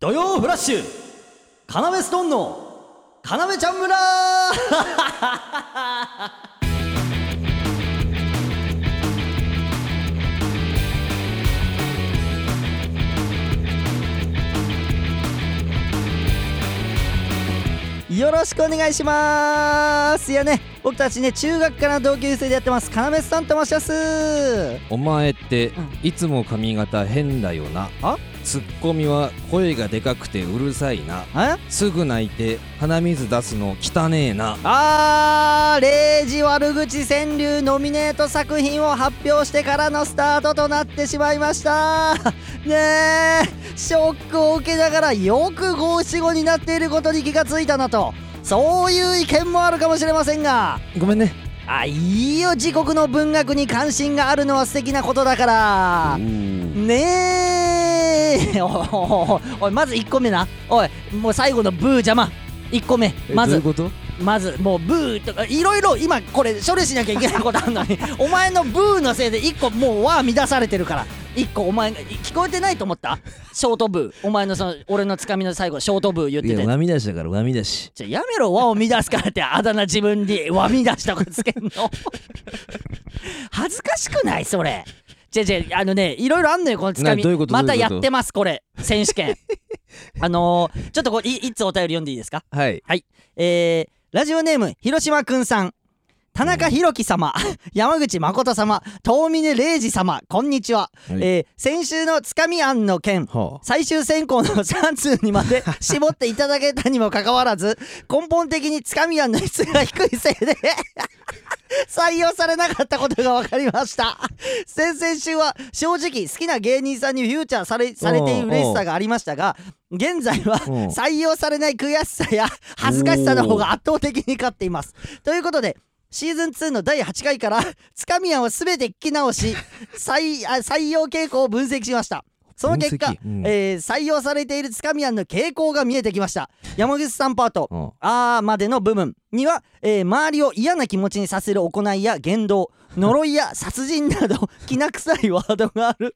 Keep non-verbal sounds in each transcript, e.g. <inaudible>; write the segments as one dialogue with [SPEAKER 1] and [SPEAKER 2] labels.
[SPEAKER 1] 土曜フラッシュカナメストーンのカナメちゃん村 <laughs> よろしくお願いしますいやね僕たちね中学からの同級生でやってますカナメスさんと申します
[SPEAKER 2] お前って、
[SPEAKER 1] ん
[SPEAKER 2] いつも髪型変だよな
[SPEAKER 1] あ
[SPEAKER 2] ツッコミは声がでかくてうるさいな
[SPEAKER 1] え
[SPEAKER 2] すぐ泣いて鼻水出すの汚ねえな
[SPEAKER 1] あー0時悪口川柳ノミネート作品を発表してからのスタートとなってしまいましたねえショックを受けながらよく五七五になっていることに気がついたなとそういう意見もあるかもしれませんが
[SPEAKER 2] ごめんね
[SPEAKER 1] あいいよ自国の文学に関心があるのは素敵なことだからねえおいおいおいまず1個目なおいもう最後のブー邪魔1個目まず
[SPEAKER 2] どういうこと
[SPEAKER 1] まずもうブーとかいろいろ今これ処理しなきゃいけないことあるの
[SPEAKER 2] <laughs>
[SPEAKER 1] にお前のブーのせいで一個もうは乱されてるから一個お前がい聞こえてないと思ったショートブーお前のその俺のつかみの最後ショートブー言ってて
[SPEAKER 2] 涙しだから涙し
[SPEAKER 1] じゃやめろ和を乱すからってあだ名自分に和乱したことつけんの恥ずかしくないそれじゃじゃあのねいろいろあんのよこのつかみ
[SPEAKER 2] などういうこと
[SPEAKER 1] また
[SPEAKER 2] どういう
[SPEAKER 1] や
[SPEAKER 2] こと
[SPEAKER 1] ってますこれ選手
[SPEAKER 2] <laughs>
[SPEAKER 1] 権あのーちょっとこういいつお便り読んでいいですか
[SPEAKER 2] はい
[SPEAKER 1] えーラジオネーム広島くんさん田中裕樹様山口誠様遠峰礼二様こんにちは、
[SPEAKER 2] はい
[SPEAKER 1] えー先週のつかみ案の件
[SPEAKER 2] は
[SPEAKER 1] 最終選考の3通にまで絞っていただけたにもかかわらず根本的につかみ案の質が低いせいで <laughs> 採用されなかったことが分かりました先々週は正直好きな芸人さんにフューチャーされされている嬉しさがありましたが現在は
[SPEAKER 2] うん
[SPEAKER 1] 採用されない悔しさや恥ずかしさの方が圧倒的に勝っていますということでシーズン2の第8回からつかみ案を全て聞き直し採あ採用傾向を分析しましたその結果
[SPEAKER 2] 分、析うん
[SPEAKER 1] えー採用されているつかみ案の傾向が見えてきました山口さんパート
[SPEAKER 2] うん
[SPEAKER 1] 「あー」までの部分には、えー周りを嫌な気持ちにさせる行いや言動呪いや殺人など <laughs> きな臭いワードがある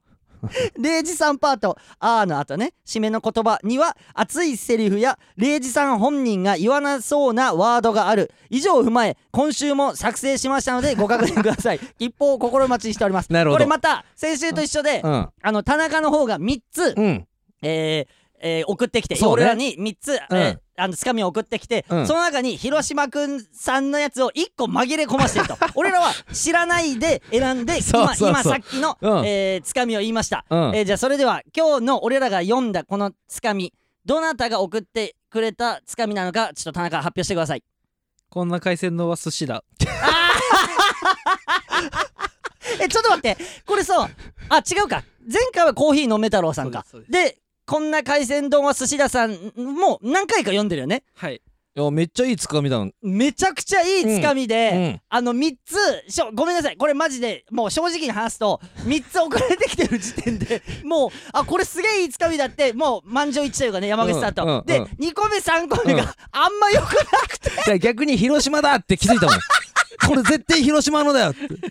[SPEAKER 1] <laughs> 礼二さんパート「あー」の後ね締めの言葉には熱いセリフや礼二さん本人が言わなそうなワードがある以上を踏まえ今週も作成しましたのでご確認ください <laughs> 一方を心待ちにしております
[SPEAKER 2] なるほ
[SPEAKER 1] こ
[SPEAKER 2] ど
[SPEAKER 1] れまた先週と一緒で、
[SPEAKER 2] うん
[SPEAKER 1] あの田中の方が3つ、
[SPEAKER 2] うん
[SPEAKER 1] えーえー送ってきて、
[SPEAKER 2] そう
[SPEAKER 1] 俺
[SPEAKER 2] ね
[SPEAKER 1] らに3つ、えー
[SPEAKER 2] うん
[SPEAKER 1] あのつかみを送ってきて、
[SPEAKER 2] うん
[SPEAKER 1] その中に広島くんさんのやつを1個紛れ込ませて
[SPEAKER 2] <laughs>
[SPEAKER 1] ると俺らは知らないで選んで
[SPEAKER 2] そうそうそう
[SPEAKER 1] 今今さっきの、
[SPEAKER 2] うん
[SPEAKER 1] えーつかみを言いました、
[SPEAKER 2] うん
[SPEAKER 1] えーじゃあそれでは今日の俺らが読んだこのつかみどなたが送ってくれたつかみなのかちょっと田中発表してください
[SPEAKER 3] こんな海鮮のは寿司だ。
[SPEAKER 1] えちょっと待ってこれさあ違うか前回はコーヒー飲め太郎さんか
[SPEAKER 3] そうです
[SPEAKER 1] でこんな海鮮丼は寿司田さんもう何回か読んでるよね
[SPEAKER 3] はい。
[SPEAKER 2] いやめっちゃいいつかみだうん
[SPEAKER 1] めちゃくちゃいいつかみで、
[SPEAKER 2] うん
[SPEAKER 1] あの3つしょごめんなさいこれマジでもう正直に話す
[SPEAKER 2] <laughs>
[SPEAKER 1] と3つ送られてきてる時点でもうあこれすげえいいつかみだってもう満場一致というかね山口さんと、
[SPEAKER 2] うんうん
[SPEAKER 1] で、
[SPEAKER 2] うん
[SPEAKER 1] 2個目3個目が、
[SPEAKER 2] うん
[SPEAKER 1] あんま良くなくて
[SPEAKER 2] だから逆に広島だって気づいたもんこれ絶対広島のだよって
[SPEAKER 1] これ3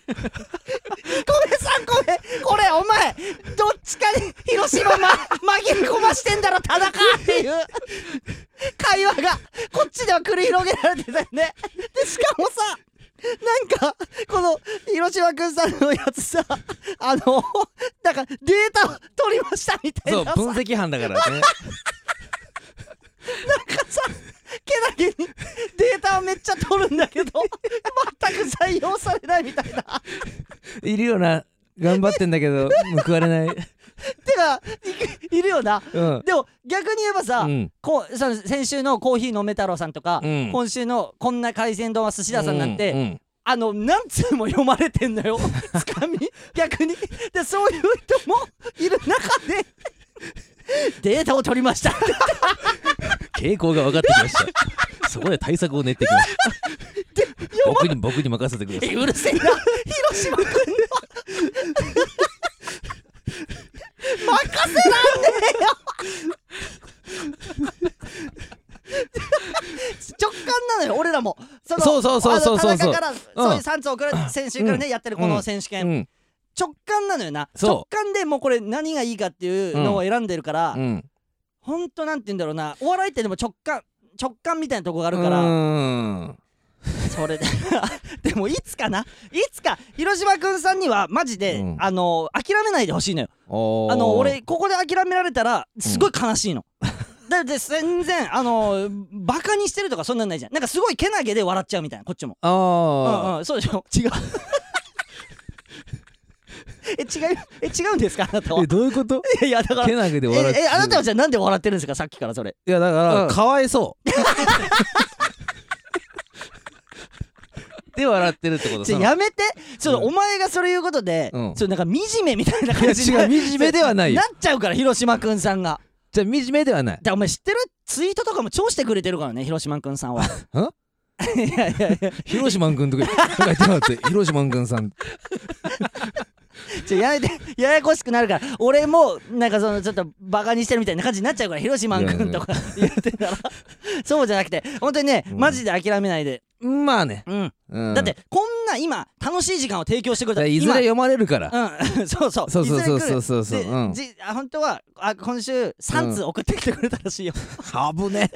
[SPEAKER 1] 個目これお前どっちかに広島、ま、紛れ込ましてんだろ田中っていう会話がこっちでは繰り広げられてたよねでしかもさなんかこの広島くんさんのやつさあのなんかデータを取りましたみたい
[SPEAKER 2] そう
[SPEAKER 1] なさ
[SPEAKER 2] 分析班だからね
[SPEAKER 1] さけなげにデータをめっちゃ取るんだけど全く採用されないみたいない
[SPEAKER 2] るよな頑張ってんだけど報われない
[SPEAKER 1] てかいいるよな
[SPEAKER 2] うん
[SPEAKER 1] でも逆に言えばさ、
[SPEAKER 2] うん
[SPEAKER 1] こうその先週のコーヒー飲め太郎さんとか、
[SPEAKER 2] うん
[SPEAKER 1] 今週のこんな海鮮丼は寿司屋さんなんて、
[SPEAKER 2] ううん
[SPEAKER 1] あの何通も読まれてんのよ <laughs> つかみ逆にでそういう人もいる中でデータを取りました
[SPEAKER 2] 傾向が分かってきま
[SPEAKER 1] <laughs>
[SPEAKER 2] した。そこで対策を練ってきました。僕に僕に任せてください。
[SPEAKER 1] うるせえな広島君の任せらんねえよ直感なのよ俺らもその
[SPEAKER 2] そうそうそうそうそう
[SPEAKER 1] あの田中からそういう
[SPEAKER 2] うん
[SPEAKER 1] 3つ送られ先週からね、
[SPEAKER 2] う
[SPEAKER 1] やってるこの選手権、
[SPEAKER 2] うん
[SPEAKER 1] 直感なのよな
[SPEAKER 2] そう
[SPEAKER 1] 直感でもうこれ何がいいかっていうのを選んでるから、
[SPEAKER 2] うん
[SPEAKER 1] ほんとなんて言うんだろうなお笑いってでも直感直感みたいなとこがあるか
[SPEAKER 2] う
[SPEAKER 1] ら
[SPEAKER 2] ーん
[SPEAKER 1] それで <laughs> でもいつかないつか広島くんさんにはマジで、
[SPEAKER 2] うん
[SPEAKER 1] あの諦めないでほしいのよ
[SPEAKER 2] おー
[SPEAKER 1] あの俺ここで諦められたらすごい悲しい
[SPEAKER 2] <laughs>
[SPEAKER 1] の、だって全然あのバカにしてるとかそんなんないじゃんなんかすごいけなげで笑っちゃうみたいなこっちも
[SPEAKER 2] あ
[SPEAKER 1] うんうんそうでしょ違う <laughs> え違うえ違うんですかあなた
[SPEAKER 2] ー
[SPEAKER 1] は
[SPEAKER 2] え
[SPEAKER 1] い
[SPEAKER 2] どういうこと
[SPEAKER 1] やいやだから
[SPEAKER 2] けなげで笑っ
[SPEAKER 1] え
[SPEAKER 2] て
[SPEAKER 1] えあなたはじゃあなんで笑ってるんですかさっきからそれ
[SPEAKER 2] いやだから、
[SPEAKER 3] うん
[SPEAKER 2] かわいそうで笑ってるってこと
[SPEAKER 1] ちょ
[SPEAKER 2] その
[SPEAKER 1] やめてその、
[SPEAKER 2] うん
[SPEAKER 1] お前がそれ言うことで、
[SPEAKER 2] うん
[SPEAKER 1] そのなんか惨めみたいな感じ
[SPEAKER 2] いや違う惨めではないよ
[SPEAKER 1] なっちゃうから広島くんさんが
[SPEAKER 2] じゃあ惨めではない
[SPEAKER 1] だお前知ってるツイートとかも超してくれてるからね広島くんさん
[SPEAKER 2] <laughs>
[SPEAKER 1] はいやいやいや
[SPEAKER 2] 広島君
[SPEAKER 1] <laughs>
[SPEAKER 2] とか書いてもらって広島君さん
[SPEAKER 1] ちょやめてややこしくなるから俺もなんかそのちょっとバカにしてるみたいな感じになっちゃうから広島くんとか言ってたらそうじゃなくて本当にね
[SPEAKER 2] うん
[SPEAKER 1] マジで諦めないで
[SPEAKER 2] まあね、
[SPEAKER 1] うん
[SPEAKER 2] うん、
[SPEAKER 1] だってこんな今楽しい時間を提供してくれた
[SPEAKER 2] だからいずれ
[SPEAKER 1] 今
[SPEAKER 2] 読まれるから、
[SPEAKER 1] うん <laughs> そうそう
[SPEAKER 2] そうそうそう
[SPEAKER 1] いずれ来
[SPEAKER 2] そ
[SPEAKER 1] る
[SPEAKER 2] うそうそう
[SPEAKER 1] で、
[SPEAKER 2] うん
[SPEAKER 1] じあ本当はあ今週3通送ってきてくれたらしいよ、
[SPEAKER 2] ハブね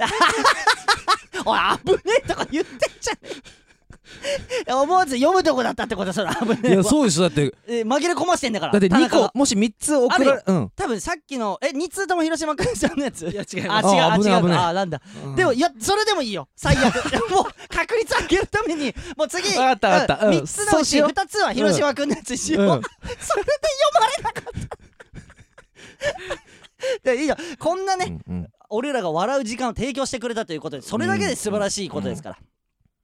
[SPEAKER 1] <laughs> おい危ねえとか言ってんじゃねえ思わず読むとこだったってことそれ危ね
[SPEAKER 2] い
[SPEAKER 1] え
[SPEAKER 2] や
[SPEAKER 1] わ
[SPEAKER 2] そうでしょだって
[SPEAKER 1] え紛れ込ませてんだから
[SPEAKER 2] だって
[SPEAKER 1] 田
[SPEAKER 2] 2
[SPEAKER 1] 中
[SPEAKER 2] 個
[SPEAKER 1] が
[SPEAKER 2] もし3つ送られうん
[SPEAKER 1] 多分さっきのえ2通とも広島くんさんのやつ
[SPEAKER 3] いや違い
[SPEAKER 1] あ
[SPEAKER 3] ます。
[SPEAKER 1] 違うあ
[SPEAKER 2] あ危ねえ
[SPEAKER 1] 違
[SPEAKER 2] 危
[SPEAKER 1] う
[SPEAKER 2] ねえ
[SPEAKER 1] あなんだ、でもいやそれでもいいよ最悪 <laughs> もう確率上げるためにもう次
[SPEAKER 2] わかったわかったうん
[SPEAKER 1] 3つの
[SPEAKER 2] そう
[SPEAKER 1] う
[SPEAKER 2] し
[SPEAKER 1] ち
[SPEAKER 2] よう
[SPEAKER 1] 2つは広島くんのやつにしよう、
[SPEAKER 2] うん
[SPEAKER 1] <laughs> それで読まれなかったでいいよこんなね、
[SPEAKER 2] うんうん
[SPEAKER 1] 俺らが笑う時間を提供してくれたということでそれだけで素晴らしいことですから、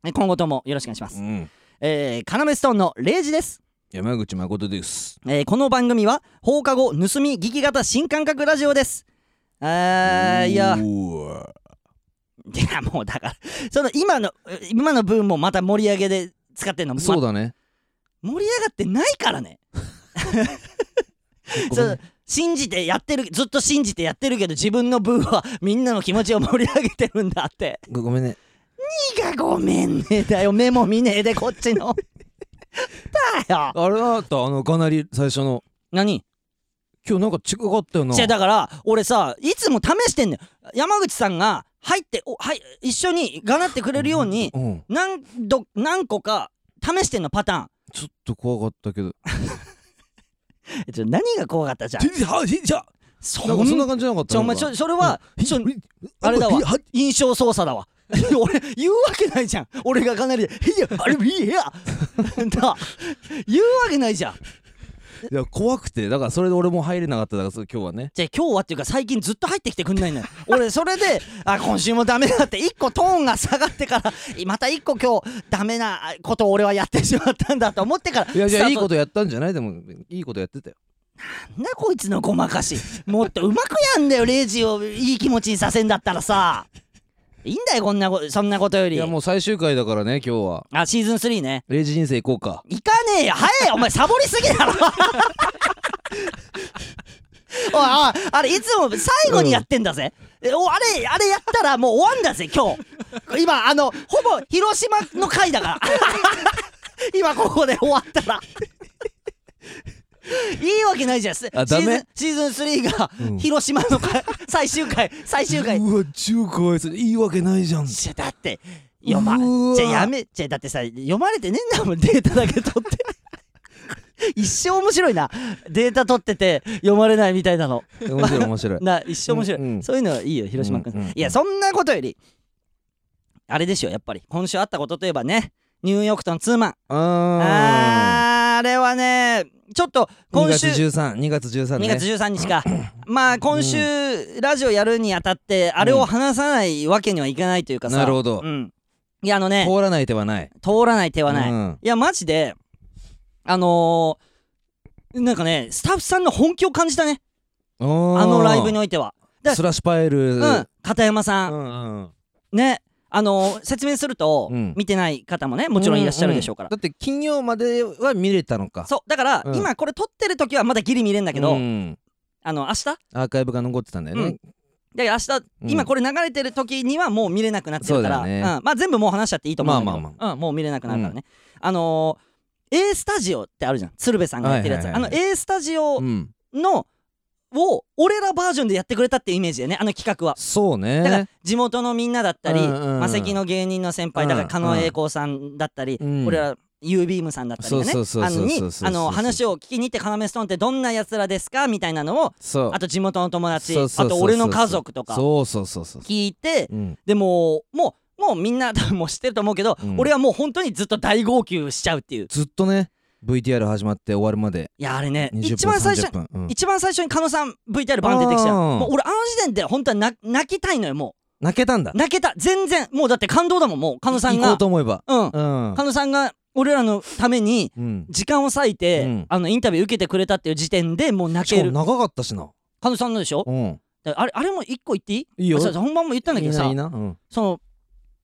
[SPEAKER 1] ね今後ともよろしくお願いします、
[SPEAKER 2] うん
[SPEAKER 1] えー、カナメストーンのレイジです
[SPEAKER 2] 山口誠です
[SPEAKER 1] えーこの番組は放課後盗み聞き型新感覚ラジオですあーいや
[SPEAKER 2] うわ
[SPEAKER 1] いやもうだからその今のえ今の分もまた盛り上げで使ってんの、ま
[SPEAKER 2] そうだね
[SPEAKER 1] 盛り上がってないから
[SPEAKER 2] <laughs>
[SPEAKER 1] ね
[SPEAKER 2] ご
[SPEAKER 1] そ
[SPEAKER 2] めん
[SPEAKER 1] う信じてやってるずっと信じてやってるけど自分の分はみんなの気持ちを盛り上げてるんだって
[SPEAKER 2] ごごめんね
[SPEAKER 1] いいかごめんねだよ目も見ねえでこっちのだよ
[SPEAKER 2] あれだったあのかなり最初の
[SPEAKER 1] 何
[SPEAKER 2] 今日なんか違かったよな
[SPEAKER 1] 違うだから俺さいつも試してんのよ山口さんが入っておはい一緒にがなってくれるように
[SPEAKER 2] うん
[SPEAKER 1] 何度何個か試してんのパターン
[SPEAKER 2] ちょっと怖かったけど
[SPEAKER 1] えちょ何が怖かったじゃん
[SPEAKER 2] はじゃ
[SPEAKER 1] そ
[SPEAKER 2] なんかそん
[SPEAKER 1] んな
[SPEAKER 2] な感じじゃなかった
[SPEAKER 1] ちょお前
[SPEAKER 2] なんか
[SPEAKER 1] そそれは
[SPEAKER 2] うん
[SPEAKER 1] ちょあれだわ
[SPEAKER 2] は
[SPEAKER 1] 印象操作だわ <laughs> 俺言うわけないじゃん俺がかなりで「いやあれいいや」 <laughs> だ言うわけないじゃん
[SPEAKER 2] いや怖くてだからそれで俺も入れなかっただからそう今日はね
[SPEAKER 1] じゃあ今日はっていうか最近ずっと入ってきてくんないのよ俺それであ今週もダメだって一個トーンが下がってからまた一個今日ダメなことを俺はやってしまったんだと思ってから
[SPEAKER 2] いやじゃあいいこととやったんじゃないでもいいことやってたよ
[SPEAKER 1] なこいつのごまかしもっとうまくやんだよレイジをいい気持ちにさせんだったらさいいんだよこんなこそんなことよ
[SPEAKER 2] い
[SPEAKER 1] り
[SPEAKER 2] やもう最終回だからね今日は
[SPEAKER 1] あシーズン3ね
[SPEAKER 2] レイジ人生行こうか
[SPEAKER 1] 行かねえよ早いよお前サボりすぎだろ <laughs> おいおいあれいつも最後にやってんだぜ、えおあれあれやったらもう終わんだぜ今日今あのほぼ広島の回だから <laughs> 今ここで終わったら <laughs> いいわけないじゃんす
[SPEAKER 2] あダメ
[SPEAKER 1] シーズンシーズン3が
[SPEAKER 2] うん
[SPEAKER 1] 広島の回、最終回最終回
[SPEAKER 2] うわ超かわいそう言い訳ないじゃん
[SPEAKER 1] じゃだって読ま
[SPEAKER 2] うーわ
[SPEAKER 1] じゃやめじゃだってさ読まれてねえんだもんデータだけ取
[SPEAKER 2] <laughs>
[SPEAKER 1] って一生面白いなデータ取ってて読まれないみたいなの
[SPEAKER 2] 面白い
[SPEAKER 1] <laughs>
[SPEAKER 2] 面白い
[SPEAKER 1] な一生面白い、
[SPEAKER 2] うんうん
[SPEAKER 1] そういうのはいいよ広島君、
[SPEAKER 2] うんうんうん
[SPEAKER 1] いやそんなことよりあれでしょやっぱり今週あったことといえばねニューヨークとのツーマン
[SPEAKER 2] あー
[SPEAKER 1] あーあれはねちょっと
[SPEAKER 2] 2
[SPEAKER 1] 今
[SPEAKER 2] 月
[SPEAKER 1] 週
[SPEAKER 2] 132月13
[SPEAKER 1] 2
[SPEAKER 2] ね
[SPEAKER 1] 月13日か、まあ今週、ラジオやるにあたってあれを話さないわけにはいかないというかさ、
[SPEAKER 2] なるほど
[SPEAKER 1] うん、いやあのね
[SPEAKER 2] 通らない手はない
[SPEAKER 1] 通らない手はない、い
[SPEAKER 2] うん
[SPEAKER 1] やマジであのーなんかねスタッフさんの本気を感じたね
[SPEAKER 2] あ
[SPEAKER 1] あのライブに
[SPEAKER 2] の
[SPEAKER 1] おいてはだ
[SPEAKER 2] スラッシュパエル
[SPEAKER 1] うん片山さ、
[SPEAKER 2] うんんうん
[SPEAKER 1] ねあのー説明すると、
[SPEAKER 2] うん
[SPEAKER 1] 見てない方もねもちろんいらっしゃるでしょうから、
[SPEAKER 2] だって金曜までは見れたのか
[SPEAKER 1] そうだから、
[SPEAKER 2] うん
[SPEAKER 1] 今これ撮ってる時はまだギリ見れんだけど、
[SPEAKER 2] うん
[SPEAKER 1] あの明日
[SPEAKER 2] アーカイブが残ってたんだよね
[SPEAKER 1] だから明日、
[SPEAKER 2] うん
[SPEAKER 1] 今これ流れてる時にはもう見れなくなってるから
[SPEAKER 2] そうだね
[SPEAKER 1] ん、まあ全部もう話しちゃっていいと思うんだけど、
[SPEAKER 2] まあまあ
[SPEAKER 1] うん、もう見れなくなるからね、あのー A スタジオってあるじゃん鶴瓶さんがやってるやつ、
[SPEAKER 2] はいはいはいはい
[SPEAKER 1] あの A スタジオ
[SPEAKER 2] うん
[SPEAKER 1] のを俺らバージョンでやってくれたっていうイメージだよねあの企画は
[SPEAKER 2] そうね
[SPEAKER 1] だから地元のみんなだったり、
[SPEAKER 2] うんうんうん
[SPEAKER 1] マセキの芸人の先輩だから狩野英孝さんだったり、
[SPEAKER 2] うん
[SPEAKER 1] 俺ら U ビームさんだったりがね
[SPEAKER 2] そうそうそう
[SPEAKER 1] あのに
[SPEAKER 2] そうそうそうそう
[SPEAKER 1] あの話を聞きに行って「要ストーンってどんなやつらですか?」みたいなのを
[SPEAKER 2] そう
[SPEAKER 1] あと地元の友達
[SPEAKER 2] そうそうそうそう
[SPEAKER 1] あと俺の家族とか
[SPEAKER 2] そうそうそうそう
[SPEAKER 1] 聞いて
[SPEAKER 2] うん
[SPEAKER 1] でももうもうみんな多 <laughs> 分もう知ってると思うけど、
[SPEAKER 2] うん
[SPEAKER 1] 俺はもう本当にずっと大号泣しちゃうっていう
[SPEAKER 2] ずっとね VTR 始まって終わるまで
[SPEAKER 1] いやあれね
[SPEAKER 2] 20分
[SPEAKER 1] 一番最初
[SPEAKER 2] 30分、うん
[SPEAKER 1] 一番最初に狩野さん VTR バンって出てきたよ
[SPEAKER 2] あー
[SPEAKER 1] もう俺あの時点で本当は泣泣きたいのよも
[SPEAKER 2] 泣けたんだ
[SPEAKER 1] う泣けた全然もうだって感動だもんもう狩野さん
[SPEAKER 2] 行こ
[SPEAKER 1] が
[SPEAKER 2] うと思えば
[SPEAKER 1] うん
[SPEAKER 2] うん、
[SPEAKER 1] 狩野さんが俺らのために
[SPEAKER 2] うん、
[SPEAKER 1] 時間を割いて、
[SPEAKER 2] うん
[SPEAKER 1] あのインタビュー受けてくれたっていう時点でもう泣
[SPEAKER 2] し
[SPEAKER 1] け
[SPEAKER 2] かも
[SPEAKER 1] る
[SPEAKER 2] 長かったしな
[SPEAKER 1] 狩野さんのでしょ
[SPEAKER 2] うん
[SPEAKER 1] だからあれあれも一個言っていい
[SPEAKER 2] いいよ
[SPEAKER 1] あそうそう本番も言ったんだけどさ
[SPEAKER 2] いいないいなうん、
[SPEAKER 1] その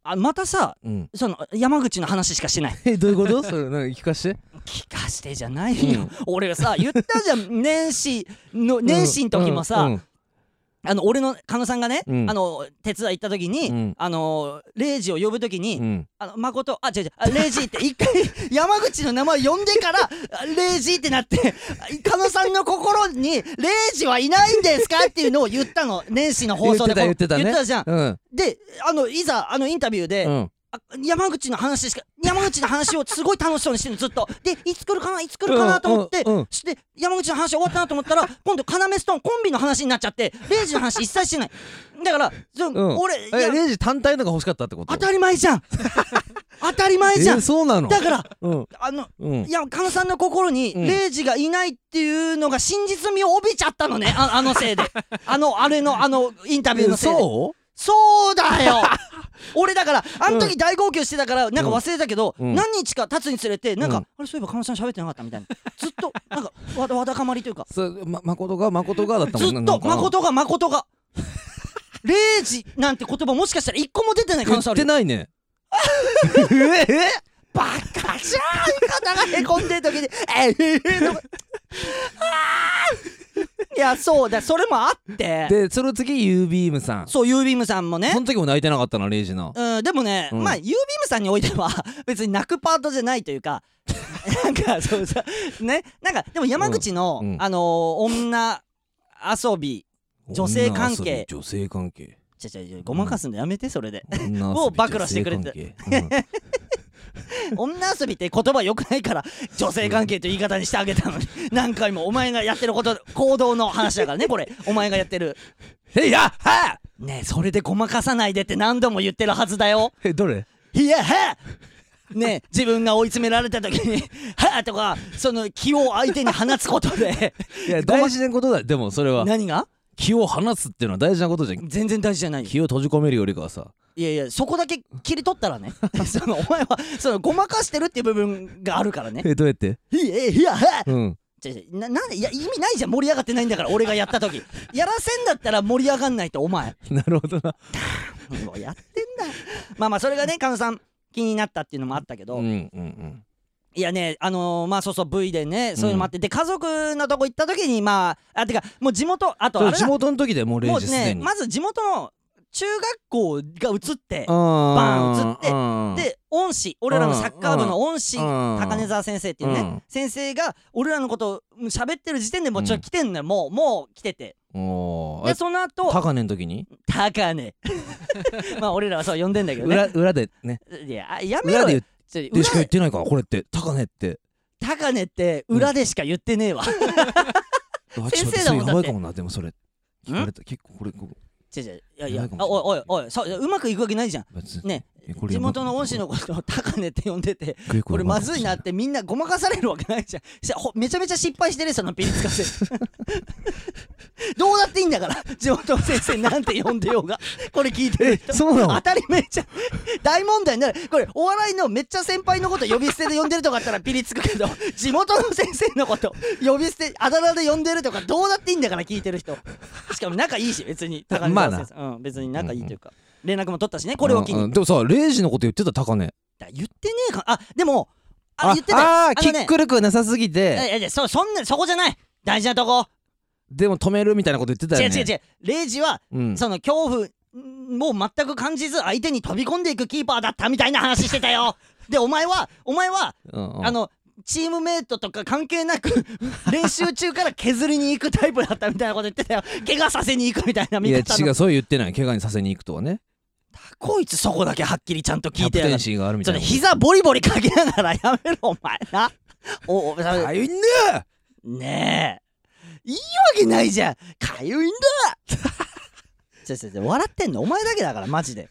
[SPEAKER 1] あまたさ
[SPEAKER 2] うん、
[SPEAKER 1] その山口の話しかしてない
[SPEAKER 2] えどういうことそれなんか聞かして
[SPEAKER 1] 聞かしてじゃないよ、俺がさ言ったじゃん年始の年始の時もさ、
[SPEAKER 2] うんうん
[SPEAKER 1] あの俺の狩野さんがね、
[SPEAKER 2] うん
[SPEAKER 1] あの手伝い行った時に、
[SPEAKER 2] うん
[SPEAKER 1] あのレイジを呼ぶ時に、
[SPEAKER 2] うん
[SPEAKER 1] あの誠あ違う違うあレイジって一回 <laughs> 山口の名前呼んでからあレイジってなって狩野さんの心にレイジはいないんですかっていうのを言ったの年始の放送で
[SPEAKER 2] 言ってた
[SPEAKER 1] こう
[SPEAKER 2] 言
[SPEAKER 1] 言っ
[SPEAKER 2] ってたね
[SPEAKER 1] てたじゃん
[SPEAKER 2] うん
[SPEAKER 1] であのいざあのインタビューで、
[SPEAKER 2] うん
[SPEAKER 1] あ山口の話しか山口の話をすごい楽しそうにしてるのずっとでいつ来るかないつ来るかなと思って、
[SPEAKER 2] うんうんうん
[SPEAKER 1] して山口の話終わったなと思った
[SPEAKER 2] <laughs>
[SPEAKER 1] ら今度要ストーンコンビの話になっちゃってレイジの話一切してないだからそ、
[SPEAKER 2] うん
[SPEAKER 1] 俺い
[SPEAKER 2] え
[SPEAKER 1] や
[SPEAKER 2] レイジ単体のが欲しかったってこと
[SPEAKER 1] 当たり前じ
[SPEAKER 2] <laughs>
[SPEAKER 1] ゃん当たり前じゃん、
[SPEAKER 2] えそうなの
[SPEAKER 1] だから
[SPEAKER 2] うん
[SPEAKER 1] あの
[SPEAKER 2] うん
[SPEAKER 1] いや狩野さんの心に
[SPEAKER 2] うん
[SPEAKER 1] レイジがいないっていうのが真実味を帯びちゃったのねああのせい
[SPEAKER 2] <laughs>
[SPEAKER 1] であのあれのあのインタビューのせいで
[SPEAKER 2] そ
[SPEAKER 1] そうだ
[SPEAKER 2] <laughs>
[SPEAKER 1] よ俺だからあの時大号泣してたからなんか忘れたけど、
[SPEAKER 2] うん
[SPEAKER 1] 何日か経つにつれてなんか、
[SPEAKER 2] うん
[SPEAKER 1] あれそういえば狩野さん喋ってなかったみたいなずっとなんかわだわだかまりというか
[SPEAKER 2] うそうま誠が誠がだった
[SPEAKER 1] ずっ
[SPEAKER 2] も <laughs> んなな
[SPEAKER 1] と
[SPEAKER 2] んかな
[SPEAKER 1] 誠が誠がレイジなんて言葉もしかしたら一個も出てない可
[SPEAKER 2] 言
[SPEAKER 1] 能性あ
[SPEAKER 2] っ
[SPEAKER 1] る
[SPEAKER 2] て
[SPEAKER 1] よ
[SPEAKER 2] ないね
[SPEAKER 1] <laughs>
[SPEAKER 2] ええ
[SPEAKER 1] バカじゃん肩がへこんでる時に「ええ
[SPEAKER 2] <laughs>
[SPEAKER 1] とかあーいやそうだそれもあって
[SPEAKER 2] でその次ユービームさん
[SPEAKER 1] そうユービームさんもね
[SPEAKER 2] その時も泣いてなかったなレイジな
[SPEAKER 1] うん、でもね、
[SPEAKER 2] うん
[SPEAKER 1] まあユービームさんにおいては <laughs> 別に泣くパートじゃないというか <laughs> なんかそうさねなんかでも山口の、
[SPEAKER 2] うんうん
[SPEAKER 1] あのー女遊び女性関係
[SPEAKER 2] 女性関係
[SPEAKER 1] ちょちょちょごまかすのやめてそれで、
[SPEAKER 2] 女遊び
[SPEAKER 1] を暴露してくれて
[SPEAKER 2] 女性関係
[SPEAKER 1] 女遊びって言葉良くないから女性関係という言い方にしてあげたの
[SPEAKER 2] <laughs>
[SPEAKER 1] に何回もお前がやってること行動の話だからねこれお前がやってる
[SPEAKER 2] うんへいやは
[SPEAKER 1] ねえそれでごまかさないでって何度も言ってるはずだよ
[SPEAKER 2] えどれ
[SPEAKER 1] いやはねえ自分が追い詰められた時に「はあ」とかその気を相手に放つこと <laughs> で
[SPEAKER 2] いや大事なことだでもそれは
[SPEAKER 1] 何が
[SPEAKER 2] 気を放つっていうのは大事なことじゃん
[SPEAKER 1] 全然大事じゃないよ
[SPEAKER 2] 気を閉じ込めるよりかはさ
[SPEAKER 1] いやいやそこだけ切り取ったら <laughs> ねそのお前はそのごまかしてるっていう部分があるからね
[SPEAKER 2] えどうやって
[SPEAKER 1] <laughs> 「いやいやはあ
[SPEAKER 2] うん
[SPEAKER 1] ちょちょななんでいや意味ないじゃん盛り上がってないんだから俺がやった時やらせんだったら盛り上が <laughs> んないとお <laughs> 前
[SPEAKER 2] なるほどな
[SPEAKER 1] もうやってんだまあまあそれがね狩野さん気になったっていうのもあったけど、
[SPEAKER 2] うんうん
[SPEAKER 1] いやねあのーまあそうそう V でねそういうのもあって、で家族のとこ行った時にまああてかもう地元あと
[SPEAKER 2] う
[SPEAKER 1] あ
[SPEAKER 2] ん
[SPEAKER 1] れ
[SPEAKER 2] 地
[SPEAKER 1] だも
[SPEAKER 2] 元の時でもうレイ
[SPEAKER 1] う
[SPEAKER 2] ジすで
[SPEAKER 1] ね
[SPEAKER 2] に
[SPEAKER 1] まず地元の中学校が映って
[SPEAKER 2] バ
[SPEAKER 1] バで恩師俺らのサッカー部の恩師高根沢先生っていうね、
[SPEAKER 2] うん
[SPEAKER 1] 先生が俺らのことを喋ってる時点でもうちょっと来てんのよ、もうもう来てて
[SPEAKER 2] おー
[SPEAKER 1] で
[SPEAKER 2] え
[SPEAKER 1] その後
[SPEAKER 2] 高根の時に
[SPEAKER 1] 高
[SPEAKER 2] <laughs>
[SPEAKER 1] 根まあ俺らはそう呼んでんだけどね
[SPEAKER 2] 裏裏でね
[SPEAKER 1] いやあやめろ
[SPEAKER 2] 裏
[SPEAKER 1] よ
[SPEAKER 2] で言
[SPEAKER 1] ち
[SPEAKER 2] っ
[SPEAKER 1] ょ
[SPEAKER 2] でしか
[SPEAKER 1] 裏
[SPEAKER 2] 言ってないからこれって高根って
[SPEAKER 1] 高根って裏でしか言ってねえわ、
[SPEAKER 2] うわ
[SPEAKER 1] 先生だもん
[SPEAKER 2] ちょ
[SPEAKER 1] だっ
[SPEAKER 2] っとそれやばい
[SPEAKER 1] て
[SPEAKER 2] かもなでもそれ聞かれた結構これこ
[SPEAKER 1] 違う違ういやいや
[SPEAKER 2] ないかも
[SPEAKER 1] あお
[SPEAKER 2] しれない
[SPEAKER 1] いおいおいそううまくいくわけないじゃん
[SPEAKER 2] 別に
[SPEAKER 1] ね
[SPEAKER 2] えこれ
[SPEAKER 1] 地
[SPEAKER 2] やばい
[SPEAKER 1] 元の恩師のことを高根って呼んでて
[SPEAKER 2] これ
[SPEAKER 1] これまずいなっ
[SPEAKER 2] っ
[SPEAKER 1] てみんなごまかされるわけないじゃんしほめちゃめちゃ失敗してるそのピリつか <laughs> せどうだっていいんだから地元の先生なんて呼んでようがこれ聞いてる人
[SPEAKER 2] そうなの
[SPEAKER 1] 当たり前じゃん大問題になるこれお笑いのめっちゃ先輩のこと呼び捨てで呼んでるとかあったらピリつくけど地元の先生のこと呼び捨てあだ名で呼んでるとかどうだっていいんだから聞いてる人しかも仲いいし別に高根
[SPEAKER 2] まあ
[SPEAKER 1] 沢
[SPEAKER 2] な
[SPEAKER 1] 先生、うん、別に仲いいというか、連絡も取ったしねこれを機に、
[SPEAKER 2] でもさレイジのこと言ってた高根
[SPEAKER 1] だ言ってねえかあでもあ言ってた
[SPEAKER 2] ああーキ
[SPEAKER 1] のね
[SPEAKER 2] ック力なさすぎ
[SPEAKER 1] いや
[SPEAKER 2] て
[SPEAKER 1] いやいやそそんなそこじゃない大事なとこ、
[SPEAKER 2] でも止めるみたいなこと言ってた
[SPEAKER 1] 違う
[SPEAKER 2] よね
[SPEAKER 1] 違う違うレイジは、
[SPEAKER 2] うん
[SPEAKER 1] その恐怖もう全く感じず相
[SPEAKER 2] <laughs>
[SPEAKER 1] 手に飛び込んでいくキーパーだったみたいな話してたよでお前はお前は、
[SPEAKER 2] うんうん
[SPEAKER 1] あのチームメイトとか関係なく練習中から削りに行くタイプだったみたいなこと言って
[SPEAKER 2] <laughs>
[SPEAKER 1] たよ怪我させに行くみたいない見
[SPEAKER 2] や
[SPEAKER 1] 方
[SPEAKER 2] 違
[SPEAKER 1] の
[SPEAKER 2] うそう言ってない怪我にさせに行くとはね
[SPEAKER 1] こいつそこだけはっきりちゃんと
[SPEAKER 2] キ
[SPEAKER 1] 聞
[SPEAKER 2] ャ
[SPEAKER 1] いて
[SPEAKER 2] プ
[SPEAKER 1] や
[SPEAKER 2] テ
[SPEAKER 1] がっ
[SPEAKER 2] ンシーがあるみ
[SPEAKER 1] そ
[SPEAKER 2] たい
[SPEAKER 1] れ
[SPEAKER 2] な
[SPEAKER 1] 膝ボリボリかけながらやめろお前なおお
[SPEAKER 2] かゆいんだよ
[SPEAKER 1] ねえいいわけないじゃんかゆいんだ <laughs> ちょちょちょ笑ってんのお前だけだからマジで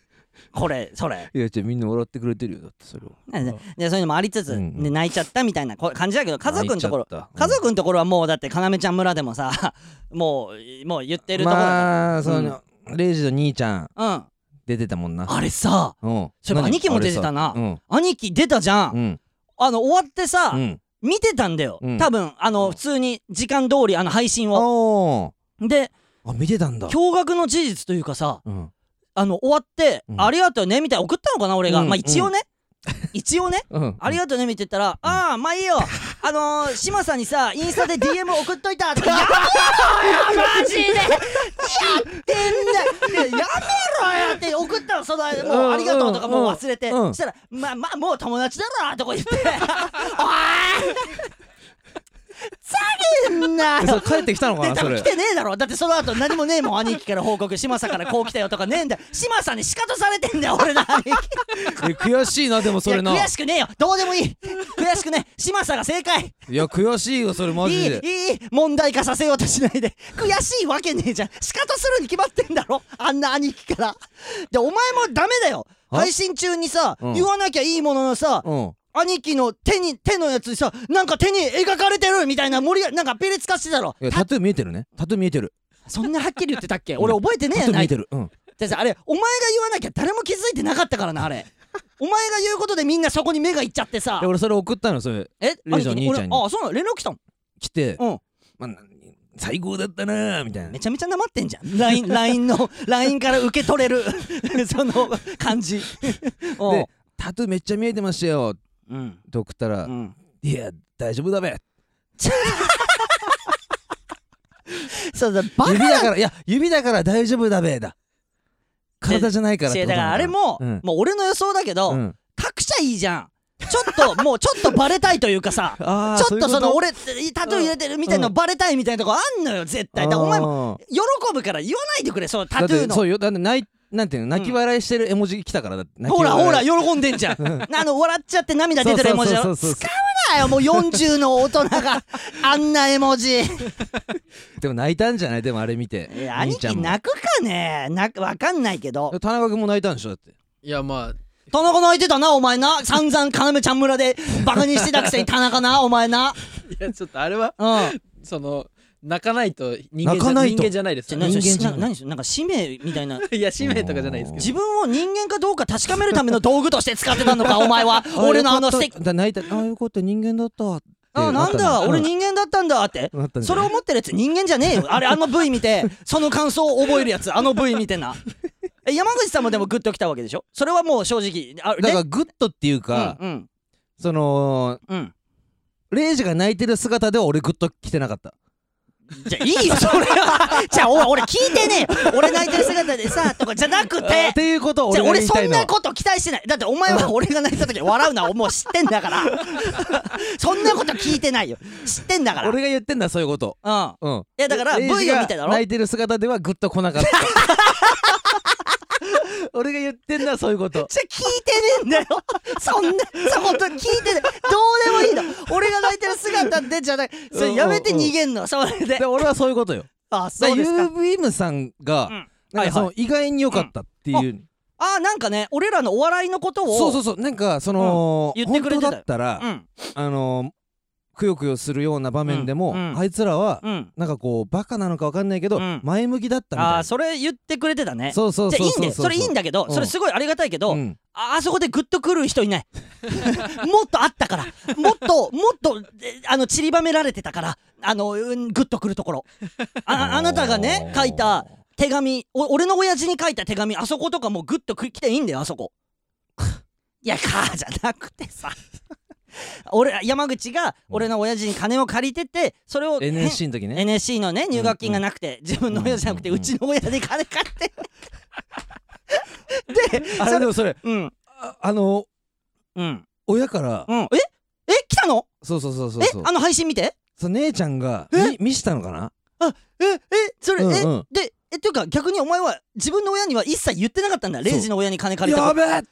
[SPEAKER 1] これそれ
[SPEAKER 2] いやじゃみんな笑ってくれてるよだってそれを
[SPEAKER 1] ねでそういうのもありつつ、
[SPEAKER 2] うんうん
[SPEAKER 1] ね泣いちゃったみたいなこ感じだけど家族のところ
[SPEAKER 2] 泣いちゃった
[SPEAKER 1] 家族のところはもうだって要ちゃん村でもさ <laughs> もうもう言ってるところだか
[SPEAKER 2] まあそのレイジの兄ちゃん
[SPEAKER 1] ら、うん
[SPEAKER 2] 出てたもんな
[SPEAKER 1] あれさ
[SPEAKER 2] うん
[SPEAKER 1] それ
[SPEAKER 2] 何
[SPEAKER 1] 兄貴も出てたな
[SPEAKER 2] あれさ
[SPEAKER 1] 兄貴出たじゃん、
[SPEAKER 2] うんうん
[SPEAKER 1] あの終わってさ、
[SPEAKER 2] うん
[SPEAKER 1] 見てたんだよ、
[SPEAKER 2] うん
[SPEAKER 1] 多分あの、
[SPEAKER 2] うん
[SPEAKER 1] 普通に時間通りあの配信を
[SPEAKER 2] お
[SPEAKER 1] で
[SPEAKER 2] ーあ見てたんだ
[SPEAKER 1] 驚愕の事実というかさ
[SPEAKER 2] うん
[SPEAKER 1] あの終わって、
[SPEAKER 2] うん
[SPEAKER 1] ありがとうね」みたいな送ったのかな俺が、
[SPEAKER 2] うん
[SPEAKER 1] まあ一応ね、 <laughs> 一応ね
[SPEAKER 2] うん
[SPEAKER 1] ありがとうね見てたら、ああ、まあいいよ。あのー、島さんにさ、インスタで DM 送っといた
[SPEAKER 2] <laughs>
[SPEAKER 1] とか、やめろよ、マジでやってんだいややめろよって送ったの、その、もうありがとうとかもう忘れて、
[SPEAKER 2] う
[SPEAKER 1] そ
[SPEAKER 2] ん
[SPEAKER 1] したら、まあまあ、もう友達だろとか
[SPEAKER 2] <laughs>
[SPEAKER 1] 言って、おいざけんな
[SPEAKER 2] そ
[SPEAKER 1] よ
[SPEAKER 2] う帰ってきたのか
[SPEAKER 1] で <laughs>
[SPEAKER 2] な
[SPEAKER 1] 多
[SPEAKER 2] そ
[SPEAKER 1] 分
[SPEAKER 2] れ
[SPEAKER 1] 来てねえだろだってその後何もねえもん兄貴から報告島さんからこう来たよとかねえんだよ島さんに仕方されてんだよ <laughs> 俺の兄貴
[SPEAKER 2] え悔しいなでもそれない
[SPEAKER 1] や悔しくねえよどうでもいい悔しくねえ嶋佐が正解
[SPEAKER 2] いや悔しいよそれマ
[SPEAKER 1] いい
[SPEAKER 2] ジで
[SPEAKER 1] いい問題化させようとしないで悔しいわけねえじゃん仕方するに決まってんだろあんな兄貴からでお前もダメだよ
[SPEAKER 2] あ
[SPEAKER 1] 配信中にさ、
[SPEAKER 2] うん
[SPEAKER 1] 言わなきゃいいもののさ、
[SPEAKER 2] うん
[SPEAKER 1] 兄貴の手に手のやつにさなんか手に描かれてるみたいな森なんかピリつかしてたろ
[SPEAKER 2] いやタトゥー見えてるねタトゥー見えてる
[SPEAKER 1] そんなはっきり言ってたっけ
[SPEAKER 2] うん
[SPEAKER 1] 俺覚えてね
[SPEAKER 2] タ
[SPEAKER 1] えや
[SPEAKER 2] トゥー見
[SPEAKER 1] な
[SPEAKER 2] え
[SPEAKER 1] い
[SPEAKER 2] てるう
[SPEAKER 1] だ
[SPEAKER 2] ん
[SPEAKER 1] ってさあれお前が言わなきゃ誰も気づいてなかったからなあ
[SPEAKER 2] <laughs>
[SPEAKER 1] れお前が言うことでみんなそこに目がいっちゃってさ
[SPEAKER 2] で俺それ送ったのそれ
[SPEAKER 1] え
[SPEAKER 2] レイジの兄ちゃんに
[SPEAKER 1] 俺あそうなの連絡来たの
[SPEAKER 2] 来て
[SPEAKER 1] うん
[SPEAKER 2] まあな最高だったなーみたいな
[SPEAKER 1] めちゃめちゃなまってんじゃん <laughs> LINE, LINE の LINE から受け取れ
[SPEAKER 2] <laughs>
[SPEAKER 1] るその感じおう
[SPEAKER 2] でタトゥーめっちゃ見えてましたよ
[SPEAKER 1] うん
[SPEAKER 2] って送ったら
[SPEAKER 1] うん、
[SPEAKER 2] いや大丈夫だべ
[SPEAKER 1] そうだバカ
[SPEAKER 2] 指
[SPEAKER 1] だ
[SPEAKER 2] だからいや指だから大丈夫だべだ体じゃないから
[SPEAKER 1] し
[SPEAKER 2] っ
[SPEAKER 1] てだ
[SPEAKER 2] こと
[SPEAKER 1] からあれも、
[SPEAKER 2] うん
[SPEAKER 1] もう俺の予想だけど、
[SPEAKER 2] うん
[SPEAKER 1] 隠しゃいいじゃんちょっと <laughs> もうちょっとバレたいというかさ
[SPEAKER 2] あ
[SPEAKER 1] ちょっとその
[SPEAKER 2] 俺
[SPEAKER 1] 俺タトゥー入れてるみたいなのバレたいみたいなとこあんのよ絶対だからお前も
[SPEAKER 2] も
[SPEAKER 1] 喜ぶから言わないでくれそのタ
[SPEAKER 2] だっ
[SPEAKER 1] トゥー
[SPEAKER 2] て
[SPEAKER 1] の
[SPEAKER 2] そうよだってないなんていうの泣き笑いしてる絵文字来たからだって泣き
[SPEAKER 1] ほら
[SPEAKER 2] 笑い
[SPEAKER 1] ほら喜んでんじゃ
[SPEAKER 2] <laughs>
[SPEAKER 1] んあの笑っちゃって涙出てる絵文字だろ
[SPEAKER 2] そうそうそうそう
[SPEAKER 1] だよもう40の大人
[SPEAKER 2] <laughs>
[SPEAKER 1] があんな絵文字い
[SPEAKER 2] でも泣いたんじゃないでもあれ見て
[SPEAKER 1] や兄
[SPEAKER 2] 兄ちゃ
[SPEAKER 1] 貴
[SPEAKER 2] んも
[SPEAKER 1] 泣くかね泣くわかんないけど
[SPEAKER 2] 田中君も泣いたんでしょだって
[SPEAKER 3] いやまあ
[SPEAKER 1] 田中泣いてたなお前な散々要ちゃん村でバカにしてたくせに田中
[SPEAKER 2] <laughs>
[SPEAKER 1] なお前ない
[SPEAKER 3] やちょっとあれは
[SPEAKER 1] うん
[SPEAKER 3] その泣かないと人間
[SPEAKER 2] 泣
[SPEAKER 3] じゃ
[SPEAKER 2] かないと
[SPEAKER 3] 人間じゃないです
[SPEAKER 1] ちょ
[SPEAKER 3] よ
[SPEAKER 1] 何
[SPEAKER 3] ね
[SPEAKER 1] それ
[SPEAKER 2] 人間じ
[SPEAKER 1] な
[SPEAKER 2] ゃない
[SPEAKER 1] 何それなんか使命みたいな
[SPEAKER 3] いや使命とかじゃないですけ
[SPEAKER 1] 自
[SPEAKER 3] ど
[SPEAKER 1] 分を人間かどうか確かめるための道具として使ってたのかお前
[SPEAKER 2] <laughs>
[SPEAKER 1] は俺のあの
[SPEAKER 2] よ
[SPEAKER 1] 素
[SPEAKER 2] かっ
[SPEAKER 1] 敵
[SPEAKER 2] ただ泣いたあよかった人間だったって
[SPEAKER 1] あなんだ俺人間だったんだって
[SPEAKER 2] なったんじ
[SPEAKER 1] そ
[SPEAKER 2] ゃ
[SPEAKER 1] れ
[SPEAKER 2] ない
[SPEAKER 1] 思ってるやつ人間じゃねえよあれあの V 見
[SPEAKER 2] <laughs>
[SPEAKER 1] てその感想を覚えるやつあの V 見てなえ山口さんもでもグッときたわけでしょそれはもう正直あ
[SPEAKER 2] だから
[SPEAKER 1] で
[SPEAKER 2] グッドっていうか、
[SPEAKER 1] うんうん
[SPEAKER 2] その
[SPEAKER 1] うん
[SPEAKER 2] レイジが泣いてる姿では俺グッと来てなかった
[SPEAKER 1] じゃあいいよそれは <laughs> じゃあお俺聞いてねえよ俺泣いてる姿でさとかじゃなくて
[SPEAKER 2] っていうことを
[SPEAKER 1] じゃあ
[SPEAKER 2] 俺が
[SPEAKER 1] 俺
[SPEAKER 2] 言い
[SPEAKER 1] そ
[SPEAKER 2] たい
[SPEAKER 1] ん
[SPEAKER 2] の
[SPEAKER 1] なこと期待してないだってお前は俺が泣いた時笑うなもう知ってんだから
[SPEAKER 2] <laughs>
[SPEAKER 1] そんなこと聞いてないよ知ってんだからうんい
[SPEAKER 2] 俺が言ってんだそういうこと
[SPEAKER 1] や
[SPEAKER 2] うん
[SPEAKER 1] だから V
[SPEAKER 2] レイ
[SPEAKER 1] を見
[SPEAKER 2] ジが
[SPEAKER 1] てだろ
[SPEAKER 2] 泣いてる姿ではグッと来
[SPEAKER 1] <laughs>
[SPEAKER 2] なかった俺が言ってんだそういうこと
[SPEAKER 1] じゃ聞いてねえん
[SPEAKER 2] <laughs>
[SPEAKER 1] だよそんなそこと聞いてねどうでもいいの俺が泣いてる姿でじゃないそれやめて逃げんのそれで
[SPEAKER 2] で俺はそういうことよ
[SPEAKER 1] あ <laughs>
[SPEAKER 2] だ
[SPEAKER 1] そ
[SPEAKER 2] か
[SPEAKER 1] うです
[SPEAKER 2] ら
[SPEAKER 1] か
[SPEAKER 2] UVM さん
[SPEAKER 1] う
[SPEAKER 2] が
[SPEAKER 1] ん
[SPEAKER 2] なんかそ
[SPEAKER 1] はいは
[SPEAKER 2] の意外に良かったっていう
[SPEAKER 1] あなんかね俺らのお笑いのことを
[SPEAKER 2] そうそうそうなんかその
[SPEAKER 1] うん言って
[SPEAKER 2] 本
[SPEAKER 1] くれ
[SPEAKER 2] 当
[SPEAKER 1] てたよ
[SPEAKER 2] だったら
[SPEAKER 1] うん
[SPEAKER 2] あのくよくよするような場面で
[SPEAKER 1] う
[SPEAKER 2] も
[SPEAKER 1] んうん
[SPEAKER 2] あいつらは
[SPEAKER 1] うん
[SPEAKER 2] なんかこうバカなのかわかんないけど
[SPEAKER 1] うん
[SPEAKER 2] 前向きだったみたい
[SPEAKER 1] あ
[SPEAKER 2] な
[SPEAKER 1] ーそれ言ってくれてたね
[SPEAKER 2] そうそう
[SPEAKER 1] じゃあ
[SPEAKER 2] そ
[SPEAKER 1] いういんだよそれいいん
[SPEAKER 2] だ
[SPEAKER 1] だけど
[SPEAKER 2] うん
[SPEAKER 1] それすごいありがたいけど
[SPEAKER 2] うん
[SPEAKER 1] ああそこでグッとくる人いない <laughs> もっとあったからもっともっとえあの散りばめられてたからあのうんグッとくるところああなたがね書いた手紙お俺の親父に書いた手紙あそことかもうグッとく来ていいんだよあそこ <laughs> いや「か」じゃなくてさ <laughs> 俺山口が俺の親父に金を借りててそれをへん
[SPEAKER 2] NSC の時ね
[SPEAKER 1] NSC のね入学金がなくて、自分の親じゃなくて、う
[SPEAKER 2] うんうんうん
[SPEAKER 1] ちの親に金借り
[SPEAKER 2] <laughs>
[SPEAKER 1] てでそ
[SPEAKER 2] あれ
[SPEAKER 1] れ
[SPEAKER 2] でもそれ
[SPEAKER 1] うん
[SPEAKER 2] ああの
[SPEAKER 1] うん
[SPEAKER 2] 親から
[SPEAKER 1] うんええ来たの
[SPEAKER 2] そうそうそうそう
[SPEAKER 1] え
[SPEAKER 2] そう
[SPEAKER 1] あの配信見て
[SPEAKER 2] そう姉ちゃんが
[SPEAKER 1] え
[SPEAKER 2] み見したのかな
[SPEAKER 1] ええそれ、
[SPEAKER 2] うん
[SPEAKER 1] え
[SPEAKER 2] うん
[SPEAKER 1] でえっていうか逆にお前は自分の親には一切言ってなかったんだ
[SPEAKER 2] そう
[SPEAKER 1] レイジの親に金借りた
[SPEAKER 2] や
[SPEAKER 1] こと
[SPEAKER 2] べえだって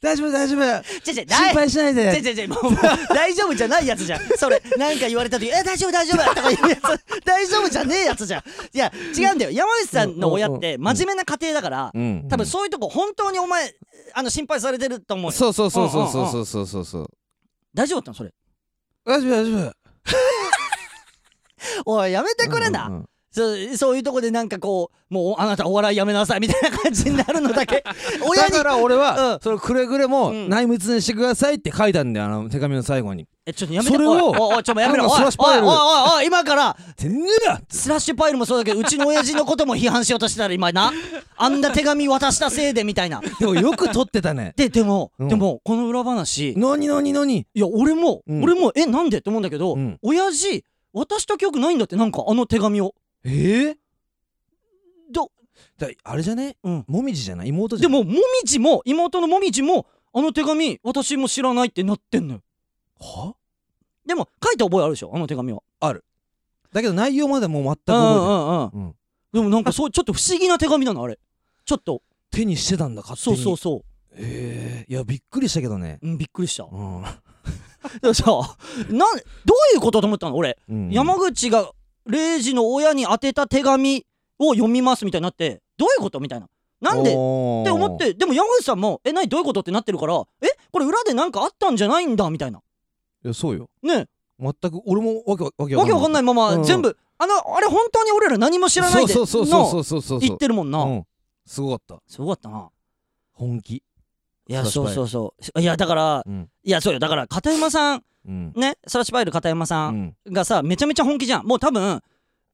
[SPEAKER 2] 大丈夫大丈夫
[SPEAKER 1] じゃじゃ
[SPEAKER 2] 心配しない
[SPEAKER 1] じゃ
[SPEAKER 2] で
[SPEAKER 1] じゃじゃもうもう大丈夫じゃないやつじゃんそれなんか言われた時「え大丈夫大丈夫」とか言うやつ大丈夫じゃねえやつじゃんいや違うんだよ山内さんの親って真面目な家庭だから
[SPEAKER 2] うん
[SPEAKER 1] 多分そういうとこ本当にお前あの心配されてると思うよ
[SPEAKER 2] そうそうそうそうそうそうそうそう
[SPEAKER 1] 大丈夫だったのそれ
[SPEAKER 2] 大丈夫大丈夫
[SPEAKER 1] おいやめてくれな、
[SPEAKER 2] うんうん
[SPEAKER 1] そそういうとこでなんかこうもうあなたお笑いやめなさいみたいな感じになるのだけ親
[SPEAKER 2] だ
[SPEAKER 1] に
[SPEAKER 2] から俺
[SPEAKER 1] うん
[SPEAKER 2] はそれくれぐれも
[SPEAKER 1] うん
[SPEAKER 2] 内密にしてくださいって書いたんだよあの手紙の最後に
[SPEAKER 1] えちょっとやめて
[SPEAKER 2] それを
[SPEAKER 1] おいおいおいちょっとやめろ
[SPEAKER 2] なん
[SPEAKER 1] おい
[SPEAKER 2] か
[SPEAKER 1] お
[SPEAKER 2] スラッ
[SPEAKER 1] い
[SPEAKER 2] シュ
[SPEAKER 1] お
[SPEAKER 2] パ
[SPEAKER 1] い
[SPEAKER 2] イル
[SPEAKER 1] おいおい今から
[SPEAKER 2] てんげえな
[SPEAKER 1] スラッシュパイルもそうだけどうちの親父のことも批判しようとしてたら
[SPEAKER 2] <laughs>
[SPEAKER 1] 今なあんな手紙渡したせいでみたいな
[SPEAKER 2] でもよく撮ってた
[SPEAKER 1] <laughs>
[SPEAKER 2] ね
[SPEAKER 1] ででも、
[SPEAKER 2] うん
[SPEAKER 1] でもこの裏話
[SPEAKER 2] のにのにのに
[SPEAKER 1] いや俺も、
[SPEAKER 2] うん
[SPEAKER 1] 俺もえなんでって思うんだけど、
[SPEAKER 2] うん
[SPEAKER 1] 親父渡した記憶ないんだってなんかあの手紙を
[SPEAKER 2] えー
[SPEAKER 1] ど
[SPEAKER 2] だあれじゃね
[SPEAKER 1] うん
[SPEAKER 2] もみじじゃない妹じ
[SPEAKER 1] で
[SPEAKER 2] ゃない
[SPEAKER 1] ももみじも妹のもみじもあの手紙私も知らないってなってんのよ
[SPEAKER 2] は
[SPEAKER 1] でも書いた覚えあるでしょあの手紙は
[SPEAKER 2] だけど内容までもう全く
[SPEAKER 1] うんう
[SPEAKER 2] 覚
[SPEAKER 1] んうん
[SPEAKER 2] えてないうん
[SPEAKER 1] でもなんかそうちょっと不思議な手紙なのあれちょっと
[SPEAKER 2] 手にしてたんだ勝手
[SPEAKER 1] そう
[SPEAKER 2] に
[SPEAKER 1] そうそ
[SPEAKER 2] えーいやびっくりしたけどね
[SPEAKER 1] う、うん、びっくりした
[SPEAKER 2] うん
[SPEAKER 1] でもさなんどういうことと思ったの俺、
[SPEAKER 2] うん
[SPEAKER 1] 山口がレイジの親に宛てた手紙を読みますみたいになってどういうことみたいななんでって
[SPEAKER 2] て
[SPEAKER 1] 思ってでも山口さんも「え何どういうこと?」ってなってるから「えこれ裏で何かあったんじゃないんだ」みたいない
[SPEAKER 2] やそうよ
[SPEAKER 1] ね
[SPEAKER 2] 全く俺もわけわわけ
[SPEAKER 1] わけわかんないいまま
[SPEAKER 2] うん
[SPEAKER 1] 全部あのあれ本当に俺ら何も知らないで
[SPEAKER 2] そうそうそうそ
[SPEAKER 1] の
[SPEAKER 2] うそうそうそう
[SPEAKER 1] 言ってるもん
[SPEAKER 2] う
[SPEAKER 1] なん
[SPEAKER 2] すごかった
[SPEAKER 1] すごかったな
[SPEAKER 2] 本気
[SPEAKER 1] いや
[SPEAKER 2] ス
[SPEAKER 1] そ
[SPEAKER 2] ラッ
[SPEAKER 1] う
[SPEAKER 2] シュパイル
[SPEAKER 1] そうそういやだから
[SPEAKER 2] うん
[SPEAKER 1] いやそうよだから片山さん
[SPEAKER 2] うん
[SPEAKER 1] ねスラッシュパイル片山さ
[SPEAKER 2] うんん
[SPEAKER 1] がさめちゃめちゃ本気じゃんもう多分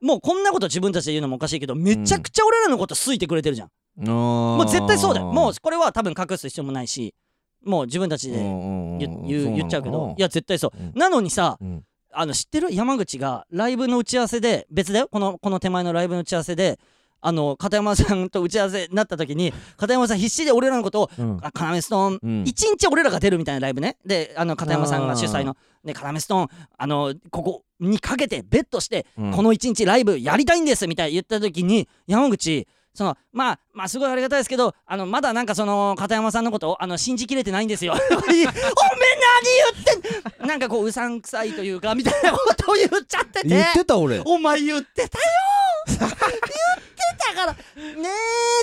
[SPEAKER 1] もうこんなこと自分たちで言うのもおかしいけどめちゃくちゃ俺らのこと好いてくれてるじゃん
[SPEAKER 2] も
[SPEAKER 1] もう絶対そうだよもうこれは多分隠す必要もないしもう自分たちで言言う言っちゃうけどい
[SPEAKER 2] や
[SPEAKER 1] や絶対そう
[SPEAKER 2] うん
[SPEAKER 1] なのにさ
[SPEAKER 2] うん
[SPEAKER 1] あの知ってる山口がライブの打ち合わせで別だよこのこの手前のライブの打ち合わせであの片山さんと打ち合わせになった時に片山さん必死で俺らのことを「あ要ストーン」
[SPEAKER 2] うん
[SPEAKER 1] 一日俺らが出るみたいなライブねであの片山さんが主催の「ね、要ストーンあのここにかけてベットして
[SPEAKER 2] うん
[SPEAKER 1] この一日ライブやりたいんです」みたいな言った時に山口そのまあまあすごいありがたいですけどあのまだなんかその片山さんのことをあの信じきれてないんですよ。 <laughs> おめえ何言ってんなんかこううさんくさいというかみたいなことを言っちゃってて
[SPEAKER 2] 言ってた
[SPEAKER 1] <laughs>
[SPEAKER 2] 俺
[SPEAKER 1] お前言ってたよ言ってたからね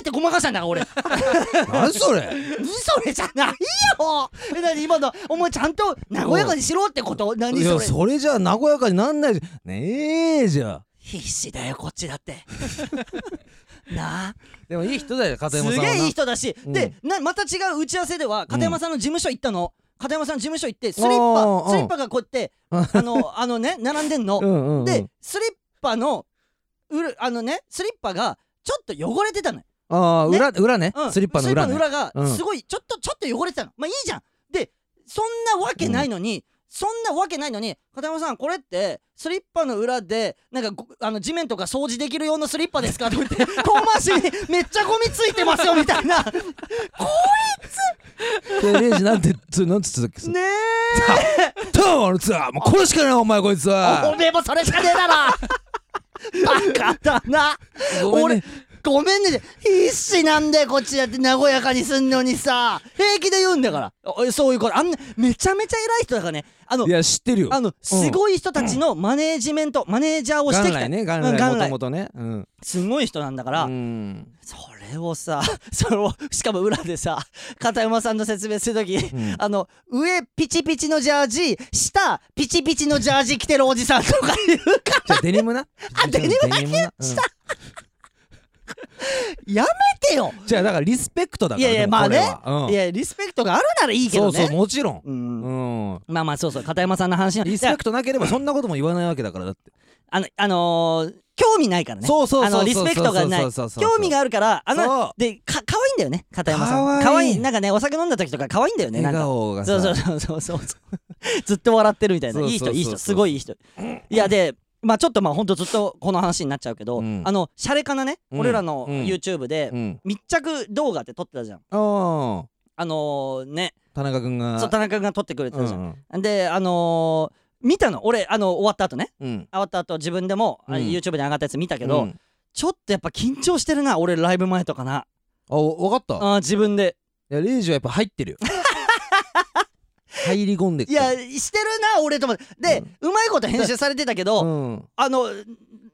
[SPEAKER 1] えってごまかしたんだから俺
[SPEAKER 2] 何それ
[SPEAKER 1] それじゃないよえ何今のお前ちゃんと和やかにしろってこと何
[SPEAKER 2] い
[SPEAKER 1] そ
[SPEAKER 2] や
[SPEAKER 1] れ
[SPEAKER 2] それじゃあ和やかになんないじゃんねえじゃあ
[SPEAKER 1] 必死だよこっちだって <laughs> なあ
[SPEAKER 2] でもいい人だよ
[SPEAKER 1] す
[SPEAKER 2] 片山さん
[SPEAKER 1] げ
[SPEAKER 2] は
[SPEAKER 1] えいい
[SPEAKER 2] な
[SPEAKER 1] 人だし、
[SPEAKER 2] うん
[SPEAKER 1] でなまた違う打ち合わせでは片山さんの事務所行ったの、片山さんの事務所行ってスリッ
[SPEAKER 2] お
[SPEAKER 1] パ
[SPEAKER 2] ーうん
[SPEAKER 1] スリッパがこうや
[SPEAKER 2] <laughs>
[SPEAKER 1] ってあのあのね並んでんの、
[SPEAKER 2] うんうんうん
[SPEAKER 1] でスリッパのうるあのねスリッパがちょっと汚れてたのよ
[SPEAKER 2] ああ
[SPEAKER 1] ね
[SPEAKER 2] 裏裏ね
[SPEAKER 1] うん
[SPEAKER 2] スリッパの裏
[SPEAKER 1] ス
[SPEAKER 2] ね
[SPEAKER 1] リッパの
[SPEAKER 2] うん
[SPEAKER 1] がすごいちょっとちょっと汚れてたのまあいいじゃんでそんなわけないのに、そんなわけないのに片山さんこれってスリッパの裏でなんかごあの地面とか掃除できる用のスリッパですかとか言って遠
[SPEAKER 2] <laughs>
[SPEAKER 1] 回しにめっちゃゴミついてますよみたいなね
[SPEAKER 2] でレイジなんてつなんつってたっけさ
[SPEAKER 1] え
[SPEAKER 2] どうもあのつもうこれしかないお前こいつ
[SPEAKER 1] お
[SPEAKER 2] は
[SPEAKER 1] めえもそれしかねえだろバカだな
[SPEAKER 2] ごめん
[SPEAKER 1] 俺
[SPEAKER 2] ね
[SPEAKER 1] ごめんね必死なんだよこっちだって和やかにすんのにさ平気で言うんだからおそういうことあんなめちゃめちゃ偉い人だからねあの
[SPEAKER 2] いや知ってるよ
[SPEAKER 1] あのすごい人たちのマネージメント、マネージャーをして
[SPEAKER 2] 元
[SPEAKER 1] きた、
[SPEAKER 2] 来ね
[SPEAKER 1] う
[SPEAKER 2] 元来
[SPEAKER 1] ん元
[SPEAKER 2] も
[SPEAKER 1] 来
[SPEAKER 2] ともとねうん
[SPEAKER 1] すごい人なんだから、
[SPEAKER 2] うん
[SPEAKER 1] それをさ <laughs> そのしかも裏で
[SPEAKER 2] <laughs>
[SPEAKER 1] さ片山さんの説明する時、
[SPEAKER 2] うん
[SPEAKER 1] あの上ピチピチのジャージ下ピチピチのジャージ着てるおじさんとか
[SPEAKER 2] <laughs>
[SPEAKER 1] 言うから
[SPEAKER 2] じゃあデニムな
[SPEAKER 1] あデニムだけ
[SPEAKER 2] な
[SPEAKER 1] やめてよ、
[SPEAKER 2] うんじゃあだからリスペクトだから
[SPEAKER 1] いやいや
[SPEAKER 2] でもこれは
[SPEAKER 1] ま
[SPEAKER 2] うん
[SPEAKER 1] いやリスペクトがあるならいいけ
[SPEAKER 2] そ
[SPEAKER 1] ど
[SPEAKER 2] う
[SPEAKER 1] ね
[SPEAKER 2] そうもちろん
[SPEAKER 1] うん
[SPEAKER 2] うん
[SPEAKER 1] まあまあそうそう片山さんの話に
[SPEAKER 2] リスペクトなければそんなことも言わないわけだからだって
[SPEAKER 1] あのあのー興味ないからね
[SPEAKER 2] そうそうそ
[SPEAKER 1] あ
[SPEAKER 2] う
[SPEAKER 1] のリスペクトがない興味があるからあの
[SPEAKER 2] の
[SPEAKER 1] でか可愛いんだよね片山さん
[SPEAKER 2] 可愛い
[SPEAKER 1] 可愛いなんかねお酒飲んだ時とか可愛いんだよねなん
[SPEAKER 2] 笑
[SPEAKER 1] か
[SPEAKER 2] 顔が
[SPEAKER 1] そう
[SPEAKER 2] さ
[SPEAKER 1] そうそうそうそうずっと笑ってるみたいな
[SPEAKER 2] そう
[SPEAKER 1] いい
[SPEAKER 2] そう
[SPEAKER 1] 人
[SPEAKER 2] そうそう
[SPEAKER 1] いい人すごいいい人いやでまあちょっとまあほんとずっとこの話になっちゃうけど、
[SPEAKER 2] うん
[SPEAKER 1] あのシャレかなね、
[SPEAKER 2] うん
[SPEAKER 1] 俺らの
[SPEAKER 2] うん
[SPEAKER 1] YouTube で
[SPEAKER 2] うん
[SPEAKER 1] 密着動画って撮ってたじゃん
[SPEAKER 2] あ
[SPEAKER 1] あのーね
[SPEAKER 2] 田中君が
[SPEAKER 1] そう田中君が撮ってくれてたじゃん、
[SPEAKER 2] ん
[SPEAKER 1] であのー見たの俺あの終わった後ね
[SPEAKER 2] うん
[SPEAKER 1] 終わった後自分でも、あ
[SPEAKER 2] うん
[SPEAKER 1] YouTube に上がったやつ見たけど、
[SPEAKER 2] うん
[SPEAKER 1] ちょっとやっぱ緊張してるな俺ライブ前とかな
[SPEAKER 2] あわかったい
[SPEAKER 1] あー自分で
[SPEAKER 2] やレイジはやっぱ入っ
[SPEAKER 1] <laughs>
[SPEAKER 2] てるよ入り込んでっ
[SPEAKER 1] い
[SPEAKER 2] から
[SPEAKER 1] やしてるな俺と思ってで、うまいこと編集されてたけど、
[SPEAKER 2] うん
[SPEAKER 1] あの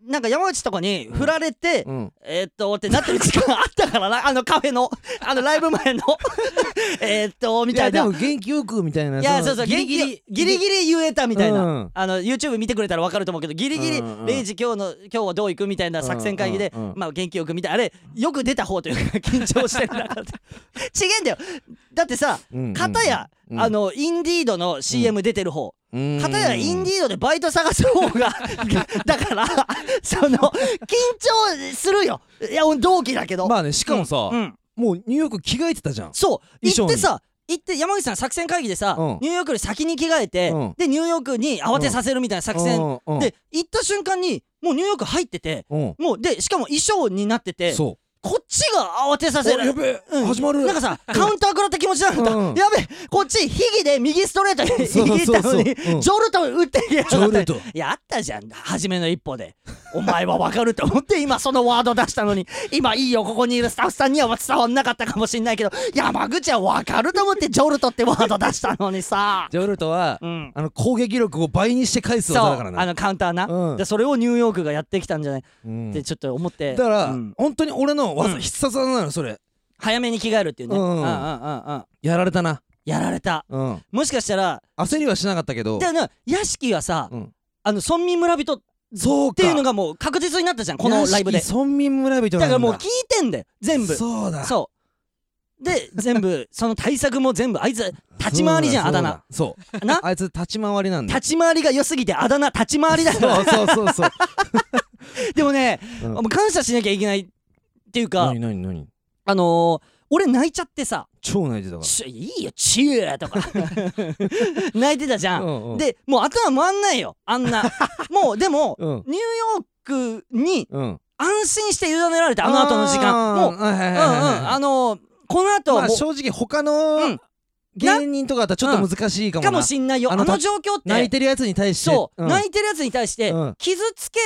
[SPEAKER 1] なんか山内とかに振られて、
[SPEAKER 2] うん
[SPEAKER 1] えーっとってなってる時間あったからなあのカフェのあのライブ前の
[SPEAKER 2] <laughs>
[SPEAKER 1] えーっとみ
[SPEAKER 2] い
[SPEAKER 1] た
[SPEAKER 2] や
[SPEAKER 1] い
[SPEAKER 2] で
[SPEAKER 1] な
[SPEAKER 2] も元気よくみたいない
[SPEAKER 1] やそうそう
[SPEAKER 2] ギリギ
[SPEAKER 1] 元
[SPEAKER 2] リ
[SPEAKER 1] 気ギリギリ言えたみたいな、
[SPEAKER 2] うん
[SPEAKER 1] あの YouTube 見てくれたら分かると思うけどギリギリ
[SPEAKER 2] うんうんう
[SPEAKER 1] 「
[SPEAKER 2] ん
[SPEAKER 1] レイジ今日の今日はどういく?」みたいな作戦会議で、
[SPEAKER 2] うんうんうん
[SPEAKER 1] まあ元気よくみたいなあれよく出た方というか緊張してるなって
[SPEAKER 2] <laughs>
[SPEAKER 1] 違えんだよだってさ
[SPEAKER 2] うんうん
[SPEAKER 1] 片や、
[SPEAKER 2] うん
[SPEAKER 1] あのインディードの CM 出てる方、
[SPEAKER 2] うん
[SPEAKER 1] 片やインディードでバイト探す方
[SPEAKER 2] <laughs>
[SPEAKER 1] がだからその緊張するよいや俺同期だけど、
[SPEAKER 2] まあねしかもさ
[SPEAKER 1] うん、
[SPEAKER 2] もうニューヨーク着替えてたじゃん
[SPEAKER 1] そう
[SPEAKER 2] 衣装
[SPEAKER 1] 行っ
[SPEAKER 2] に
[SPEAKER 1] てさ行って山口さん作戦会議でさ、
[SPEAKER 2] うん
[SPEAKER 1] ニューヨークより先に着替えて、
[SPEAKER 2] うん
[SPEAKER 1] でニューヨークに慌てさせるみたいな作戦、
[SPEAKER 2] うんうん
[SPEAKER 1] で行った瞬間にもうニューヨーク入ってて
[SPEAKER 2] うん
[SPEAKER 1] もうでしかも衣装になっててこ
[SPEAKER 2] そう
[SPEAKER 1] っちが慌てさせ
[SPEAKER 2] おや
[SPEAKER 1] る。
[SPEAKER 2] べえ
[SPEAKER 1] うん
[SPEAKER 2] 始まる
[SPEAKER 1] なんかさカウンター食らった気持ちなんだ、
[SPEAKER 2] うん
[SPEAKER 1] やべえこっちひぎで右ストレートに
[SPEAKER 2] <laughs> そう
[SPEAKER 1] 握ったのに
[SPEAKER 2] そうそううん
[SPEAKER 1] ジョルト打ってきや
[SPEAKER 2] ち
[SPEAKER 1] が
[SPEAKER 2] ょ
[SPEAKER 1] っ
[SPEAKER 2] うどい
[SPEAKER 1] て
[SPEAKER 2] いと
[SPEAKER 1] いやあったじゃん初めの一歩でお前は分かると思って今そのワード出したのに今いいよここにいるスタッフさんには伝わんなかったかもしんないけど山口は分かると思ってジョルトってワード出したのに
[SPEAKER 2] <laughs>
[SPEAKER 1] さ
[SPEAKER 2] ジョルトは
[SPEAKER 1] うん
[SPEAKER 2] あの攻撃力を倍にして返す
[SPEAKER 1] そう
[SPEAKER 2] 技だから
[SPEAKER 1] あ
[SPEAKER 2] な
[SPEAKER 1] のカウンターな、
[SPEAKER 2] うん
[SPEAKER 1] でそれをニューヨークがやってきたんじゃない
[SPEAKER 2] うん
[SPEAKER 1] って
[SPEAKER 2] だ
[SPEAKER 1] ちょっと思って
[SPEAKER 2] から
[SPEAKER 1] うん
[SPEAKER 2] 本当に俺の技
[SPEAKER 1] うん
[SPEAKER 2] 必殺技なのそれ
[SPEAKER 1] 早めに着替えるっていうね、う、
[SPEAKER 2] うん
[SPEAKER 1] うん
[SPEAKER 2] ん
[SPEAKER 1] うんうん
[SPEAKER 2] やられたな
[SPEAKER 1] やられた
[SPEAKER 2] うん
[SPEAKER 1] もしかしたら
[SPEAKER 2] 焦りはしなかったけど
[SPEAKER 1] でね屋敷はさ、
[SPEAKER 2] うん
[SPEAKER 1] あの村民村人っ
[SPEAKER 2] そう
[SPEAKER 1] て
[SPEAKER 2] か
[SPEAKER 1] いうのがもう確実になったじゃんこのライブで
[SPEAKER 2] 屋敷村民村人
[SPEAKER 1] だ
[SPEAKER 2] なん
[SPEAKER 1] からもう聞いてんだよ全部
[SPEAKER 2] そうだ
[SPEAKER 1] そう。で、全部、その対策も全部、あいつ、立ち回りじゃん、あ
[SPEAKER 2] そう
[SPEAKER 1] だ
[SPEAKER 2] だ
[SPEAKER 1] 名。
[SPEAKER 2] そうだそう
[SPEAKER 1] な
[SPEAKER 2] あいつ立ち回りなんだ
[SPEAKER 1] 立ち回りが良すぎて、あだ名立ち回りだから。
[SPEAKER 2] そうそう
[SPEAKER 1] <laughs>
[SPEAKER 2] そうそう
[SPEAKER 1] でもね、
[SPEAKER 2] うん
[SPEAKER 1] もう感謝しなきゃいけないっていうか
[SPEAKER 2] 何、何何
[SPEAKER 1] あのー、俺泣いちゃってさ、
[SPEAKER 2] 超泣いてたか
[SPEAKER 1] ちゅいいよ、チュー
[SPEAKER 2] <laughs>
[SPEAKER 1] とか、泣いてたじゃ
[SPEAKER 2] ら
[SPEAKER 1] ん。
[SPEAKER 2] うんうん
[SPEAKER 1] で、もう頭回んないよ、あん
[SPEAKER 2] <laughs>
[SPEAKER 1] な。もう、でも、
[SPEAKER 2] うん
[SPEAKER 1] ニューヨークに
[SPEAKER 2] うん
[SPEAKER 1] 安心して委ねられた、あの後の時間。もう、うんうん、あ
[SPEAKER 2] あ
[SPEAKER 1] のー、この後
[SPEAKER 2] とま
[SPEAKER 1] は
[SPEAKER 2] あ
[SPEAKER 1] もう、
[SPEAKER 2] 正直他
[SPEAKER 1] うん
[SPEAKER 2] の芸人とかだったらちょっと難しいかも
[SPEAKER 1] か
[SPEAKER 2] な
[SPEAKER 1] もしんないよ、あ
[SPEAKER 2] あ
[SPEAKER 1] の
[SPEAKER 2] の
[SPEAKER 1] 状況って。
[SPEAKER 2] 泣いてるやつに対して
[SPEAKER 1] そう、
[SPEAKER 2] ん
[SPEAKER 1] 泣いてるやつに対して
[SPEAKER 2] うん
[SPEAKER 1] 傷つけ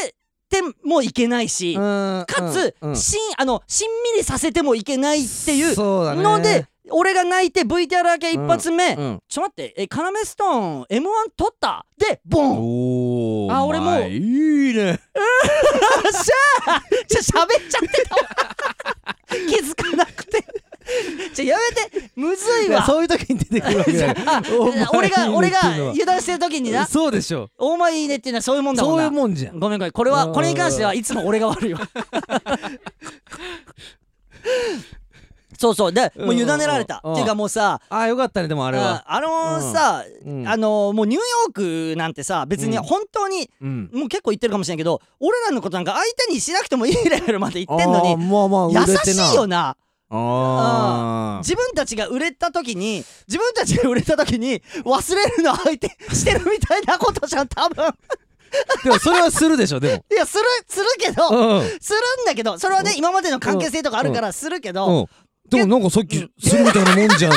[SPEAKER 1] てもいけないし、
[SPEAKER 2] うん
[SPEAKER 1] かつ、
[SPEAKER 2] うんうん
[SPEAKER 1] しんあのしんみりさせてもいけないっていう
[SPEAKER 2] そうだね
[SPEAKER 1] ので俺が泣いて VTR 明け一発目、
[SPEAKER 2] うん
[SPEAKER 1] ちょっと待ってえカナメストーン m 1取ったでボン
[SPEAKER 2] おー
[SPEAKER 1] あ俺もう
[SPEAKER 2] お前いいね
[SPEAKER 1] <laughs> じゃ喋っちゃってたわ <laughs> 気づかなくて <laughs> じゃやめてむずい
[SPEAKER 2] いや
[SPEAKER 1] わ
[SPEAKER 2] そういう時に出てくるわ
[SPEAKER 1] <laughs>
[SPEAKER 2] けだよ
[SPEAKER 1] あ
[SPEAKER 2] <laughs> お前
[SPEAKER 1] 俺が俺が
[SPEAKER 2] いいねっていうのは
[SPEAKER 1] 油断してる時にな
[SPEAKER 2] <laughs> そうでしょ
[SPEAKER 1] 「お前いいね」っていうのはそういうもんだもん
[SPEAKER 2] そう
[SPEAKER 1] な
[SPEAKER 2] いうもんじゃん
[SPEAKER 1] ごめんごめんこれは
[SPEAKER 2] うん
[SPEAKER 1] これに関してはいつも俺が悪い
[SPEAKER 2] <laughs>
[SPEAKER 1] わそうそうでもう委ねられた
[SPEAKER 2] うん
[SPEAKER 1] っていうかもうさ
[SPEAKER 2] ああよかったねでもあれ
[SPEAKER 1] あ
[SPEAKER 2] は
[SPEAKER 1] あのーさ
[SPEAKER 2] うん
[SPEAKER 1] あのーもうニューヨークなんてさ別に
[SPEAKER 2] うん
[SPEAKER 1] 本当に
[SPEAKER 2] うん
[SPEAKER 1] もう結構言ってるかもしれんけど俺らのことなんか相手にしなくてもいいレベルまで言ってんの
[SPEAKER 2] あー
[SPEAKER 1] に
[SPEAKER 2] まあまあ
[SPEAKER 1] 優
[SPEAKER 2] 売れてな
[SPEAKER 1] しいよな
[SPEAKER 2] あー
[SPEAKER 1] 自分たちが売れた時に自分たちが売れた時に忘れるの相手してるみたいなことじゃん多分
[SPEAKER 2] でもそれはするでしょで
[SPEAKER 1] <laughs> いやするするけど
[SPEAKER 2] もうん
[SPEAKER 1] するんだけどそれはね今までの関係性とかあるからするけど
[SPEAKER 2] うんでもなんかさっきするみたいなもん
[SPEAKER 1] <laughs>
[SPEAKER 2] じゃん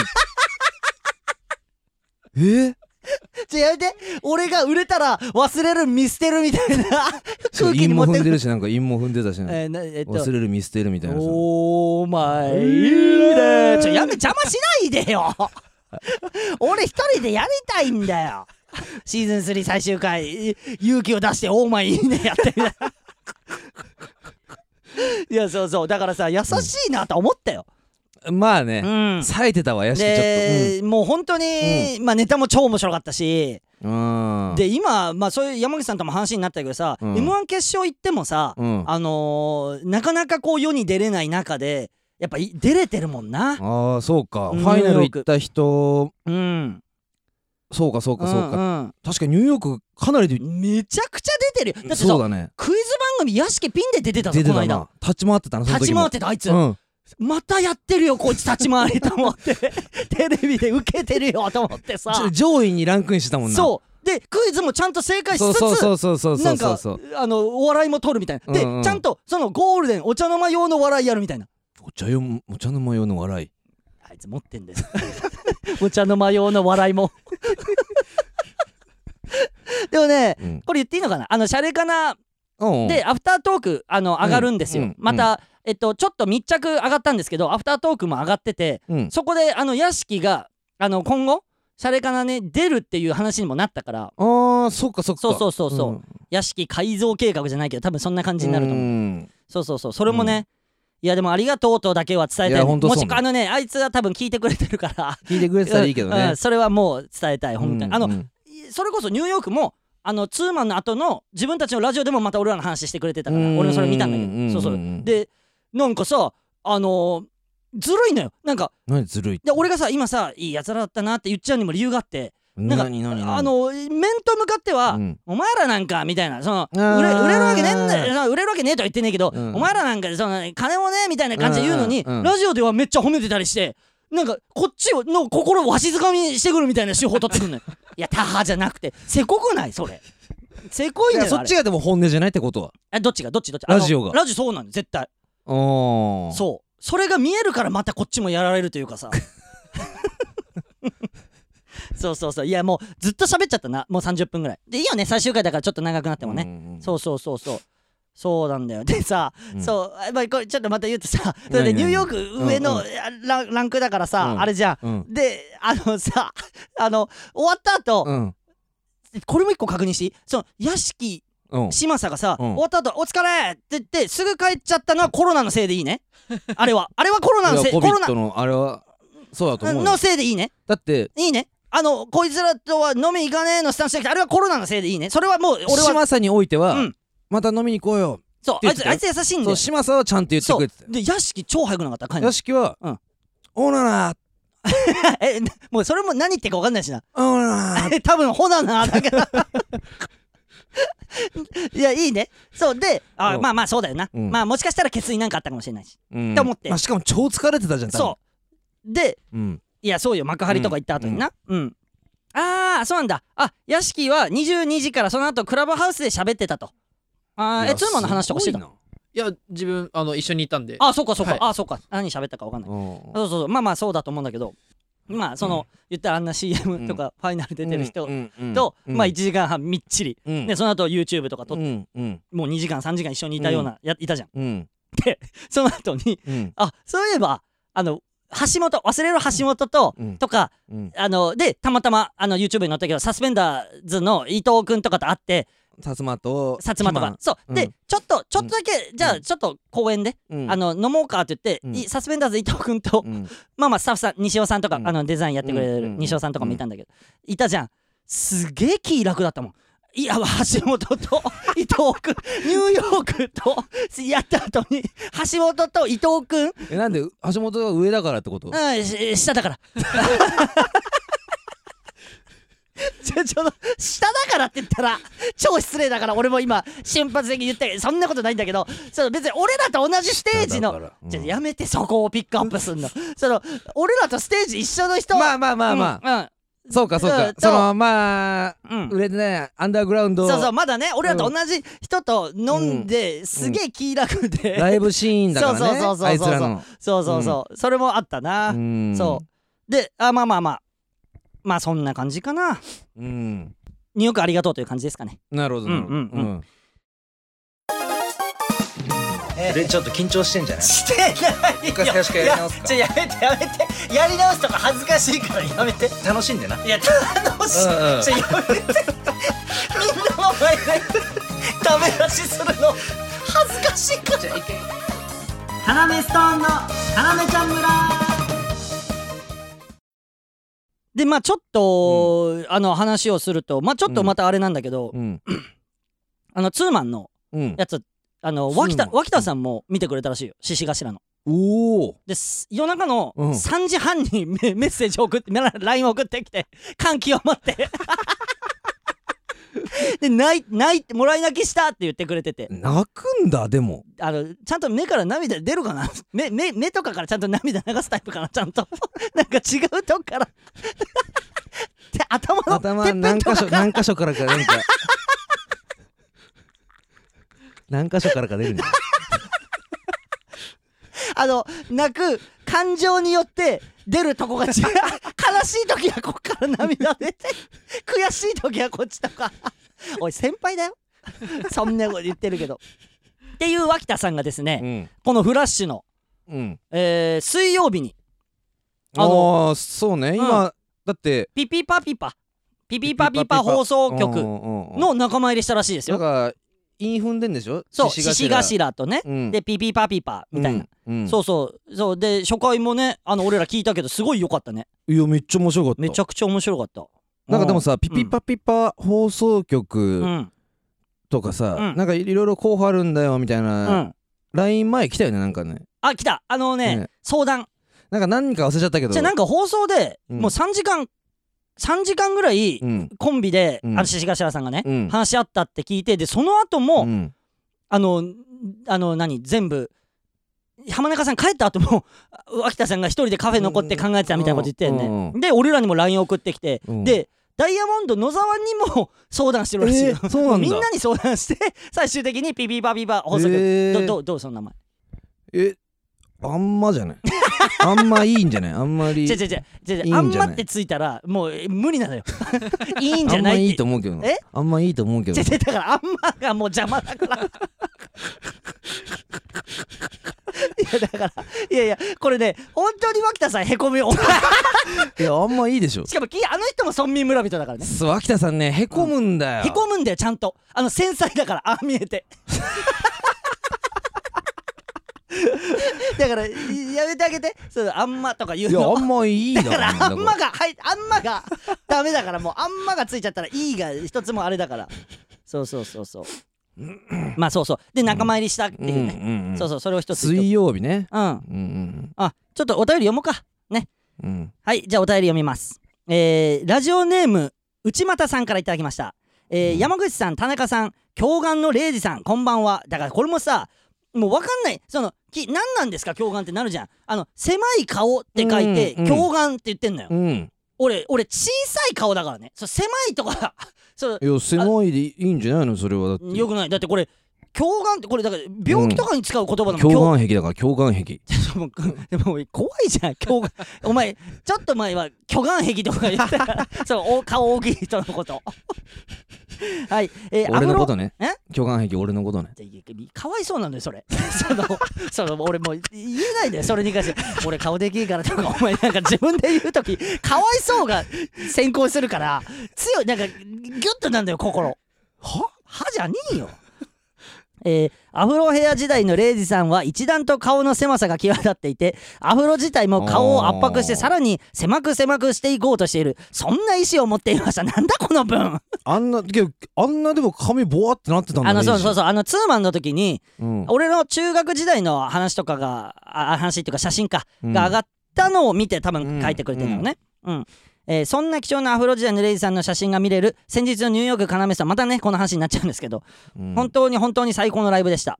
[SPEAKER 2] え
[SPEAKER 1] じゃあやめて俺が売れたら忘れる見捨てるみたいな <laughs> 空気に
[SPEAKER 2] 韻
[SPEAKER 1] 持
[SPEAKER 2] も
[SPEAKER 1] って
[SPEAKER 2] 踏んで
[SPEAKER 1] る
[SPEAKER 2] るしなんか韻も踏んでたしな
[SPEAKER 1] えーなえっと
[SPEAKER 2] 忘れる見捨てるみたいなさ
[SPEAKER 1] おー前いいねちょやめ邪魔しないでよ <laughs> 俺一人でやりたいんだよシーズン3最終回い勇気を出して「おー前いいね」やって
[SPEAKER 2] <laughs>
[SPEAKER 1] みたいやそうそうだからさ優しいなと思ったよ、
[SPEAKER 2] まあ
[SPEAKER 1] う
[SPEAKER 2] ね
[SPEAKER 1] ん、
[SPEAKER 2] 冴えてたわ屋敷ちょっと
[SPEAKER 1] で、もう本当に、まあネタも超面白かったし、
[SPEAKER 2] うんうん
[SPEAKER 1] で今、まあ、そういう山口さんとも話になったけどさ、
[SPEAKER 2] うん
[SPEAKER 1] m 1決勝行ってもさ、
[SPEAKER 2] うんあ
[SPEAKER 1] あのーなかなかこう世に出れない中でやっぱい出れてるもんな。
[SPEAKER 2] ーそうか
[SPEAKER 1] う
[SPEAKER 2] フ
[SPEAKER 1] ん
[SPEAKER 2] ァイナル行った人
[SPEAKER 1] うん、
[SPEAKER 2] そうかそうかそうか
[SPEAKER 1] ん
[SPEAKER 2] 確かにニューヨークかなりで
[SPEAKER 1] うんめちゃくちゃ出てるよだって
[SPEAKER 2] そう
[SPEAKER 1] さ
[SPEAKER 2] だね
[SPEAKER 1] クイズ番組屋敷ピンで出てたぞ
[SPEAKER 2] 出
[SPEAKER 1] こ
[SPEAKER 2] て
[SPEAKER 1] の間
[SPEAKER 2] たな立ち回ってたなその
[SPEAKER 1] 立
[SPEAKER 2] 時
[SPEAKER 1] ち
[SPEAKER 2] も
[SPEAKER 1] 回ってたあいつ、
[SPEAKER 2] うん
[SPEAKER 1] またやってるよこいつ立ち回りと思って
[SPEAKER 2] <laughs>
[SPEAKER 1] テレビで受けてるよと思ってさ
[SPEAKER 2] ちょ上位にランクインしてたもんな
[SPEAKER 1] そうでクイズもちゃんと正解し
[SPEAKER 2] そう
[SPEAKER 1] つつ
[SPEAKER 2] そうそうそうそうそ
[SPEAKER 1] な
[SPEAKER 2] うんそ
[SPEAKER 1] か
[SPEAKER 2] うそう
[SPEAKER 1] あのお笑いも取るみたいなで、
[SPEAKER 2] うんうん
[SPEAKER 1] ちゃんとそのゴールデンお茶の間用の笑いやるみたいな
[SPEAKER 2] お茶よお茶の間用の笑い
[SPEAKER 1] あいつ持ってん <laughs> ですお茶の間用の笑いも <laughs> でもね
[SPEAKER 2] うん
[SPEAKER 1] これ言っていいのかなあのシャレかな
[SPEAKER 2] うん
[SPEAKER 1] でアフタートークあの上がるんですよ、
[SPEAKER 2] うんうん
[SPEAKER 1] また、えっとちょっと密着上がったんですけどアフタートークも上がってて
[SPEAKER 2] うん
[SPEAKER 1] そこであの屋敷があの今後シャレかなね出るっていう話にもなったから
[SPEAKER 2] ああそっかそっか
[SPEAKER 1] そうそうそうそう、屋敷改造計画じゃないけど多分そんな感じになると思う、
[SPEAKER 2] 思
[SPEAKER 1] そうそうそうそれもね、いやでもありがとうとだけは伝え
[SPEAKER 2] い
[SPEAKER 1] たい
[SPEAKER 2] やほんと
[SPEAKER 1] も
[SPEAKER 2] そうね
[SPEAKER 1] しあのねあいつは多分聞いてくれてるから
[SPEAKER 2] 聞いてくれてたらいいけど
[SPEAKER 1] うんう
[SPEAKER 2] ね
[SPEAKER 1] んそれはもう伝えたい本当に、
[SPEAKER 2] うん
[SPEAKER 1] あの
[SPEAKER 2] うん
[SPEAKER 1] それこそニューヨークもあのツーマンの後の自分たちのラジオでもまた俺らの話してくれてたから
[SPEAKER 2] うん
[SPEAKER 1] 俺もそれ見たんだ
[SPEAKER 2] うんうんう
[SPEAKER 1] け
[SPEAKER 2] ん
[SPEAKER 1] どそうそうでなんかさあのーずるいのよなんか
[SPEAKER 2] 何ずるい
[SPEAKER 1] で俺がさ今さいいやつらだったなって言っちゃうにも理由があってなんか
[SPEAKER 2] 何何何
[SPEAKER 1] あのー面と向かっては、
[SPEAKER 2] うん
[SPEAKER 1] お前らなんかみたいなその
[SPEAKER 2] あー
[SPEAKER 1] 売れ売れるわけねえんだよその売れるわけねえとは言ってねえけど、
[SPEAKER 2] うん
[SPEAKER 1] お前らなんかその金もねえみたいな感じで言うのに、
[SPEAKER 2] うんうんうん
[SPEAKER 1] ラジオではめっちゃ褒めてたりしてなんかこっちをの心をわしづかみにしてくるみたいな手法取ってく
[SPEAKER 2] <laughs>
[SPEAKER 1] るのよいやタハじゃなくてせこくないそれせこい
[SPEAKER 2] い
[SPEAKER 1] のよ
[SPEAKER 2] やそ
[SPEAKER 1] あ
[SPEAKER 2] っ
[SPEAKER 1] れ
[SPEAKER 2] ちがでも本音じゃないってことは
[SPEAKER 1] あどっちがどっちどっちあの
[SPEAKER 2] ラジオが
[SPEAKER 1] ラジオそうなんだよ絶対
[SPEAKER 2] おー
[SPEAKER 1] そうそれが見えるからまたこっちもやられるというか
[SPEAKER 2] <laughs>
[SPEAKER 1] さそうそうそういやもうずっと喋っちゃったなもう30分ぐらいでいいよね最終回だからちょっと長くなってもね、
[SPEAKER 2] んん
[SPEAKER 1] そうそうそうそうそうなんだよでさ、
[SPEAKER 2] うん
[SPEAKER 1] そうあまあこれちょっとまた言うとさそ
[SPEAKER 2] 何
[SPEAKER 1] れで
[SPEAKER 2] 何
[SPEAKER 1] ニューヨーク上
[SPEAKER 2] うん
[SPEAKER 1] の
[SPEAKER 2] う
[SPEAKER 1] ランランクだからさ、
[SPEAKER 2] うん
[SPEAKER 1] あれじゃん
[SPEAKER 2] うん
[SPEAKER 1] であのさあの終わった後、
[SPEAKER 2] うん
[SPEAKER 1] これも一個確認していいその屋敷
[SPEAKER 2] うん
[SPEAKER 1] 嶋佐がさ、
[SPEAKER 2] うん
[SPEAKER 1] 終わった後お疲れ!」って言ってすぐ帰っちゃったのはコロナのせいでいいねあれは
[SPEAKER 2] <laughs>
[SPEAKER 1] あれはコロナのせい
[SPEAKER 2] いや
[SPEAKER 1] コロナ
[SPEAKER 2] COVID のあれはそうだと思うよ
[SPEAKER 1] のせいでいいね
[SPEAKER 2] だって
[SPEAKER 1] いいねあのこいつらとは飲み行かねえのスタンスじゃなくてあれはコロナのせいでいいねそれはもう俺は
[SPEAKER 2] 嶋佐においては
[SPEAKER 1] うん
[SPEAKER 2] また飲みに行こうよ
[SPEAKER 1] そうあ
[SPEAKER 2] 言っ
[SPEAKER 1] い
[SPEAKER 2] て
[SPEAKER 1] つ
[SPEAKER 2] たよ
[SPEAKER 1] あいつ優しいんだ
[SPEAKER 2] そ
[SPEAKER 1] よ
[SPEAKER 2] う嶋佐はちゃんと言ってくれてた
[SPEAKER 1] で屋敷超早くなかった帰んの
[SPEAKER 2] 屋敷は
[SPEAKER 1] うん
[SPEAKER 2] 「オーナナー
[SPEAKER 1] えなもうそれも何言ってるか分かんないしな
[SPEAKER 2] オーナ
[SPEAKER 1] <laughs>
[SPEAKER 2] ナー
[SPEAKER 1] 多分ほななだからいやいいねそうであ
[SPEAKER 2] うん
[SPEAKER 1] まあまあそうだよな、
[SPEAKER 2] うん
[SPEAKER 1] まあもしかしたら決意なんかあったかもしれないし」
[SPEAKER 2] うん
[SPEAKER 1] って思って
[SPEAKER 2] まあしかも超疲れてたじゃん
[SPEAKER 1] そううで
[SPEAKER 2] うん
[SPEAKER 1] いやそうよ幕張とか行った後になうん、ああそうなんだあ屋敷は22時からその後クラブハウスで喋ってたとあー
[SPEAKER 2] いや
[SPEAKER 1] えツーマンの話とかしてた
[SPEAKER 2] すごい
[SPEAKER 3] いや自分あの一緒にいたんで
[SPEAKER 1] あそっかそっか、
[SPEAKER 3] はい
[SPEAKER 1] あそっか何喋ったか分かんない
[SPEAKER 2] なうん
[SPEAKER 1] そうそうそうまあまあそうだと思うんだけどまあその、言ったらあんな CM とかファイナル出てる人
[SPEAKER 2] うんうんうん
[SPEAKER 1] と、
[SPEAKER 2] うん
[SPEAKER 1] まあ1時間半みっちり、
[SPEAKER 2] うん
[SPEAKER 1] でその後 YouTube とか撮っ
[SPEAKER 2] うんうん
[SPEAKER 1] もう2時間3時間一緒にいたような、やいたじゃん
[SPEAKER 2] うん
[SPEAKER 1] その後に
[SPEAKER 2] うん
[SPEAKER 1] あそういえばあの橋本忘れる橋本と、
[SPEAKER 2] うん
[SPEAKER 1] とか
[SPEAKER 2] うん
[SPEAKER 1] あのでたまたまあの YouTube に載ったけどサスペンダーズの伊藤君とかと会って
[SPEAKER 2] 薩摩と
[SPEAKER 1] 薩摩とかそう、
[SPEAKER 2] うん
[SPEAKER 1] でちょっとちょっとだけ、じゃ
[SPEAKER 2] う
[SPEAKER 1] あちょっと公園で、
[SPEAKER 2] うん
[SPEAKER 1] あの飲もうかって言って、
[SPEAKER 2] うん
[SPEAKER 1] いサスペンダーズ伊藤君と、
[SPEAKER 2] うん
[SPEAKER 1] まあまあスタッフさん西尾さんとか、
[SPEAKER 2] うん
[SPEAKER 1] あのデザインやってくれ
[SPEAKER 2] うんう
[SPEAKER 1] る
[SPEAKER 2] んうん
[SPEAKER 1] 西尾さんとかもいたんだけど、いたじゃんすげえ気楽だったもんいや橋本と <laughs> 伊藤君ニューヨークとやった後に橋本と伊藤君、
[SPEAKER 2] えなんで橋本が上だからってこ
[SPEAKER 1] う
[SPEAKER 2] と
[SPEAKER 1] ん、し下だから <laughs> ちょちょっと下だからって言ったら超失礼だから俺も今瞬発的に言ったけどそんなことないんだけどちょっと別に俺らと同じステージの
[SPEAKER 2] だからうん
[SPEAKER 1] ちょやめてそこをピックアップすんの <laughs> その俺らとステージ一緒の人
[SPEAKER 2] まあまあまあまあ
[SPEAKER 1] あ
[SPEAKER 2] そうかそう
[SPEAKER 1] う
[SPEAKER 2] か
[SPEAKER 1] んと
[SPEAKER 2] そのまあ
[SPEAKER 1] うん、うん
[SPEAKER 2] 売れてないアンダーグラウンド
[SPEAKER 1] そうそうまだね俺らと同じ人と飲んで、すげえ気楽で、
[SPEAKER 2] ライブシーンだからね
[SPEAKER 1] そうそう
[SPEAKER 2] あ
[SPEAKER 1] そうそう
[SPEAKER 2] いつ
[SPEAKER 1] そう
[SPEAKER 2] らの
[SPEAKER 1] <laughs> そうそうそう、それもあったな、
[SPEAKER 2] うん
[SPEAKER 1] そうであまあまあまあまあそんな感じかな
[SPEAKER 2] うん
[SPEAKER 1] ニューヨークありがとうという感じですかね
[SPEAKER 2] なるほどなるほど
[SPEAKER 1] うんうんうん
[SPEAKER 2] うん
[SPEAKER 4] 俺ちょっと緊張してんじゃない
[SPEAKER 1] してない
[SPEAKER 4] 一回最初からやり直すか
[SPEAKER 1] やめてやめてやり直すとか恥ずかしいからやめて
[SPEAKER 4] 楽しんでない
[SPEAKER 1] や楽しい、
[SPEAKER 4] うんうん
[SPEAKER 1] ちょやめてみんなの前でダメ出しするの恥ずかしいからカナメストーンのカナメちゃん村でまあちょっと、あの話をするとまあちょっとまたあれなんだけど、
[SPEAKER 2] うん
[SPEAKER 1] あのツーマンの
[SPEAKER 2] うん
[SPEAKER 1] やつあの
[SPEAKER 2] ツーマン
[SPEAKER 1] 脇田脇田さんも見てくれたらしいよ獅子頭の。
[SPEAKER 2] おお
[SPEAKER 1] です夜中の
[SPEAKER 2] うん
[SPEAKER 1] 3時半に <laughs> メメッセージを送ってメラ LINE を送ってきて感極まって
[SPEAKER 2] <laughs>
[SPEAKER 1] で泣い泣いてもらい泣きしたって言ってくれてて
[SPEAKER 2] 泣くんだでも
[SPEAKER 1] あのちゃんと目から涙出るかな <laughs> 目目目とかからちゃんと涙流すタイプかなちゃんと <laughs> なんか違うとこ
[SPEAKER 2] <laughs>
[SPEAKER 1] から <laughs> で頭のて
[SPEAKER 2] 頭
[SPEAKER 1] っぺん
[SPEAKER 2] 何
[SPEAKER 1] とか
[SPEAKER 2] 箇所何箇所からかなん
[SPEAKER 1] <laughs>
[SPEAKER 2] か何箇所からか出るんだ
[SPEAKER 1] あの泣く感情によって出るとこが違う <laughs> 悲しい時はこっから涙出て悔しい時はこっちとか <laughs> おい先輩だよ <laughs> そんなこと言ってるけどっていう脇田さんがですね、
[SPEAKER 2] うん
[SPEAKER 1] この「フラッシュの、
[SPEAKER 2] うん
[SPEAKER 1] えー水曜日にあ
[SPEAKER 2] あ
[SPEAKER 1] の
[SPEAKER 2] のそうね
[SPEAKER 1] ん
[SPEAKER 2] 今だって
[SPEAKER 1] ピピパピパピピパピパ放送
[SPEAKER 2] う
[SPEAKER 1] 局
[SPEAKER 2] んうんうん
[SPEAKER 1] の仲間入りしたらしいです
[SPEAKER 2] なん
[SPEAKER 1] よ
[SPEAKER 2] か韻踏んでんでしょ
[SPEAKER 1] そう獅子頭とね、
[SPEAKER 2] うん
[SPEAKER 1] でピピパピパみたいな、
[SPEAKER 2] うんうん
[SPEAKER 1] そうそうそうで初回もねあの俺ら聞いたけどすごい良かったね
[SPEAKER 2] いやめっちゃ面白かった
[SPEAKER 1] めちゃくちゃ面白かった
[SPEAKER 2] なんかでもさピ
[SPEAKER 1] ん
[SPEAKER 2] ピパピパ放送
[SPEAKER 1] う
[SPEAKER 2] 局
[SPEAKER 1] ん
[SPEAKER 2] とかさ、
[SPEAKER 1] うん
[SPEAKER 2] なんかいろいろ候補あるんだよみたい
[SPEAKER 1] うん、
[SPEAKER 2] な、ライン前来たよねなんかね
[SPEAKER 1] あ来たあのね
[SPEAKER 2] ね
[SPEAKER 1] 相談
[SPEAKER 2] なんか何か忘れちゃったけど
[SPEAKER 1] じゃあなんか放送で
[SPEAKER 2] うん
[SPEAKER 1] もう3時間、3時間ぐらい
[SPEAKER 2] うん
[SPEAKER 1] コンビで、
[SPEAKER 2] うん
[SPEAKER 1] あの獅子頭さんがね、
[SPEAKER 2] うん
[SPEAKER 1] 話し合ったって聞いてでその後も、
[SPEAKER 2] うん
[SPEAKER 1] あのあの何全部浜中さん帰った後も <laughs> あ脇田さんが一人でカフェ残って考えてたみたいなこと言ってんね、
[SPEAKER 2] うんうん
[SPEAKER 1] で俺らにも LINE 送ってきて、
[SPEAKER 2] うん
[SPEAKER 1] でダイヤモンド野沢にも相談してるらしいよ、
[SPEAKER 2] え
[SPEAKER 1] <laughs>
[SPEAKER 2] ーそうなんだ
[SPEAKER 1] みんなに相談して最終的にピピバビバ放送局、
[SPEAKER 2] えー
[SPEAKER 1] どどうどうその名前
[SPEAKER 2] えあんまじゃないあんまいいんじゃないあんまり
[SPEAKER 1] <laughs> 違う違う違う違う
[SPEAKER 2] いいんじ
[SPEAKER 1] あ
[SPEAKER 2] ゃ
[SPEAKER 1] ん
[SPEAKER 2] ない
[SPEAKER 1] まってついたらもうえ無理なの
[SPEAKER 2] <laughs>
[SPEAKER 1] よいいんじ
[SPEAKER 2] あ
[SPEAKER 1] ゃ
[SPEAKER 2] ん
[SPEAKER 1] な
[SPEAKER 2] ま
[SPEAKER 1] い
[SPEAKER 2] い
[SPEAKER 1] っ
[SPEAKER 2] いと
[SPEAKER 1] て
[SPEAKER 2] 思うけど
[SPEAKER 1] え
[SPEAKER 2] あんまいいと思うけど
[SPEAKER 1] 違う違うだからあんまがもう邪魔だから
[SPEAKER 2] <laughs>
[SPEAKER 1] いやだからいやいやこれね本当に脇田さんへこみをし
[SPEAKER 2] いやあんまいいでしょ
[SPEAKER 1] かもきあの人も村民村人だ
[SPEAKER 2] <laughs>
[SPEAKER 1] からね
[SPEAKER 2] そう秋田さんねへこむんだよ
[SPEAKER 1] へこむんだよちゃんとあの繊細だからああ見え
[SPEAKER 2] <laughs>
[SPEAKER 1] てだからいやめてあげてそうあんまとか言う
[SPEAKER 2] いや
[SPEAKER 1] の
[SPEAKER 2] あんまいいだ
[SPEAKER 1] だ
[SPEAKER 2] もん
[SPEAKER 1] からあんま
[SPEAKER 2] だか
[SPEAKER 1] がはいあんまがダメだからもうあんまがついちゃったら「いい」が一つもあれだからそうそうそう
[SPEAKER 2] <laughs>
[SPEAKER 1] そうまあそうそうで仲間入りしたって
[SPEAKER 2] ら
[SPEAKER 1] いう
[SPEAKER 2] う
[SPEAKER 1] ね、
[SPEAKER 2] んうんうん
[SPEAKER 1] そうそうそれを一つ言っ
[SPEAKER 2] 水曜日ね
[SPEAKER 1] とくうん
[SPEAKER 2] うんうん
[SPEAKER 1] あちょっとお便り読もうかね
[SPEAKER 2] うんうん
[SPEAKER 1] はいじゃあお便り読みますえー、ラジオネーム内股さんからいただきました、えー山口さん田中さん狂眼の礼二さんこんばんはだからこれもさもう分かんないそのき何なんですか狂眼ってなるじゃんあの狭い顔って書いて
[SPEAKER 2] うんう
[SPEAKER 1] 狂
[SPEAKER 2] ん
[SPEAKER 1] 眼って言ってんのよ
[SPEAKER 2] うん
[SPEAKER 1] 俺俺小さい顔だからねそう狭いとか <laughs> そう
[SPEAKER 2] いや狭いでいいんじゃないのそれはだって
[SPEAKER 1] よくないだってこれ狂眼ってこれだから病気とかに使う言葉だもん、
[SPEAKER 2] 共感壁だから共感壁
[SPEAKER 1] もうでもおい怖いじゃん狂
[SPEAKER 2] <laughs>
[SPEAKER 1] 眼お前ちょっと前は巨眼壁とか言ってた
[SPEAKER 2] <laughs>
[SPEAKER 1] そうお顔大きい人のことはい、えー、
[SPEAKER 2] 俺のこと
[SPEAKER 1] ね
[SPEAKER 2] ね
[SPEAKER 1] え
[SPEAKER 2] 共感壁俺のことね
[SPEAKER 1] かわいそうなんだよそれ <laughs> そのその俺もう言えないんだよそれに関して <laughs> 俺顔できいからとかお前なんか自分で言う時かわいそうが先行するから強いなんかギュッとなんだよ心ははじゃねえよえーアフロヘア時代のレイジさんは一段と顔の狭さが際立っていてアフロ自体も顔を圧迫して
[SPEAKER 2] あー
[SPEAKER 1] さらに狭く狭くしていこうとしているそんな意思を持っていましたなんだこの文
[SPEAKER 2] あんなけどあんなでも髪ボワってなってたんだ
[SPEAKER 1] あのそうそう
[SPEAKER 2] そ
[SPEAKER 1] そうあのツーマンの時に
[SPEAKER 2] うん
[SPEAKER 1] 俺の中学時代の話とかがあ話っていうか写真か
[SPEAKER 2] うん
[SPEAKER 1] が上がったのを見て多分書いてくれてるのね。うんえーそんな貴重なアフロ時代のレイジさんの写真が見れる先日のニューヨーク要さんまたねこの話になっちゃうんですけど、
[SPEAKER 2] うん
[SPEAKER 1] 本当に本当に最高のライブでした。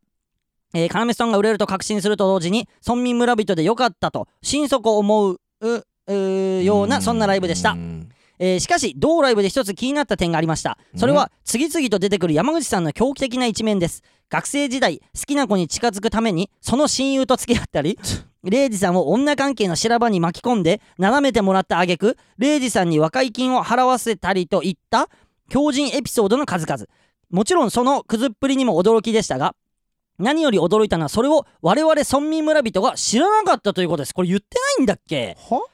[SPEAKER 1] えー、要さんが売れると確信すると同時に村民村人でよかったと心底思うううーようなそんなライブでした
[SPEAKER 2] う。ん
[SPEAKER 1] えーしかし同ライブで一つ気になった点がありましたそれは次々と出てくる山口さんの狂気的な一面です学生時代好きな子に近づくためにその親友と付き合ったりレイジさんを女関係の修羅場に巻き込んで斜めてもらった挙句レイジさんに和解金を払わせたりといった強靭エピソードの数々もちろんそのくずっぷりにも驚きでしたが何より驚いたのはそれを我々村民村人が知らなかったということですこれ言ってないんだっけ
[SPEAKER 2] は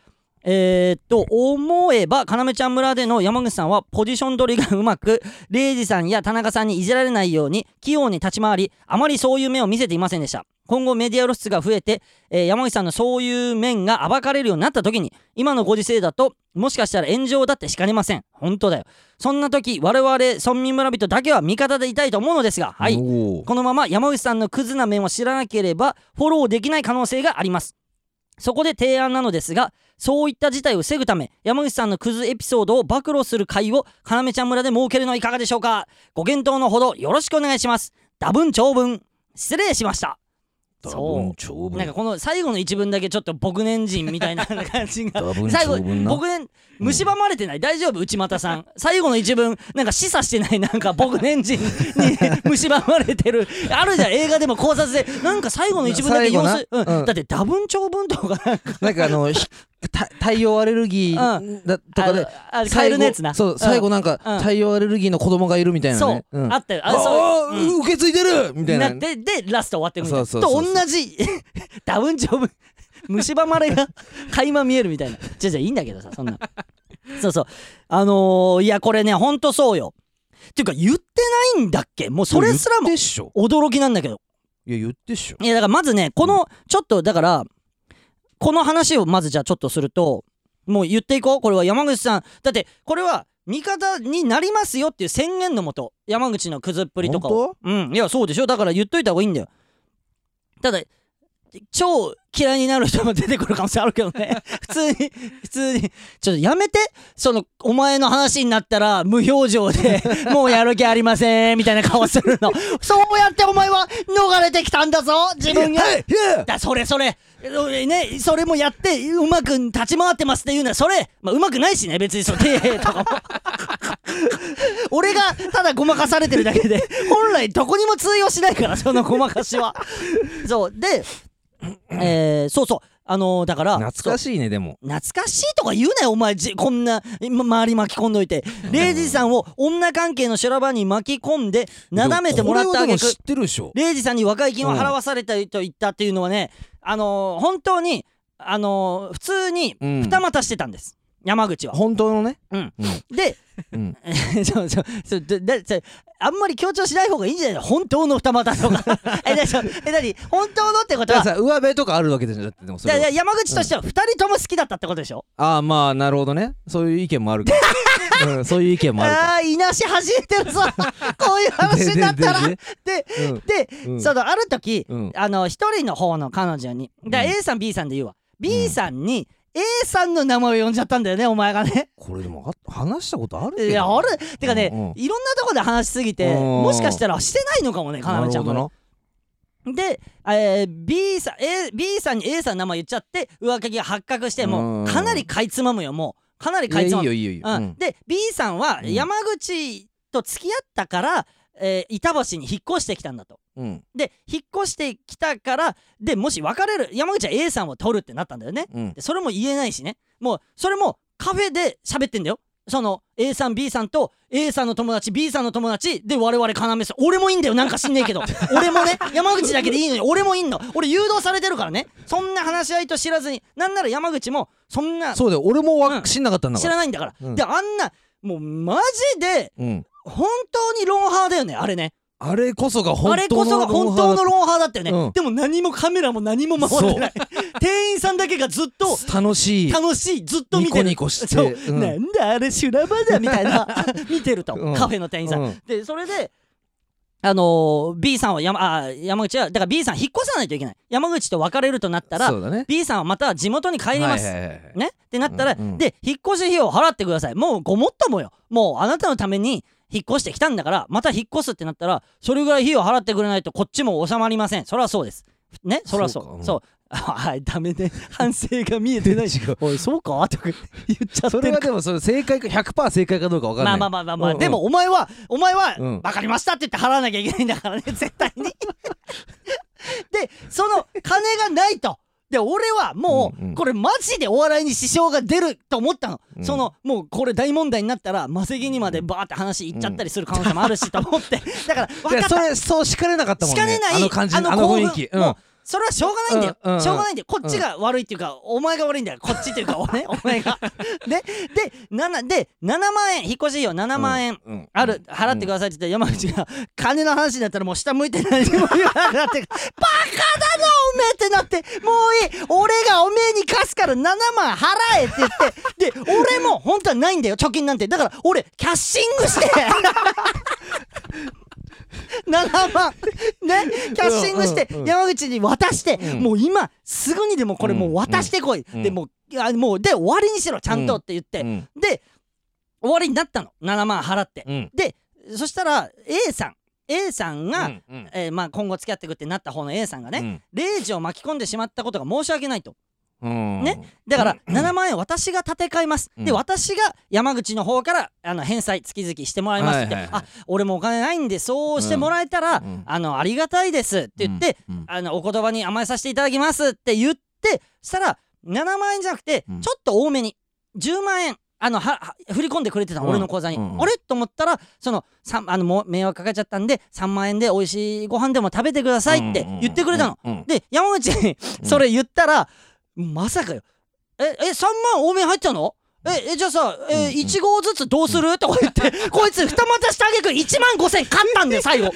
[SPEAKER 1] えーっと思えば要ちゃん村での山口さんはポジション取りがうまく礼二さんや田中さんにいじられないように器用に立ち回りあまりそういう面を見せていませんでした今後メディア露出が増えて、えー山口さんのそういう面が暴かれるようになった時に今のご時世だともしかしたら炎上だってしかねません本当だよそんな時我々村民村人だけは味方でいたいと思うのですがはい
[SPEAKER 2] おー
[SPEAKER 1] このまま山口さんのクズな面を知らなければフォローできない可能性がありますそこで提案なのですがそういった事態を防ぐため山口さんのクズエピソードを暴露する会を要ちゃん村で設けるのはいかがでしょうかご検討のほどよろしくお願いします多分長文失礼しました
[SPEAKER 2] 多
[SPEAKER 1] そ
[SPEAKER 2] 分
[SPEAKER 1] う
[SPEAKER 2] 長文
[SPEAKER 1] なんかこの最後の一文だけちょっと僕年人みたいな感じが
[SPEAKER 2] 多分
[SPEAKER 1] 最後
[SPEAKER 2] 長文な
[SPEAKER 1] 僕年蝕まれてない大丈夫内股
[SPEAKER 5] <laughs>
[SPEAKER 1] さん最後の一文なんか示唆してないなんか僕年人に <laughs> 蝕まれてるあるじゃん映画でも考察でなんか最後の一文だけ
[SPEAKER 2] 最
[SPEAKER 1] 様
[SPEAKER 2] 後な
[SPEAKER 1] 子、うん
[SPEAKER 2] うん
[SPEAKER 1] だって多文長文とかなんか <laughs>
[SPEAKER 2] なんかあのひ
[SPEAKER 5] た太陽アレルギーだとかで
[SPEAKER 1] あのあカエ
[SPEAKER 5] 最
[SPEAKER 1] ルのや
[SPEAKER 5] 後
[SPEAKER 1] つな
[SPEAKER 5] そう最後なんか
[SPEAKER 1] うん
[SPEAKER 5] 太陽アレルギーの子供がいるみたいな
[SPEAKER 1] そう
[SPEAKER 5] ね、うん
[SPEAKER 1] あったよあ
[SPEAKER 5] あ
[SPEAKER 1] そう
[SPEAKER 5] ー受け継いでるみたい
[SPEAKER 1] な
[SPEAKER 5] な
[SPEAKER 1] ってでラスト終わってくみたいな
[SPEAKER 5] そうそうそうそう
[SPEAKER 1] と同じ <laughs> ダウンジョブ <laughs> 虫歯まれが垣間見えるみたいなじゃじゃいいんだけどさそんなそうそうあのー、いやこれねほんとそうよっていうか言ってないんだっけもうそれすら
[SPEAKER 5] 言
[SPEAKER 1] も
[SPEAKER 5] ってっしょ
[SPEAKER 1] 驚きなんだけど
[SPEAKER 5] いや言ってっしょ
[SPEAKER 1] いやだからまずねこのちょっとだからこの話をまずじゃあちょっとするともう言っていこうこれは山口さんだってこれは味方になりますよっていう宣言のもと山口のクズっぷりとかを
[SPEAKER 5] 本
[SPEAKER 1] うんいやそうでしょだから言っといた方がいいんだよただ超嫌いになる人も出てくる可能性あるけどね <laughs> 普通に普通にちょっとやめてそのお前の話になったら無表
[SPEAKER 5] <laughs>
[SPEAKER 1] 情でもうやる気ありませんみたいな顔するのそうやってお前は逃れてきたんだぞ自分が
[SPEAKER 5] はいはい
[SPEAKER 1] だそれそれねそれもやってうまく立ち回ってますっていうのはそれ、まあ、うまくないしね別にその手とかも <laughs> 俺がただごまかされてるだけで本来どこにも通用しないからそのごまかしはそうで、えーそうそうあのーだから
[SPEAKER 5] 懐かしいねでも
[SPEAKER 1] 懐かしいとか言うなよお前じこんな今周り巻き込んどいてレイジさんを女関係の修羅場に巻き込んでなだめてもらった
[SPEAKER 5] で
[SPEAKER 1] あげ
[SPEAKER 5] もこれはでも
[SPEAKER 1] く
[SPEAKER 5] 知ってるでしょ
[SPEAKER 1] レイジさんに和解金を払わされたと言ったっていうのはね、あのー本当に、あのー普通に
[SPEAKER 5] うん
[SPEAKER 1] 二股してたんです、山口は。
[SPEAKER 5] 本当のね
[SPEAKER 1] で、 <laughs>
[SPEAKER 5] うん
[SPEAKER 1] そうそうそうででであんまり強調しない方がいいんじゃないの本当の二股と
[SPEAKER 5] <laughs>
[SPEAKER 1] か。え、なそうえ何本当のってこと
[SPEAKER 5] だ
[SPEAKER 1] は
[SPEAKER 5] か、らさ上辺とかあるわけじゃなくてでもそ
[SPEAKER 1] いや
[SPEAKER 5] れ
[SPEAKER 1] いや
[SPEAKER 5] は
[SPEAKER 1] 山口としては二人とも好きだったってことでしょ、
[SPEAKER 5] ああまあなるほどねそういう意見もあるけ
[SPEAKER 1] <laughs>
[SPEAKER 5] どうんそういう意見もあるか
[SPEAKER 1] ああー、いなし始めて
[SPEAKER 5] <laughs>
[SPEAKER 1] るぞこういう
[SPEAKER 5] ら
[SPEAKER 1] 話になったら
[SPEAKER 5] で
[SPEAKER 1] で、
[SPEAKER 5] でで
[SPEAKER 1] で、
[SPEAKER 5] うん
[SPEAKER 1] そのある時、
[SPEAKER 5] うん
[SPEAKER 1] あの一人の方の彼女にだから A さん B さんで言うわ B さんに A さんの名前を呼んじゃったんだよねお前
[SPEAKER 5] <laughs>
[SPEAKER 1] がね
[SPEAKER 5] これでもあ話したことあるけど
[SPEAKER 1] いやあれてかね、
[SPEAKER 5] うんうん
[SPEAKER 1] いろんなとこで話しすぎて
[SPEAKER 5] うん
[SPEAKER 1] もしかしたらしてないのかもねかな
[SPEAKER 5] な
[SPEAKER 1] め
[SPEAKER 5] る
[SPEAKER 1] ちゃ
[SPEAKER 5] ほ
[SPEAKER 1] んも
[SPEAKER 5] ど
[SPEAKER 1] ね
[SPEAKER 5] な
[SPEAKER 1] で、えー B さん A B さんに A さんの名前言っちゃって上書きが発覚してもう
[SPEAKER 5] うん
[SPEAKER 1] かなりかいつまむよもうかなり
[SPEAKER 5] いや
[SPEAKER 1] か
[SPEAKER 5] い
[SPEAKER 1] い
[SPEAKER 5] い
[SPEAKER 1] つまむ
[SPEAKER 5] よいいよいいよ
[SPEAKER 1] う
[SPEAKER 5] うんん
[SPEAKER 1] で B さんは
[SPEAKER 5] うん
[SPEAKER 1] 山口と付き合ったから、えー板橋に引っ越してきたんだと。
[SPEAKER 5] うん
[SPEAKER 1] で引っ越してきたからでもし別れる山口は A さんを取るってなったんだよね
[SPEAKER 5] うん
[SPEAKER 1] でそれも言えないしねもうそれもカフェで喋ってんだよその A さん B さんと A さんの友達 B さんの友達で我々要さん俺もいいんだよなんか知んね
[SPEAKER 5] <laughs>
[SPEAKER 1] えけど俺もね山口だけでいいのに俺もいんの俺誘導されてるからねそんな話し合いと知らずになんなら山口もそんな
[SPEAKER 5] そうだよ俺も
[SPEAKER 1] う
[SPEAKER 5] わ
[SPEAKER 1] ん
[SPEAKER 5] 知んなかったんだ
[SPEAKER 1] 知
[SPEAKER 5] からら
[SPEAKER 1] ないんだから、
[SPEAKER 5] うん
[SPEAKER 1] であんなもうマジで
[SPEAKER 5] うん
[SPEAKER 1] 本当にロンハーだよねあれね
[SPEAKER 5] あれこそが
[SPEAKER 1] あ
[SPEAKER 5] 本
[SPEAKER 1] れ
[SPEAKER 5] 当
[SPEAKER 1] こそが
[SPEAKER 5] の
[SPEAKER 1] 本当の
[SPEAKER 5] ロ
[SPEAKER 1] ロンハーだったよね、
[SPEAKER 5] うん
[SPEAKER 1] でも何もカメラも何も回ってない <laughs> 店員さんだけがずっと
[SPEAKER 5] ンハー楽しい
[SPEAKER 1] 楽しいずっと見てる
[SPEAKER 5] ニコニコして
[SPEAKER 1] そう、
[SPEAKER 5] うん
[SPEAKER 1] なんだあれ修羅場だみたい
[SPEAKER 5] <laughs>
[SPEAKER 1] な見てると、
[SPEAKER 5] うん
[SPEAKER 1] カフェの店員さん、
[SPEAKER 5] うん
[SPEAKER 1] でそれであのー B さんは山あー山口はだから B さん引っ越さないといけない山口と別れるとなったら
[SPEAKER 5] そうだね
[SPEAKER 1] B さんはまた地元に帰ります、
[SPEAKER 5] はいはいはいはい
[SPEAKER 1] ねってなったら、
[SPEAKER 5] うんうん
[SPEAKER 1] で引っ越し費用を払ってくださいもうごもっともよもうあなたのために引っ越してきたんだからまた引っ越すってなったらそれぐらい費用払ってくれないとこっちも収まりませんそれはそうですねそれはそう
[SPEAKER 5] そ
[SPEAKER 1] そうう,、 <laughs>
[SPEAKER 5] かうん
[SPEAKER 1] あはいダメね反省が見えてない
[SPEAKER 5] <laughs>
[SPEAKER 1] おいそうかとか言っちゃって
[SPEAKER 5] それ
[SPEAKER 1] る
[SPEAKER 5] はでもそれ正解か100%正解かどうかわかん
[SPEAKER 1] ま
[SPEAKER 5] な
[SPEAKER 1] あ
[SPEAKER 5] い
[SPEAKER 1] まあまあまあまあ、
[SPEAKER 5] うんうん
[SPEAKER 1] でもお前はお前は、
[SPEAKER 5] うん
[SPEAKER 1] 分かりましたって言って払わなきゃいけないんだからね <laughs> 絶対にでその金がないとで俺はもう、
[SPEAKER 5] うんうん
[SPEAKER 1] これマジでお笑いに支障が出ると思ったの、
[SPEAKER 5] うん
[SPEAKER 1] そのもうこれ大問題になったら魔石にまでバーって話いっちゃったりする可能性もあるしと思って、 <laughs> だから
[SPEAKER 5] い
[SPEAKER 1] 分か
[SPEAKER 5] や
[SPEAKER 1] った
[SPEAKER 5] それそうしかれなかったもんね
[SPEAKER 1] しかねない
[SPEAKER 5] あの感じ
[SPEAKER 1] あの
[SPEAKER 5] あの雰囲気
[SPEAKER 1] 興奮もうそれはしょうがないんだよ、
[SPEAKER 5] うんうんうん
[SPEAKER 1] しょうがないんだよこっちが悪いっていうか、お前が悪いんだよこっちっていうかお,、ね、お前が <laughs> でで七で7万円引っ越し費用7万円、
[SPEAKER 5] うんうん
[SPEAKER 1] ある払ってくださいって言ったら山口が「金の話になったらもう下向いて何も言わなくなって「バカだなおめえ!」ってなって「もういい俺がおめえに貸すから7万払え」って言ってで俺も本当はないんだよ貯金なんてだから俺キャッシングして <laughs> 7万ねキャッシングして
[SPEAKER 5] うんうんうん
[SPEAKER 1] 山口に渡して、
[SPEAKER 5] うん
[SPEAKER 1] もう今すぐにでもこれもう渡してこい、
[SPEAKER 5] うん
[SPEAKER 1] でもういやもうで終わりにしろちゃんとって言って、
[SPEAKER 5] うん
[SPEAKER 1] で終わりになったの7万払って、
[SPEAKER 5] うん
[SPEAKER 1] でそしたら A さん A さんが、
[SPEAKER 5] うんうん
[SPEAKER 1] えーまあ、今後付き合ってくってなった方の A さんがね、
[SPEAKER 5] うん
[SPEAKER 1] レイジを巻き込んでしまったことが申し訳ないと
[SPEAKER 5] うん
[SPEAKER 1] ねだから7万円私が立て替えます、
[SPEAKER 5] うん
[SPEAKER 1] で私が山口の方からあの返済月々してもらいますって、
[SPEAKER 5] はいはいはい
[SPEAKER 1] あ俺もお金ないんでそうしてもらえたら、
[SPEAKER 5] うん
[SPEAKER 1] あのありがたいですって言って、
[SPEAKER 5] うんうん
[SPEAKER 1] あのお言葉に甘えさせていただきますって言ってそしたら7万円じゃなくて、
[SPEAKER 2] うん
[SPEAKER 1] ちょっと多めに10万円あのはは振り込んでくれてたの、
[SPEAKER 2] うん
[SPEAKER 1] 俺の口座に、
[SPEAKER 2] うん
[SPEAKER 1] あれと思ったらそのさんあのもう迷惑かけちゃったんで3万円で美味しいご飯でも食べてくださいって言ってくれたの、
[SPEAKER 2] うんうんうん
[SPEAKER 1] で山口にそれ言ったら、まさかよええ3万多めに入ってたのええじゃあさ、え
[SPEAKER 2] うん
[SPEAKER 1] 1号ずつどうするとか言ってこいつ二股してあげく1万5000円買ったんだよ最後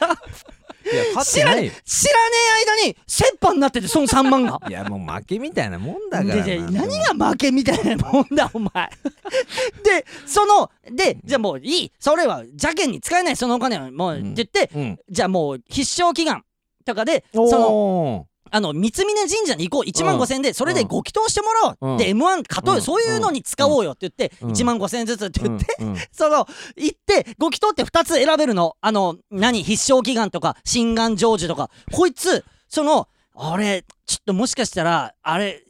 [SPEAKER 2] いや勝ってないよ
[SPEAKER 1] 知らねえ間に折半になっててその3万が
[SPEAKER 2] いやもう負けみたいなもんだからな
[SPEAKER 1] でで何が負けみたいなもんだお前でそのでじゃあもういいそれは邪険に使えないそのお金はもう、
[SPEAKER 2] うん
[SPEAKER 1] って言って
[SPEAKER 2] うん
[SPEAKER 1] じゃあもう必勝祈願とかで
[SPEAKER 2] お
[SPEAKER 1] その
[SPEAKER 2] の
[SPEAKER 1] あの三峯神社に行こう1万
[SPEAKER 2] うん
[SPEAKER 1] 5,000円でそれでご祈祷してもらおう、
[SPEAKER 2] うん
[SPEAKER 1] で m 1勝とうよ、
[SPEAKER 2] うん
[SPEAKER 1] そういうのに使おうよって言って、
[SPEAKER 2] うん
[SPEAKER 1] 1万5,000円ずつって言って、
[SPEAKER 2] うんうん
[SPEAKER 1] <laughs> その行ってご祈祷って2つ選べるのあの何必勝祈願とか心願成就とかこいつそのあれちょっともしかしたらあれ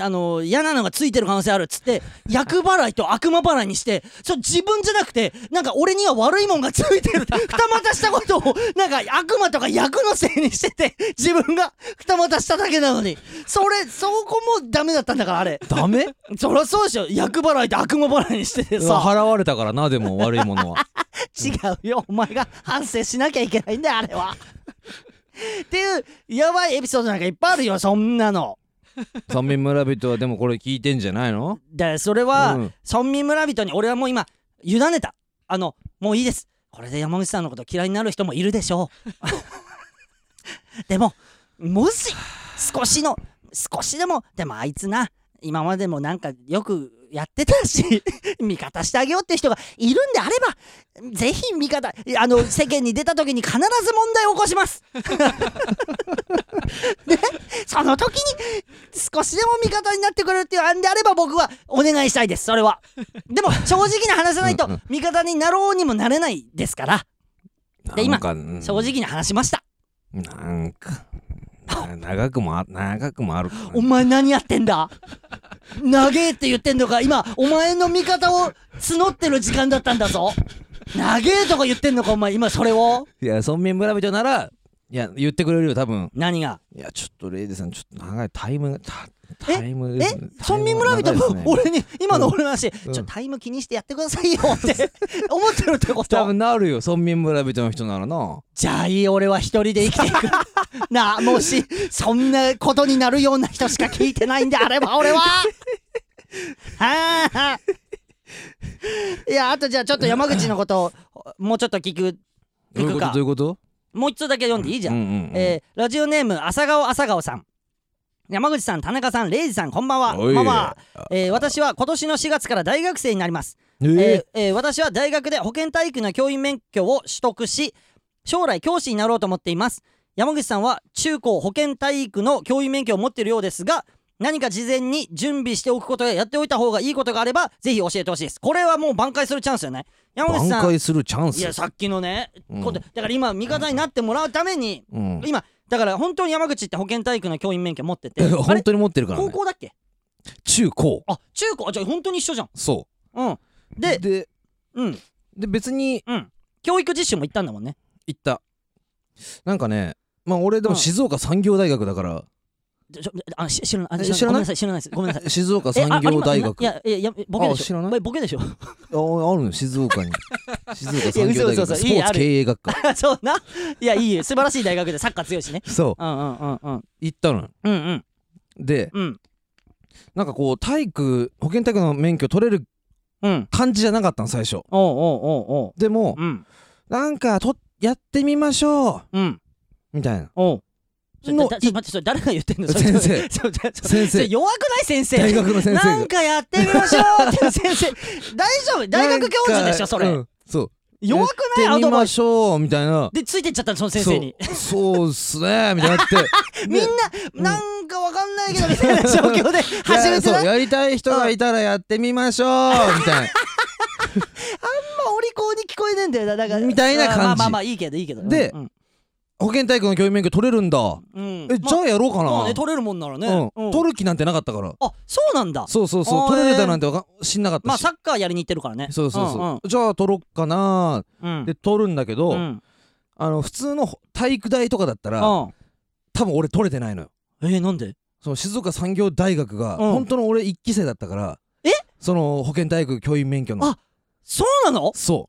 [SPEAKER 1] あの嫌なのがついてる可能性あるっつって厄払いと悪魔払いにしてそれ自分じゃなくてなんか俺には悪いもんがついて <laughs> る二股したことをなんか悪魔とか役のせいにしてて自分が二股しただけなのにそれそこもダメだったんだからあれ
[SPEAKER 2] ダメ
[SPEAKER 1] そりゃそうでしょ厄払いと悪魔払いにしててさ
[SPEAKER 2] 払われたからなでも悪いも
[SPEAKER 1] <laughs>
[SPEAKER 2] のは
[SPEAKER 1] 違うよお前が反省しなきゃいけないんだよあれは
[SPEAKER 2] <laughs>
[SPEAKER 1] っていうやばいエピソードなんかいっぱいあるよそんなの
[SPEAKER 2] 三面村人はでもこれ聞いてんじゃない
[SPEAKER 1] <laughs>
[SPEAKER 2] の
[SPEAKER 1] だからそれは、
[SPEAKER 2] うん
[SPEAKER 1] 村民村人に俺はもう今委ねたあのもういいですこれで山口さんのこと嫌いになる人もいるでしょう <laughs> でももし少しの少しでもでもあいつな今までもなんかよくやってたし <laughs> 味方してあげようって人がいるんであればぜひ味方いやあの世間に出た時に必ず問題を起こします <laughs> でその時に少しでも味方になってくれるっていう案であれば僕はお願いしたいですそれ
[SPEAKER 2] <laughs>
[SPEAKER 1] はでも正直に話さないと味方になろうにもなれないですからで今
[SPEAKER 2] なんかうん
[SPEAKER 1] 正直に話しました
[SPEAKER 2] なんかな長くもあ長くもあるかな
[SPEAKER 1] お前何やってんだ長えって言ってんのか今お前の味方を募ってる時間だったんだぞ長えとか言ってんのかお前今それを
[SPEAKER 2] いや村民村人ならいや言ってくれるよ多分
[SPEAKER 1] 何が
[SPEAKER 2] いやちょっとレイデさんちょっと長いタイムがたタイム
[SPEAKER 1] え
[SPEAKER 2] ですねタ
[SPEAKER 1] 村
[SPEAKER 2] イム
[SPEAKER 1] 民村人
[SPEAKER 2] 長い
[SPEAKER 1] も
[SPEAKER 2] ですね
[SPEAKER 1] 俺に今の俺の話、
[SPEAKER 2] うん
[SPEAKER 1] ちょタイム気にしてやってくださいよって思ってるってこ
[SPEAKER 2] 多
[SPEAKER 1] と
[SPEAKER 2] 分なるよ村民村人の人ならな
[SPEAKER 1] じゃあいい俺は一人で生きてい
[SPEAKER 2] <laughs>
[SPEAKER 1] くなあもしそんなことになるような人しか聞いてないんであれば俺
[SPEAKER 2] <laughs>
[SPEAKER 1] ははあいやあとじゃあちょっと山口のことをもうちょっと聞く
[SPEAKER 2] ど
[SPEAKER 1] 聞
[SPEAKER 2] ういう
[SPEAKER 1] く
[SPEAKER 2] こと
[SPEAKER 1] か
[SPEAKER 2] どういうこと
[SPEAKER 1] もう一つだけ読んでいいじゃん、
[SPEAKER 2] うんうんうん
[SPEAKER 1] えーラジオネーム朝顔朝顔さん山口さん田中さん礼二さんこんばんは
[SPEAKER 2] おい
[SPEAKER 1] ママ、えー私は今年の4月から大学生になります
[SPEAKER 2] えー
[SPEAKER 1] えーえー私は大学で保健体育の教員免許を取得し将来教師になろうと思っています山口さんは中高保健体育の教員免許を持っているようですが何か事前に準備しておくことややっておいた方がいいことがあればぜひ教えてほしいですこれはもう挽回するチャンスよね山口
[SPEAKER 2] 挽
[SPEAKER 1] さん
[SPEAKER 2] 回するチャン
[SPEAKER 1] い
[SPEAKER 2] ス
[SPEAKER 1] やさっきのね、
[SPEAKER 2] うん
[SPEAKER 1] ことだから今味方になってもらうために、
[SPEAKER 2] うん
[SPEAKER 1] 今だから本当に山口って保健体育の教員免許持っててあ
[SPEAKER 2] 本
[SPEAKER 1] れ
[SPEAKER 2] 当に持ってるから
[SPEAKER 1] 高
[SPEAKER 2] ね
[SPEAKER 1] 校だっけ
[SPEAKER 2] 中高
[SPEAKER 1] あ中高あじゃあ本当に一緒じゃん
[SPEAKER 2] そ
[SPEAKER 1] うん
[SPEAKER 2] う
[SPEAKER 1] で
[SPEAKER 2] で
[SPEAKER 1] うん
[SPEAKER 2] で別に
[SPEAKER 1] うん教育実習も行ったんだもんね
[SPEAKER 2] 行ったなんかねまあ俺で
[SPEAKER 1] う
[SPEAKER 2] も
[SPEAKER 1] ん
[SPEAKER 2] 静岡産業大学だから
[SPEAKER 1] ちょちょあし知らないあ
[SPEAKER 2] え
[SPEAKER 1] 知
[SPEAKER 2] 知
[SPEAKER 1] ら
[SPEAKER 2] ら
[SPEAKER 1] な
[SPEAKER 2] な
[SPEAKER 1] いごめんなさ
[SPEAKER 2] い
[SPEAKER 1] い知らないですごめん
[SPEAKER 2] <laughs>
[SPEAKER 1] なさい
[SPEAKER 2] 静岡
[SPEAKER 1] えあ
[SPEAKER 2] 産業大学
[SPEAKER 1] あ今
[SPEAKER 2] あ
[SPEAKER 1] いやいやいやボケで
[SPEAKER 2] あ
[SPEAKER 1] し
[SPEAKER 2] 知
[SPEAKER 1] ょ
[SPEAKER 2] らない
[SPEAKER 1] おいボケでしょ <laughs>
[SPEAKER 2] あるの静岡に静岡産
[SPEAKER 1] いや嘘
[SPEAKER 2] 業大
[SPEAKER 1] 嘘
[SPEAKER 2] 学
[SPEAKER 1] 嘘
[SPEAKER 2] スポ
[SPEAKER 1] いい
[SPEAKER 2] ー
[SPEAKER 1] あ
[SPEAKER 2] ツ
[SPEAKER 1] る
[SPEAKER 2] 経営学科
[SPEAKER 1] あそうないやいいよ素晴らしい大学でサッカー強いしね
[SPEAKER 2] そう
[SPEAKER 1] うんうんうんうん
[SPEAKER 2] 行ったの
[SPEAKER 1] うんうん
[SPEAKER 2] で
[SPEAKER 1] うん
[SPEAKER 2] なんかこう体育保健体育の免許取れる
[SPEAKER 1] うん
[SPEAKER 2] 感じじゃなかったの最初
[SPEAKER 1] おうおうおうおう
[SPEAKER 2] でも
[SPEAKER 1] うん
[SPEAKER 2] なんかとやってみましょう
[SPEAKER 1] うん
[SPEAKER 2] みたいな
[SPEAKER 1] おうそれ
[SPEAKER 2] の
[SPEAKER 1] だだちょ待ってそれ誰が言ってんのそれ <laughs>
[SPEAKER 2] 先生
[SPEAKER 1] それそれそれ
[SPEAKER 2] 先
[SPEAKER 1] それ
[SPEAKER 2] 生
[SPEAKER 1] 弱くない先生
[SPEAKER 2] 大学の先生
[SPEAKER 1] な
[SPEAKER 2] が
[SPEAKER 1] んかやってみましょう <laughs> って先生大丈夫大学教授でしょそれ、
[SPEAKER 2] なんかうんそう
[SPEAKER 1] 弱くない
[SPEAKER 2] や
[SPEAKER 1] ア
[SPEAKER 2] って
[SPEAKER 1] ド
[SPEAKER 2] み
[SPEAKER 1] バ
[SPEAKER 2] ま
[SPEAKER 1] イス
[SPEAKER 2] しょうみたいな
[SPEAKER 1] でついてっちゃったのその先生に
[SPEAKER 2] そうそうっすねみたい
[SPEAKER 1] <laughs>
[SPEAKER 2] になって
[SPEAKER 1] みんな、なんかわかんないけどみた
[SPEAKER 2] <laughs>
[SPEAKER 1] いな状況で初めて
[SPEAKER 2] そう
[SPEAKER 1] な
[SPEAKER 2] やりたい人がいたらやってみましょうみ
[SPEAKER 1] <laughs>
[SPEAKER 2] たい
[SPEAKER 1] まあ、お利口に聞こえねえんだよなだから
[SPEAKER 2] みたいな感じ
[SPEAKER 1] まあまあまあいいけどいいけど
[SPEAKER 2] で
[SPEAKER 1] うん
[SPEAKER 2] な保健体育の教員免許取れるんだ
[SPEAKER 1] うん、
[SPEAKER 2] えじゃあやろうか
[SPEAKER 1] まあまあ
[SPEAKER 2] な
[SPEAKER 1] ね取れるもんならね、
[SPEAKER 2] う
[SPEAKER 1] うんん
[SPEAKER 2] 取る気なんてなかったから
[SPEAKER 1] あそうなんだ
[SPEAKER 2] そうそう
[SPEAKER 1] あ
[SPEAKER 2] そ
[SPEAKER 1] ー
[SPEAKER 2] う取れるだなんてわかん知んなかっ
[SPEAKER 1] ま
[SPEAKER 2] た
[SPEAKER 1] あ
[SPEAKER 2] し
[SPEAKER 1] サッカーやりに行ってるからね
[SPEAKER 2] そうそうそ
[SPEAKER 1] ん
[SPEAKER 2] うじゃあ取ろっかな
[SPEAKER 1] うんうん
[SPEAKER 2] で取るんだけ
[SPEAKER 1] う
[SPEAKER 2] ど
[SPEAKER 1] ん
[SPEAKER 2] あの普通の体育大とかだったら
[SPEAKER 1] うん
[SPEAKER 2] 多分俺取れてないのよ
[SPEAKER 1] えー、なんで
[SPEAKER 2] その静岡産業大学が、
[SPEAKER 1] うん
[SPEAKER 2] 本当の俺一期生だったから
[SPEAKER 1] え
[SPEAKER 2] その保健体育教員免許の
[SPEAKER 1] あそうなの
[SPEAKER 2] そ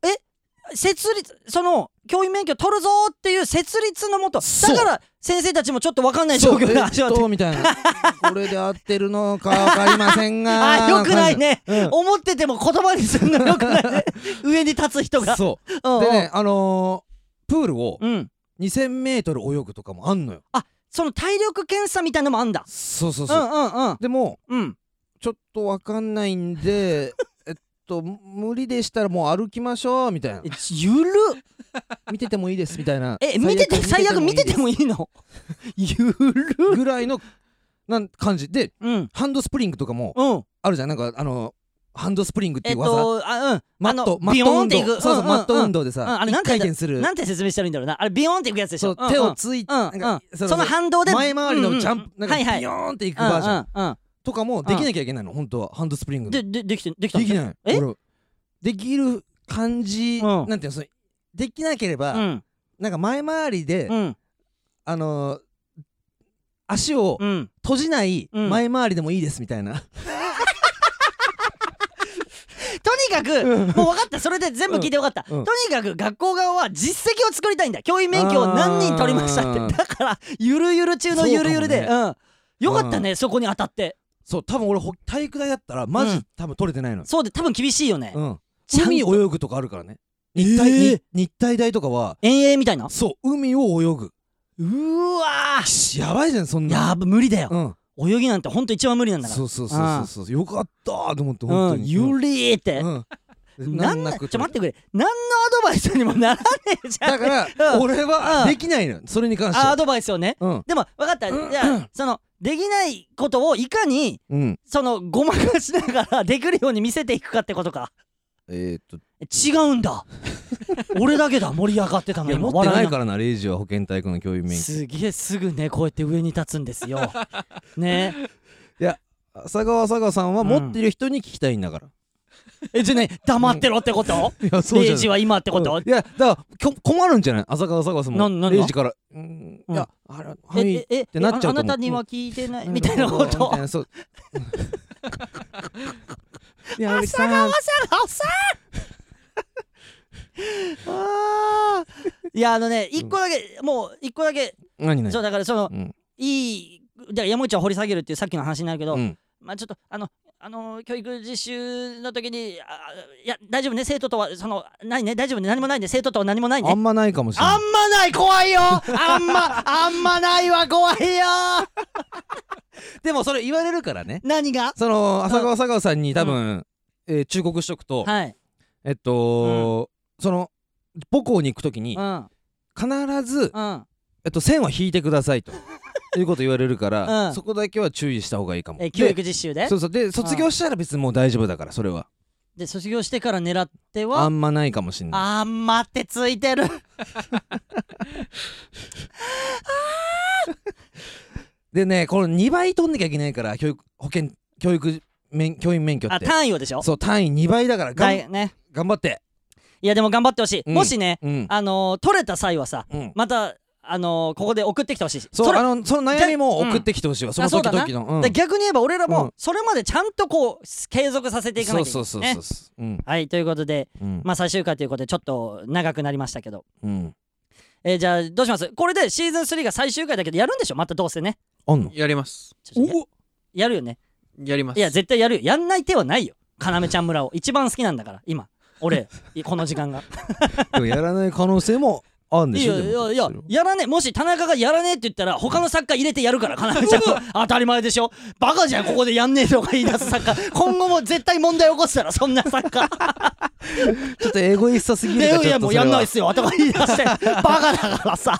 [SPEAKER 1] 設立その教員免許取るぞーっていう設立のもと
[SPEAKER 2] そ
[SPEAKER 1] だ
[SPEAKER 2] う
[SPEAKER 1] から先生たちもちょっと分かんな
[SPEAKER 2] う
[SPEAKER 1] い状
[SPEAKER 2] そう
[SPEAKER 1] 況が
[SPEAKER 2] え
[SPEAKER 1] 始ま
[SPEAKER 2] っ
[SPEAKER 1] って
[SPEAKER 2] とみたいなこれで合ってるのかわかりませんが
[SPEAKER 1] <laughs> あよくないね、
[SPEAKER 2] うん
[SPEAKER 1] 思ってても言葉にするのよくない
[SPEAKER 2] <laughs>
[SPEAKER 1] ね上に立つ人が
[SPEAKER 2] そううんでねあのー、プールを
[SPEAKER 1] うんうん
[SPEAKER 2] 2000m 泳ぐとかもあんのよ
[SPEAKER 1] その体力検査みたいなのもあんだ
[SPEAKER 2] そうそう
[SPEAKER 1] う
[SPEAKER 2] そう、
[SPEAKER 1] んうんうん
[SPEAKER 2] でも
[SPEAKER 1] うん
[SPEAKER 2] ちょっとわかんないんで <laughs> えっと無理でしたらもう歩きましょうみたいな
[SPEAKER 1] えゆるっ
[SPEAKER 2] 見ててもいいですみたいな
[SPEAKER 1] え見てて最悪見てて
[SPEAKER 2] いい
[SPEAKER 1] もいいのゆ
[SPEAKER 2] で
[SPEAKER 1] る
[SPEAKER 2] す
[SPEAKER 1] っ
[SPEAKER 2] ぐらいのなん感じで
[SPEAKER 1] うん
[SPEAKER 2] ハンドスプリングとかも
[SPEAKER 1] うん
[SPEAKER 2] あるじゃんなんかあのハンドスプリングって
[SPEAKER 1] え
[SPEAKER 2] い
[SPEAKER 1] っ
[SPEAKER 2] う技、
[SPEAKER 1] とあうん
[SPEAKER 2] マ
[SPEAKER 1] あ
[SPEAKER 2] ッ
[SPEAKER 1] の
[SPEAKER 2] トマ
[SPEAKER 1] ビヨ
[SPEAKER 2] ッ
[SPEAKER 1] ー
[SPEAKER 2] ト
[SPEAKER 1] ンっ
[SPEAKER 2] 運
[SPEAKER 1] て
[SPEAKER 2] 動
[SPEAKER 1] いく
[SPEAKER 2] そうそう、
[SPEAKER 1] んん
[SPEAKER 2] マット
[SPEAKER 1] ん
[SPEAKER 2] 運動でさ、
[SPEAKER 1] うんあれなん
[SPEAKER 2] 一
[SPEAKER 1] て言
[SPEAKER 2] 回
[SPEAKER 1] うんだ
[SPEAKER 2] 転する
[SPEAKER 1] なんて説明したらいいんだろうなあれビヨーンっていくやつでし
[SPEAKER 2] そ
[SPEAKER 1] ょ
[SPEAKER 2] う手を
[SPEAKER 1] つ
[SPEAKER 2] ついて、
[SPEAKER 1] うん
[SPEAKER 2] なんか
[SPEAKER 1] うんその反動で
[SPEAKER 2] 前回りのジャンプ、
[SPEAKER 1] うんうんうん
[SPEAKER 2] なん
[SPEAKER 1] はいは
[SPEAKER 2] か
[SPEAKER 1] い
[SPEAKER 2] ビヨーンっていくバージョン、
[SPEAKER 1] うんうんうん
[SPEAKER 2] とかもできなきゃいけないの、本当はハンドスプリング
[SPEAKER 1] でで
[SPEAKER 2] で
[SPEAKER 1] できてできた
[SPEAKER 2] で
[SPEAKER 1] ん
[SPEAKER 2] き
[SPEAKER 1] すよ
[SPEAKER 2] ない
[SPEAKER 1] え
[SPEAKER 2] 俺できる感じ、
[SPEAKER 1] うん
[SPEAKER 2] なんていうのそのできなければ、
[SPEAKER 1] うん
[SPEAKER 2] なんか前回りで、
[SPEAKER 1] うん
[SPEAKER 2] あのー足を
[SPEAKER 1] うん
[SPEAKER 2] 閉じない
[SPEAKER 1] うん
[SPEAKER 2] 前回りでもいいですみたいな、
[SPEAKER 1] とにかくもう分かったそれで全部聞いてよかった、
[SPEAKER 2] うんうん
[SPEAKER 1] とにかく学校側は実績を作りたいんだ教員免許を何人取りました
[SPEAKER 2] あ
[SPEAKER 1] っ
[SPEAKER 2] ー
[SPEAKER 1] てだからゆるゆる中のゆるゆるで
[SPEAKER 2] そう
[SPEAKER 1] う、
[SPEAKER 2] か
[SPEAKER 1] ん、よかったね、そこに当たって
[SPEAKER 2] そう多分俺ほ体育大だったらマジ、
[SPEAKER 1] うん
[SPEAKER 2] 多分取れてないのよ、
[SPEAKER 1] そうで多分厳しいよね、
[SPEAKER 2] うん、
[SPEAKER 1] ちゃん
[SPEAKER 2] 海
[SPEAKER 1] と
[SPEAKER 2] 泳ぐとかあるからね日体,、
[SPEAKER 1] えー
[SPEAKER 2] 日日体大とかは
[SPEAKER 1] 遠泳みたいな
[SPEAKER 2] そう海を泳ぐ
[SPEAKER 1] うーわー
[SPEAKER 2] やばいじゃんそんな
[SPEAKER 1] やば無理だよ、
[SPEAKER 2] うん
[SPEAKER 1] 泳ぎなんてほんと一番無理なんだから
[SPEAKER 2] そうそうそうそうそうよかったーと思って
[SPEAKER 1] う
[SPEAKER 2] 本当
[SPEAKER 1] ん
[SPEAKER 2] に
[SPEAKER 1] ゆりーって、
[SPEAKER 2] うんうん
[SPEAKER 1] なんな
[SPEAKER 2] 難
[SPEAKER 1] ちょ
[SPEAKER 2] く
[SPEAKER 1] っと待ってくれ何のアドバイスにもならねえじゃん
[SPEAKER 2] だから
[SPEAKER 1] うん
[SPEAKER 2] 俺は
[SPEAKER 1] うん
[SPEAKER 2] できないのよそれに関して
[SPEAKER 1] あア
[SPEAKER 2] は
[SPEAKER 1] ドバイスをね
[SPEAKER 2] うん
[SPEAKER 1] でも分かったじゃあそのできないことをいかに
[SPEAKER 2] うん
[SPEAKER 1] そのごまかしながらできるように見せていくかってことか
[SPEAKER 2] えーっと
[SPEAKER 1] 違うんだ俺だけだ盛り上がってた
[SPEAKER 2] い
[SPEAKER 1] の
[SPEAKER 2] や
[SPEAKER 1] に
[SPEAKER 2] 持ってないからなレイジは保健体育の教員免許
[SPEAKER 1] すげえすぐねこうやって上に立つんですよね
[SPEAKER 2] 佐川佐川さんは
[SPEAKER 1] うん
[SPEAKER 2] 持ってる人に聞きたいんだから
[SPEAKER 1] えじゃあね黙ってろってこと
[SPEAKER 2] い
[SPEAKER 1] <laughs>
[SPEAKER 2] やそう
[SPEAKER 1] レ
[SPEAKER 2] じ
[SPEAKER 1] イ
[SPEAKER 2] ゃ
[SPEAKER 1] ジ
[SPEAKER 2] ない
[SPEAKER 1] は今ってこと
[SPEAKER 2] うんいやだからきょ困るんじゃない浅川佐川さん
[SPEAKER 1] な
[SPEAKER 2] も
[SPEAKER 1] なんだ
[SPEAKER 2] レイジから「うーんいやあれは
[SPEAKER 1] え
[SPEAKER 2] い」
[SPEAKER 1] ええ
[SPEAKER 2] てなっちゃう
[SPEAKER 1] あ
[SPEAKER 2] と思う
[SPEAKER 1] あなたには聞いてないみたいなこ
[SPEAKER 2] み
[SPEAKER 1] と
[SPEAKER 2] たい
[SPEAKER 1] <laughs>
[SPEAKER 2] なそういや森さん
[SPEAKER 1] おっさんあーいやあのね一個だけ、もう一個だけ
[SPEAKER 2] 何何
[SPEAKER 1] そうだからその、
[SPEAKER 2] うん
[SPEAKER 1] いいだから山口を掘り下げるっていうさっきの話になるけど、
[SPEAKER 2] うん
[SPEAKER 1] まあちょっとあのあの教育実習の時にああいや大丈夫ね生徒とはそのないね大丈夫ね何もないね生徒とは何もないね
[SPEAKER 2] あんまないかもしれない
[SPEAKER 1] あんまない怖いよあんまあんまないわ怖いよ
[SPEAKER 2] でもそれ言われるからね
[SPEAKER 1] 何が
[SPEAKER 2] その浅川佐川さんに多分、えー忠告しとくと、
[SPEAKER 1] はい、
[SPEAKER 2] えっと、その母校に行くときに
[SPEAKER 1] うん
[SPEAKER 2] 必ず、
[SPEAKER 1] うん
[SPEAKER 2] えっと、線は引いてくだ
[SPEAKER 1] <laughs>
[SPEAKER 2] さいということ言われるから、
[SPEAKER 1] うん
[SPEAKER 2] そこだけは注意した方がいいかも。
[SPEAKER 1] え教育実習で
[SPEAKER 2] でそうそうで卒業したら別にもう大丈夫だからそれは
[SPEAKER 1] で卒業してから狙っては
[SPEAKER 2] あんまないかもしんない
[SPEAKER 1] あんまってついてる
[SPEAKER 2] でねこれ2倍取んなきゃいけないから教育保険教育免教員免許っ
[SPEAKER 1] あ
[SPEAKER 2] て
[SPEAKER 1] 単位をでしょ
[SPEAKER 2] そう単位2倍だからが
[SPEAKER 1] だ
[SPEAKER 2] ん
[SPEAKER 1] いね
[SPEAKER 2] 頑張って
[SPEAKER 1] いやでも頑張ってほしい、
[SPEAKER 2] うん
[SPEAKER 1] もしね
[SPEAKER 2] うん
[SPEAKER 1] あのー取れた際はさ
[SPEAKER 2] うん
[SPEAKER 1] またあのーここで送ってきてほしいし
[SPEAKER 2] そう
[SPEAKER 1] れ
[SPEAKER 2] あのその悩みも
[SPEAKER 1] じゃ
[SPEAKER 2] 送ってきてほしいわ、そ
[SPEAKER 1] あ
[SPEAKER 2] の
[SPEAKER 1] そう
[SPEAKER 2] 時
[SPEAKER 1] だな
[SPEAKER 2] 々の、うん
[SPEAKER 1] で逆に言えば俺ら
[SPEAKER 2] う
[SPEAKER 1] も
[SPEAKER 2] ん
[SPEAKER 1] それまでちゃんとこう継続させていかなきゃいけない、ね、
[SPEAKER 2] そうそうそうそうそう、うん
[SPEAKER 1] はいということで
[SPEAKER 2] うん
[SPEAKER 1] まあ最終回ということでちょっと長くなりましたけど、
[SPEAKER 2] うん
[SPEAKER 1] えーじゃあどうしますこれでシーズン3が最終回だけどやるんでしょまたどうせね
[SPEAKER 2] あんの
[SPEAKER 3] やります。
[SPEAKER 1] ちょっとややるよね
[SPEAKER 3] やります。
[SPEAKER 1] いや絶対やるよやんない手はないよ要ちゃん村を一番好きなんだから今俺い <laughs> この時間が
[SPEAKER 2] でもやらない可能性もあるんで
[SPEAKER 1] い
[SPEAKER 2] し
[SPEAKER 1] や
[SPEAKER 2] ょ
[SPEAKER 1] い
[SPEAKER 2] でも
[SPEAKER 1] やいや
[SPEAKER 2] それは
[SPEAKER 1] やらねえもし田中がやらねえって言ったら他の作家入れてやる
[SPEAKER 2] <laughs>
[SPEAKER 1] からかなめちゃんは当たり前でしょバカじゃんここでやんねえとか言い出す作家今後も絶対問題起こすからそんな作家
[SPEAKER 2] ちょっとエゴイストすぎる
[SPEAKER 1] で
[SPEAKER 2] か
[SPEAKER 1] い
[SPEAKER 2] ちょ
[SPEAKER 1] や
[SPEAKER 2] っと
[SPEAKER 1] も
[SPEAKER 2] そうれ
[SPEAKER 1] や
[SPEAKER 2] は
[SPEAKER 1] んないっすよとか言い出
[SPEAKER 2] <laughs>
[SPEAKER 1] してバカだからさ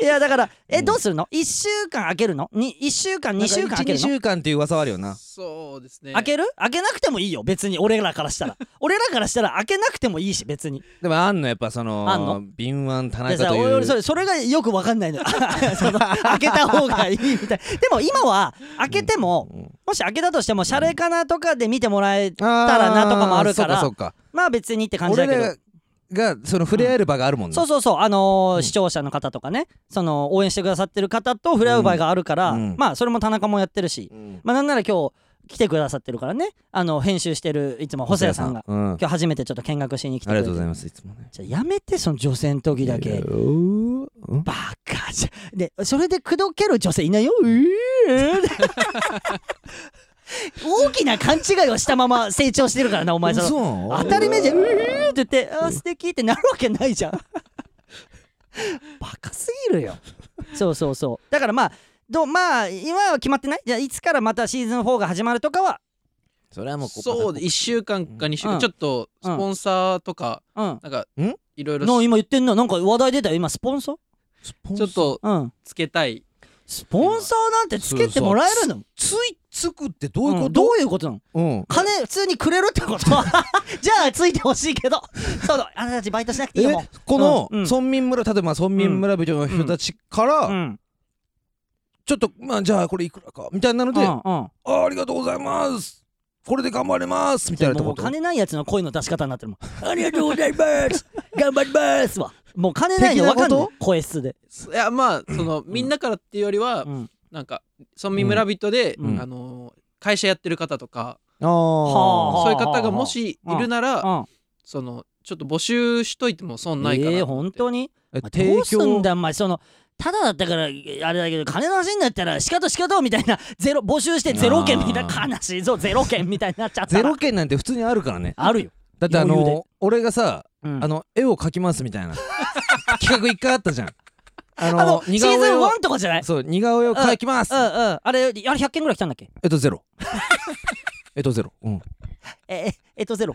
[SPEAKER 1] いやだからえどうするの1週間空けるのに1週間2週間
[SPEAKER 2] なん
[SPEAKER 1] 空
[SPEAKER 2] か
[SPEAKER 1] け
[SPEAKER 2] 1
[SPEAKER 1] る
[SPEAKER 2] 2
[SPEAKER 1] の
[SPEAKER 2] 週間っていう噂はあるよな
[SPEAKER 3] そうですね。
[SPEAKER 1] 開ける開けなくてもいいよ別に俺らから
[SPEAKER 2] <laughs>
[SPEAKER 1] したら俺らからしたら開けなくてもいいし別に
[SPEAKER 2] でもあんのやっぱそ
[SPEAKER 1] あんの
[SPEAKER 2] の敏腕田
[SPEAKER 1] で
[SPEAKER 2] 中
[SPEAKER 1] さ
[SPEAKER 2] と
[SPEAKER 1] 俺
[SPEAKER 2] い
[SPEAKER 1] 俺そうれそれがよく分かん
[SPEAKER 2] <laughs>
[SPEAKER 1] ないのよ <laughs> その開けた方がいいみたいでも今は開けても、
[SPEAKER 2] うん
[SPEAKER 1] もし開けたとしてもシャレかなとかで見てもらえ
[SPEAKER 2] あー
[SPEAKER 1] たらなとかもあるから
[SPEAKER 2] そうかそうか
[SPEAKER 1] まあ別にって感じ
[SPEAKER 2] 俺
[SPEAKER 1] だけ
[SPEAKER 2] ら
[SPEAKER 1] ど
[SPEAKER 2] ががその触れ合える場があるもんね、
[SPEAKER 1] そうそうそうあのー視聴者の方とかねその応援してくださってる方と触れ合う場合があるから、
[SPEAKER 2] うんうん
[SPEAKER 1] まあそれも田中もやってるし、
[SPEAKER 2] うん
[SPEAKER 1] まあなんなら今日来てくださってるからねあの編集してるいつも細谷さんが
[SPEAKER 2] うん、あ
[SPEAKER 1] 今日初めてちょっと見学しに来てくれ
[SPEAKER 2] りが
[SPEAKER 1] て
[SPEAKER 2] とうござい
[SPEAKER 1] ま
[SPEAKER 2] ますいつもね
[SPEAKER 1] すじゃあやめてその女性の時だ
[SPEAKER 2] いや
[SPEAKER 1] け
[SPEAKER 2] うん
[SPEAKER 1] バカじゃでそれで口説ける女性いないよう
[SPEAKER 2] <laughs>
[SPEAKER 1] ー大きな勘違いをしたまま成長してるからなお前その
[SPEAKER 2] そうなの
[SPEAKER 1] 当たり前じゃん「うー」って言って「あー素敵ってなるわけないじゃん <laughs> バカすぎるよそうそうそうだからまあどうまあ今は決まってないじゃあいつからまたシーズン4が始まるとかは
[SPEAKER 2] それはもうここ
[SPEAKER 3] そうで1週間か2週間、
[SPEAKER 1] うん
[SPEAKER 3] ちょっとスポンサーとか、
[SPEAKER 1] うん
[SPEAKER 3] なんか
[SPEAKER 2] ん
[SPEAKER 3] いろいろ
[SPEAKER 1] の今言ってんのなんか話題出たよ今スポンサー
[SPEAKER 2] スポン
[SPEAKER 3] ち
[SPEAKER 2] サ
[SPEAKER 3] ょ
[SPEAKER 2] ー
[SPEAKER 3] っと
[SPEAKER 1] うん
[SPEAKER 3] つけたい
[SPEAKER 1] スポンサーなんてつけてもらえるの
[SPEAKER 2] ついつくってどういうこ
[SPEAKER 1] ん
[SPEAKER 2] と
[SPEAKER 1] どういうことなの
[SPEAKER 2] うん
[SPEAKER 1] 金普通にくれるって
[SPEAKER 2] <laughs>
[SPEAKER 1] ことじゃあついてほしいけどそうだあなたたちバイトしなくていいよ
[SPEAKER 2] え
[SPEAKER 1] も
[SPEAKER 2] この
[SPEAKER 1] うんうん
[SPEAKER 2] 村民村例えば村民村人の人たちか
[SPEAKER 1] うう
[SPEAKER 2] ら
[SPEAKER 1] ん
[SPEAKER 2] ちょっとまあじゃあこれいくらかみたいなの
[SPEAKER 1] う
[SPEAKER 2] で
[SPEAKER 1] ん
[SPEAKER 2] あ
[SPEAKER 1] うん
[SPEAKER 2] ーありがとうございますこれで頑張れますみたいなって
[SPEAKER 1] も
[SPEAKER 2] こ
[SPEAKER 1] う
[SPEAKER 2] と
[SPEAKER 1] 金ないやつの声の出し方になってるもんありがとうございます頑張りますわもう金ないの分かん
[SPEAKER 2] 的な
[SPEAKER 1] な
[SPEAKER 2] こ
[SPEAKER 1] い声質で、
[SPEAKER 3] いやまあその、みんなからっていうよりは、
[SPEAKER 1] うん、
[SPEAKER 3] なんか村民村人で、
[SPEAKER 1] うん
[SPEAKER 3] あのー会社やってる方とか、
[SPEAKER 2] <laughs> あー
[SPEAKER 1] はあ
[SPEAKER 3] そういう方がもしいるなら、
[SPEAKER 1] うん
[SPEAKER 3] そのちょっと募集しといても損ないかな
[SPEAKER 1] え
[SPEAKER 3] と
[SPEAKER 1] え
[SPEAKER 3] 思っ
[SPEAKER 1] 本
[SPEAKER 3] て、
[SPEAKER 1] 当に
[SPEAKER 2] え
[SPEAKER 1] まあど
[SPEAKER 2] 提
[SPEAKER 1] うすん
[SPEAKER 2] 供
[SPEAKER 1] だお前そのただだったからあれだけど金の話になったらしかとしかとみたいなゼロ募集してゼロ件みたいな
[SPEAKER 2] あー
[SPEAKER 1] 悲しいぞゼロ件みたいになっちゃったら
[SPEAKER 2] ゼロ件なんて普通にあるからね
[SPEAKER 1] あるよ、
[SPEAKER 2] だってあ
[SPEAKER 1] 余裕で
[SPEAKER 2] の俺がさ
[SPEAKER 1] うん
[SPEAKER 2] あの絵を描きますみたい
[SPEAKER 1] <laughs>
[SPEAKER 2] な企画一回あったじゃんあ
[SPEAKER 1] あの
[SPEAKER 2] の
[SPEAKER 1] シー
[SPEAKER 2] 似
[SPEAKER 1] ズン
[SPEAKER 2] 顔絵を
[SPEAKER 1] 1とかじゃない
[SPEAKER 2] そう似顔絵を描きます
[SPEAKER 1] うんうんあれあれ100件ぐらい来たんだっけ
[SPEAKER 2] えっとゼロ <laughs> えっとゼロうん
[SPEAKER 1] えええっとゼロ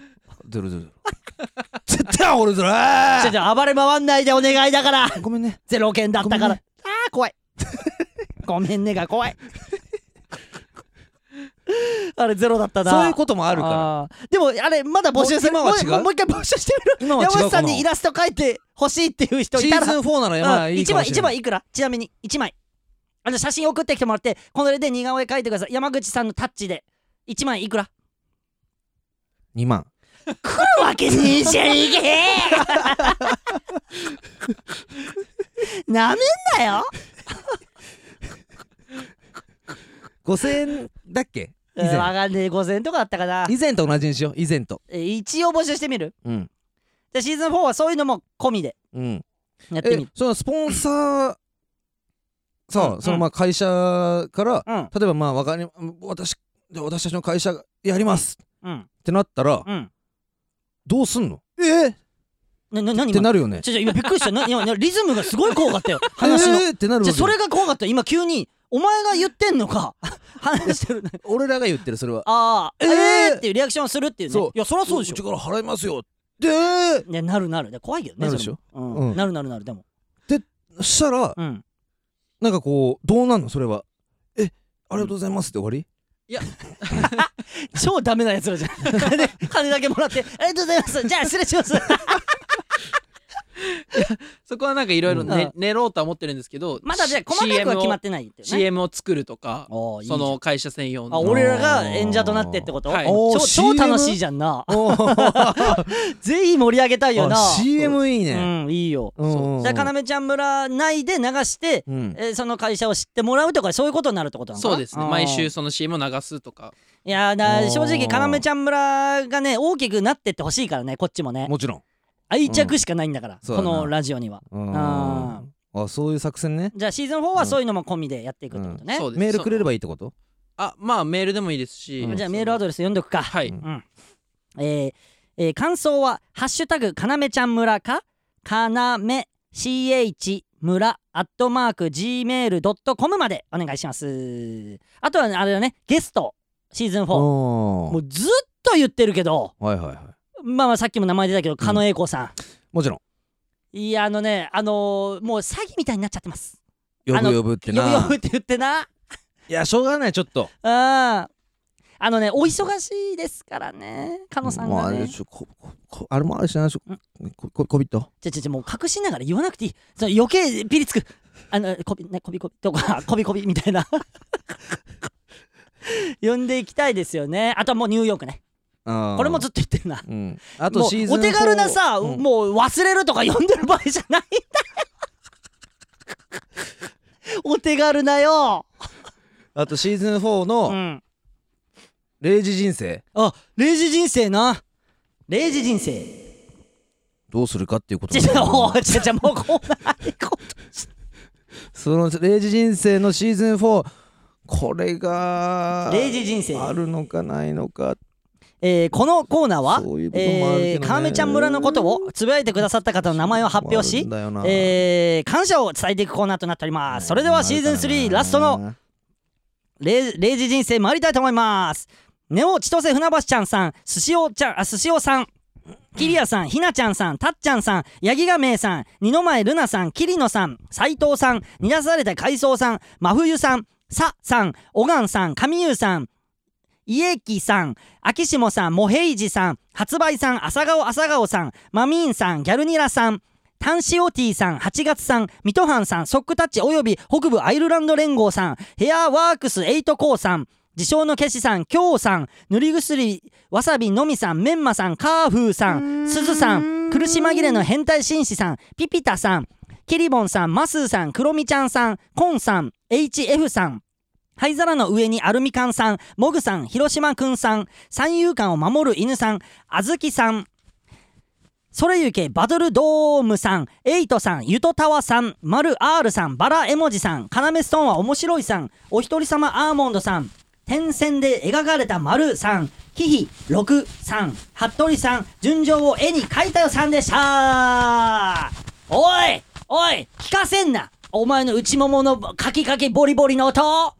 [SPEAKER 2] ゼロゼロゼロ絶対俺ゼロあ
[SPEAKER 1] ちょ
[SPEAKER 2] ー
[SPEAKER 1] ちょ暴れ回んないでお願いだから
[SPEAKER 2] ごめんね
[SPEAKER 1] ゼロ件だったか
[SPEAKER 2] ご
[SPEAKER 1] ら、
[SPEAKER 2] めんね
[SPEAKER 1] ああ怖い <laughs> ごめんねが怖いあれゼロだったな
[SPEAKER 2] そういうこともあ
[SPEAKER 1] あ
[SPEAKER 2] るから
[SPEAKER 1] ーでもあれまだ募集する
[SPEAKER 2] もう今は違う
[SPEAKER 1] もうもう一回募集してみ
[SPEAKER 2] 今
[SPEAKER 1] る
[SPEAKER 2] は違う
[SPEAKER 1] 山
[SPEAKER 2] かな
[SPEAKER 1] 内さんにイラスト描いてほしいっていう人い
[SPEAKER 2] シ
[SPEAKER 1] た
[SPEAKER 2] ーズン
[SPEAKER 1] ら
[SPEAKER 2] 4ならまあいい
[SPEAKER 1] 1
[SPEAKER 2] かも
[SPEAKER 1] 枚
[SPEAKER 2] し
[SPEAKER 1] 1
[SPEAKER 2] れない
[SPEAKER 1] 枚いくらちなみに1枚あの写真送ってきてもらってこれで似顔絵描いてください山口さんのタッチで1枚いくら
[SPEAKER 2] 2万
[SPEAKER 1] 来るわけねえじゃねえけなめんなよ
[SPEAKER 2] 5000円だっけ <laughs> 以
[SPEAKER 1] うんわ
[SPEAKER 2] 前
[SPEAKER 1] かんねえ5000とかだったかな
[SPEAKER 2] 以前と同じにしよう以前と
[SPEAKER 1] えー一応募集してみる
[SPEAKER 2] うん
[SPEAKER 1] じゃあシーズン4はそういうのも込みで
[SPEAKER 2] うん
[SPEAKER 1] やって
[SPEAKER 2] え
[SPEAKER 1] みる
[SPEAKER 2] そのスポンサーさ
[SPEAKER 1] うん
[SPEAKER 2] あそのまあ会社から
[SPEAKER 1] うん
[SPEAKER 2] 例えばまあわかり私で私たちの会社がやります
[SPEAKER 1] うん
[SPEAKER 2] ってなったら
[SPEAKER 1] うん
[SPEAKER 2] どうすんのえっ
[SPEAKER 1] なな何
[SPEAKER 2] て
[SPEAKER 1] 今
[SPEAKER 2] なるよね
[SPEAKER 1] ちょちょ今びっくりしたな今リズムがすごい怖かったよ <laughs> 話の
[SPEAKER 2] えーってなるわ
[SPEAKER 1] じ
[SPEAKER 2] け
[SPEAKER 1] ゃあそれが怖かった今急にお前が言ってんのか <laughs> 話してるね
[SPEAKER 2] 俺らが言ってるそれは
[SPEAKER 1] ああ
[SPEAKER 2] えー
[SPEAKER 1] えーっていうリアクションをするっていうね
[SPEAKER 2] そう
[SPEAKER 1] いやそりゃそうでし
[SPEAKER 2] ち
[SPEAKER 1] ょ
[SPEAKER 2] から払いますよで
[SPEAKER 1] いやなるなるで怖いけどね
[SPEAKER 2] なるでしょ
[SPEAKER 1] それもうん
[SPEAKER 2] うん
[SPEAKER 1] なるなるなるでも
[SPEAKER 2] そしたら
[SPEAKER 1] うん
[SPEAKER 2] なんかこうどうなんのそれはえありがとうございますって終わり
[SPEAKER 1] 超ダメなやつらじゃん金 <laughs> 金だけもらってありがとうございますじゃあ失礼します <laughs>
[SPEAKER 3] そこはなんかいろいろ
[SPEAKER 1] うん
[SPEAKER 3] ね練ろうとは思ってるんですけど
[SPEAKER 1] まだじゃあ細かくは決まってないっていうね
[SPEAKER 3] CM を作るとか
[SPEAKER 1] おーいいじゃ
[SPEAKER 3] そ
[SPEAKER 1] ん
[SPEAKER 3] の会社専用
[SPEAKER 1] あ
[SPEAKER 3] の
[SPEAKER 1] 俺らが演者となってってこと、
[SPEAKER 3] はい
[SPEAKER 2] お
[SPEAKER 1] 超
[SPEAKER 2] ー
[SPEAKER 1] 超
[SPEAKER 2] CM？
[SPEAKER 1] 楽しいじゃんな
[SPEAKER 2] あ
[SPEAKER 1] <laughs> ぜひ盛り上げたいよ
[SPEAKER 2] <laughs>
[SPEAKER 1] な
[SPEAKER 2] CM いいね
[SPEAKER 1] うんいいよ
[SPEAKER 2] うん
[SPEAKER 1] じゃあ要ちゃん村内で流して、
[SPEAKER 2] うん
[SPEAKER 1] えーその会社を知ってもらうとかそういうことになるってことなのかな
[SPEAKER 3] そうですね
[SPEAKER 1] あー
[SPEAKER 3] 毎週その CM を流すとか
[SPEAKER 1] いやーだ
[SPEAKER 2] あー
[SPEAKER 1] 正直要ちゃん村がね大きくなってってほしいからねこっちもね
[SPEAKER 2] もちろん
[SPEAKER 1] 愛着しかないんだから、
[SPEAKER 2] そう
[SPEAKER 1] こ
[SPEAKER 2] だな
[SPEAKER 1] のラジオには
[SPEAKER 2] ああそういう作戦ね
[SPEAKER 1] じゃあシーズン4はそういうのも込みでやっていくってことね、
[SPEAKER 3] そうです
[SPEAKER 2] メールくれれ
[SPEAKER 3] ば
[SPEAKER 2] ばいいってこと
[SPEAKER 3] あまあメールでもいいですし
[SPEAKER 1] じゃあメールアド
[SPEAKER 3] レ
[SPEAKER 1] レス読んどくか
[SPEAKER 3] スはい
[SPEAKER 2] うん
[SPEAKER 1] うんえーえー感想は「ハッシュタグかなめちゃん村」か「かなめ CH 村」アットマーク Gmail.com までお願いしますあとはあれだねゲストシーズン4も
[SPEAKER 2] も
[SPEAKER 1] うずっと言ってるけど
[SPEAKER 2] はいはいはい
[SPEAKER 1] まあまあさっきも名前出たけど狩野英孝さ
[SPEAKER 2] もちろん
[SPEAKER 1] ん、いやあのねあのーもう詐欺みたいになっちゃってます
[SPEAKER 2] 呼ぶ呼ぶって
[SPEAKER 1] 呼ぶ呼
[SPEAKER 2] な
[SPEAKER 1] ぶって言ってない
[SPEAKER 2] やしょうがないちょっと
[SPEAKER 1] うんあのねお忙しいですからね狩野さん
[SPEAKER 2] もう
[SPEAKER 1] が
[SPEAKER 2] あれ
[SPEAKER 1] ね
[SPEAKER 2] でしょこここあれもあるしなしょこここびっと
[SPEAKER 1] じゃじゃじゃもう隠しながら言わなくていい。その余計ピリつく。あの、こび、ね、こびこび <laughs> とか、こびこびみ
[SPEAKER 2] <laughs>
[SPEAKER 1] たいな。呼んでいきたいですよね。あとはもうニューヨークね。
[SPEAKER 5] こ
[SPEAKER 1] これもずっと言ってるな
[SPEAKER 5] うん、あとシーズン
[SPEAKER 1] もうお手軽なさ、
[SPEAKER 5] 4うん
[SPEAKER 1] もう忘れるとか読んでる場合じゃ
[SPEAKER 5] <laughs>
[SPEAKER 1] ないんだよお手軽なよ、
[SPEAKER 5] あとシーズン4
[SPEAKER 1] う
[SPEAKER 5] の
[SPEAKER 1] ん、
[SPEAKER 5] 「0時人生
[SPEAKER 1] あ0時人生な0時人生」
[SPEAKER 5] どうするかっていうこと
[SPEAKER 1] ち
[SPEAKER 5] な
[SPEAKER 1] ょ
[SPEAKER 5] んだけど
[SPEAKER 1] ちょもうちょちょもうこんなこ
[SPEAKER 5] その「0時人生」のシーズン4これ <laughs>
[SPEAKER 1] と
[SPEAKER 5] が
[SPEAKER 1] 0時人生
[SPEAKER 5] あるのかないのか
[SPEAKER 1] えーこのコーナーは
[SPEAKER 5] そういうこともあるけどね
[SPEAKER 1] えー川目ちゃん村のことをつぶやいてくださった方の名前を発表し、
[SPEAKER 5] あるんだよな
[SPEAKER 1] えー感謝を伝えていくコーナーとなっておりますそれではシーズン3ラストの0時人生参りたいと思いますネオ千歳船橋ちゃんさんすしおちゃんあすしおさんキリアさん、ひなちゃんさん、たっちゃんさん、八木がめいさん、二の前るなさん、きりのさん、斎藤さん、煮出された海藻さん、真冬さん、ささん、おがんさん、神優さん、家木さん、秋下さん、モヘイジさん、発売さん、朝顔朝顔さん、マミーンさん、ギャルニラさん、タンシオティさん、8月さん、ミトハンさん、ソックタッチおよび北部アイルランド連合さん、ヘアワークスエイトコーさん、自称の消しさん、きょうさん、塗り薬、わさびのみさん、メンマさん、カーフーさん、すずさん、苦し紛れの変態紳士さん、ピピタさん、キリボンさん、マスーさん、クロミちゃんさん、コンさん、HF さん、灰皿の上にアルミ缶さん、モグさん、広島くんさん、三遊間を守る犬さん、あずきさん、それゆけバトルドームさん、エイトさん、ゆとたわさん、マルアールさん、バラ絵文字さん、カナメストーンは面白いさん、お一人様アーモンドさん、点線で描かれた丸さん、キヒ六さん、服部さん、順情を絵に描いたよさんでしたおいおい聞かせんなお前の内もものカキカキボリボリの音 <laughs>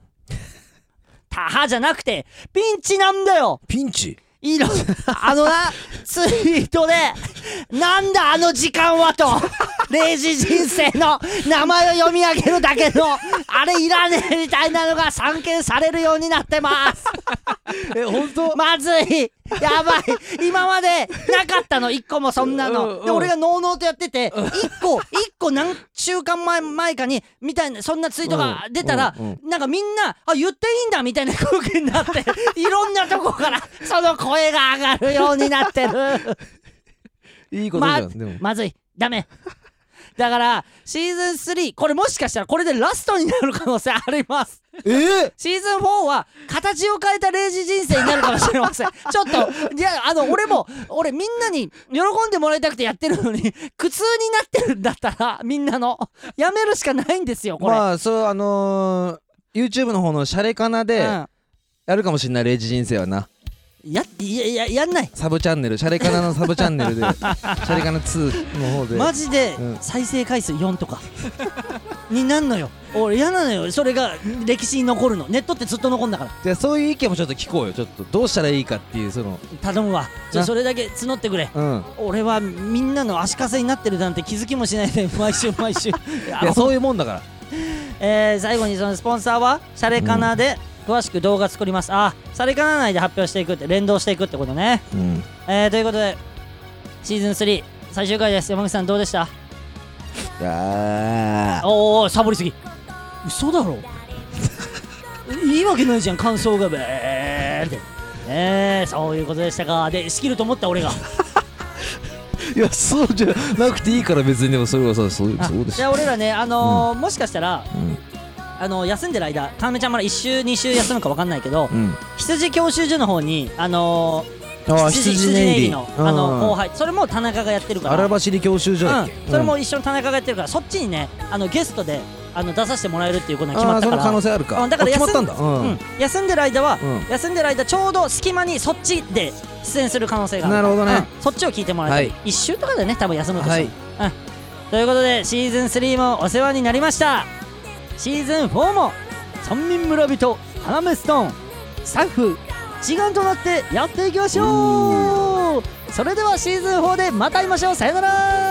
[SPEAKER 1] タハじゃなくて、ピンチなんだよ
[SPEAKER 5] ピンチ
[SPEAKER 1] いいの <laughs> あのな、ツイートで、なんだあの時間はと、0時人生の名前を読み上げるだけの、あれいらねえみたいなのが散見されるようになってます。
[SPEAKER 5] え本当
[SPEAKER 1] <laughs> まずいやばい今までなかったの1個もそんな
[SPEAKER 5] うんう
[SPEAKER 1] の
[SPEAKER 5] ん
[SPEAKER 1] で俺がノーノーとやってて1個1個何週間前前かにみたいなそんなツイートが出たら
[SPEAKER 5] うんうん
[SPEAKER 1] なんかみんなあ言っていいんだみたいな空気になって
[SPEAKER 5] <laughs>
[SPEAKER 1] いろんなとこからその声が上がるようになってる
[SPEAKER 5] いいことじ
[SPEAKER 1] ま
[SPEAKER 5] ゃんでも
[SPEAKER 1] まずいダメだからシーズン3これもしかしたらこれでラストになる可能性あります
[SPEAKER 5] えー
[SPEAKER 1] シーズン4は形を変えた0時人生になるかもしれ
[SPEAKER 5] <laughs>
[SPEAKER 1] ませんちょっといやあの俺も俺みんなに喜んでもらいたくてやってるのに <laughs> 苦痛になってるんだったらみんなのやめるしかないんですよこれ、
[SPEAKER 5] まあそうあのー YouTube の方のシャレかなでやるかもしんない0時人生はな
[SPEAKER 1] うん、やいやいややんない
[SPEAKER 5] サブチャンネルシャレかなのサブチャン
[SPEAKER 1] <laughs>
[SPEAKER 5] ネルでシャレかな2の方で
[SPEAKER 1] マジで
[SPEAKER 5] うん
[SPEAKER 1] 再生回数4とか <laughs> になんのよ俺嫌なのよそれが歴史に残るのネットってずっと残んだから
[SPEAKER 5] でそういう意見もちょっと聞こうよちょっとどうしたらいいかっていうその
[SPEAKER 1] 頼むわじゃあ
[SPEAKER 5] な
[SPEAKER 1] それだけ募ってくれ
[SPEAKER 5] うん
[SPEAKER 1] 俺はみんなの足かせになってるなんて気づきもしないで毎週毎
[SPEAKER 5] <laughs>
[SPEAKER 1] 週いや
[SPEAKER 5] いやそういうもんだから
[SPEAKER 1] えー最後にそのスポンサーはシャレカナで詳しく動画作ります、あシャレカナ内で発表していくって連動していくってことね、
[SPEAKER 5] うん
[SPEAKER 1] えーということでシーズン3最終回です山口さんどうでした
[SPEAKER 5] あ
[SPEAKER 1] おーおーサボりすぎ嘘だろ <laughs> いいわけないじゃん感想がべーってえー、そういうことでしたかで仕切ると思った俺が
[SPEAKER 5] いやそうじゃなくていいから別にでもそれはさそう
[SPEAKER 1] あ
[SPEAKER 5] そうで
[SPEAKER 1] じ
[SPEAKER 5] す
[SPEAKER 1] ゃ
[SPEAKER 5] よ
[SPEAKER 1] あ俺らねあのーもしかしたら
[SPEAKER 5] うん
[SPEAKER 1] あの休んでる間かめちゃんまだ1週2週休むか分かんないけど
[SPEAKER 5] うん
[SPEAKER 1] 羊教習所の方にあのー
[SPEAKER 5] あ
[SPEAKER 1] 羊
[SPEAKER 5] 羊
[SPEAKER 1] 羊
[SPEAKER 5] ネ
[SPEAKER 1] ネイ
[SPEAKER 5] イ
[SPEAKER 1] リ
[SPEAKER 5] リ
[SPEAKER 1] の
[SPEAKER 5] ー
[SPEAKER 1] あの後
[SPEAKER 5] 輩
[SPEAKER 1] 輩それも田中がやってるから
[SPEAKER 5] 荒走り教習所だっけ
[SPEAKER 1] うん、それも一緒に田中がやってるからそっちにねあのゲストであの出させてもらえるっていうことが決ま
[SPEAKER 5] あ
[SPEAKER 1] っ
[SPEAKER 5] あ
[SPEAKER 1] た
[SPEAKER 5] そ
[SPEAKER 1] か
[SPEAKER 5] の
[SPEAKER 1] ら
[SPEAKER 5] 可能性あるか
[SPEAKER 1] うんだから
[SPEAKER 5] あ決ま
[SPEAKER 1] 休
[SPEAKER 5] った
[SPEAKER 1] ん
[SPEAKER 5] んだう
[SPEAKER 1] うん
[SPEAKER 5] ん、
[SPEAKER 1] 休んでる間は、
[SPEAKER 5] うん
[SPEAKER 1] 休んでる間ちょうど隙間にそっちで出演する可能性がある
[SPEAKER 5] なるほどね
[SPEAKER 1] うんそっちを聞いてもらえたり、一週とかでね多分休むとしても、
[SPEAKER 5] はい
[SPEAKER 1] うんということでシーズン3もお世話になりましたシーズン4も村民村人花芽ストーンスタッフ一丸となってやっていきましょうそれではシーズン4でまた会いましょうさよなら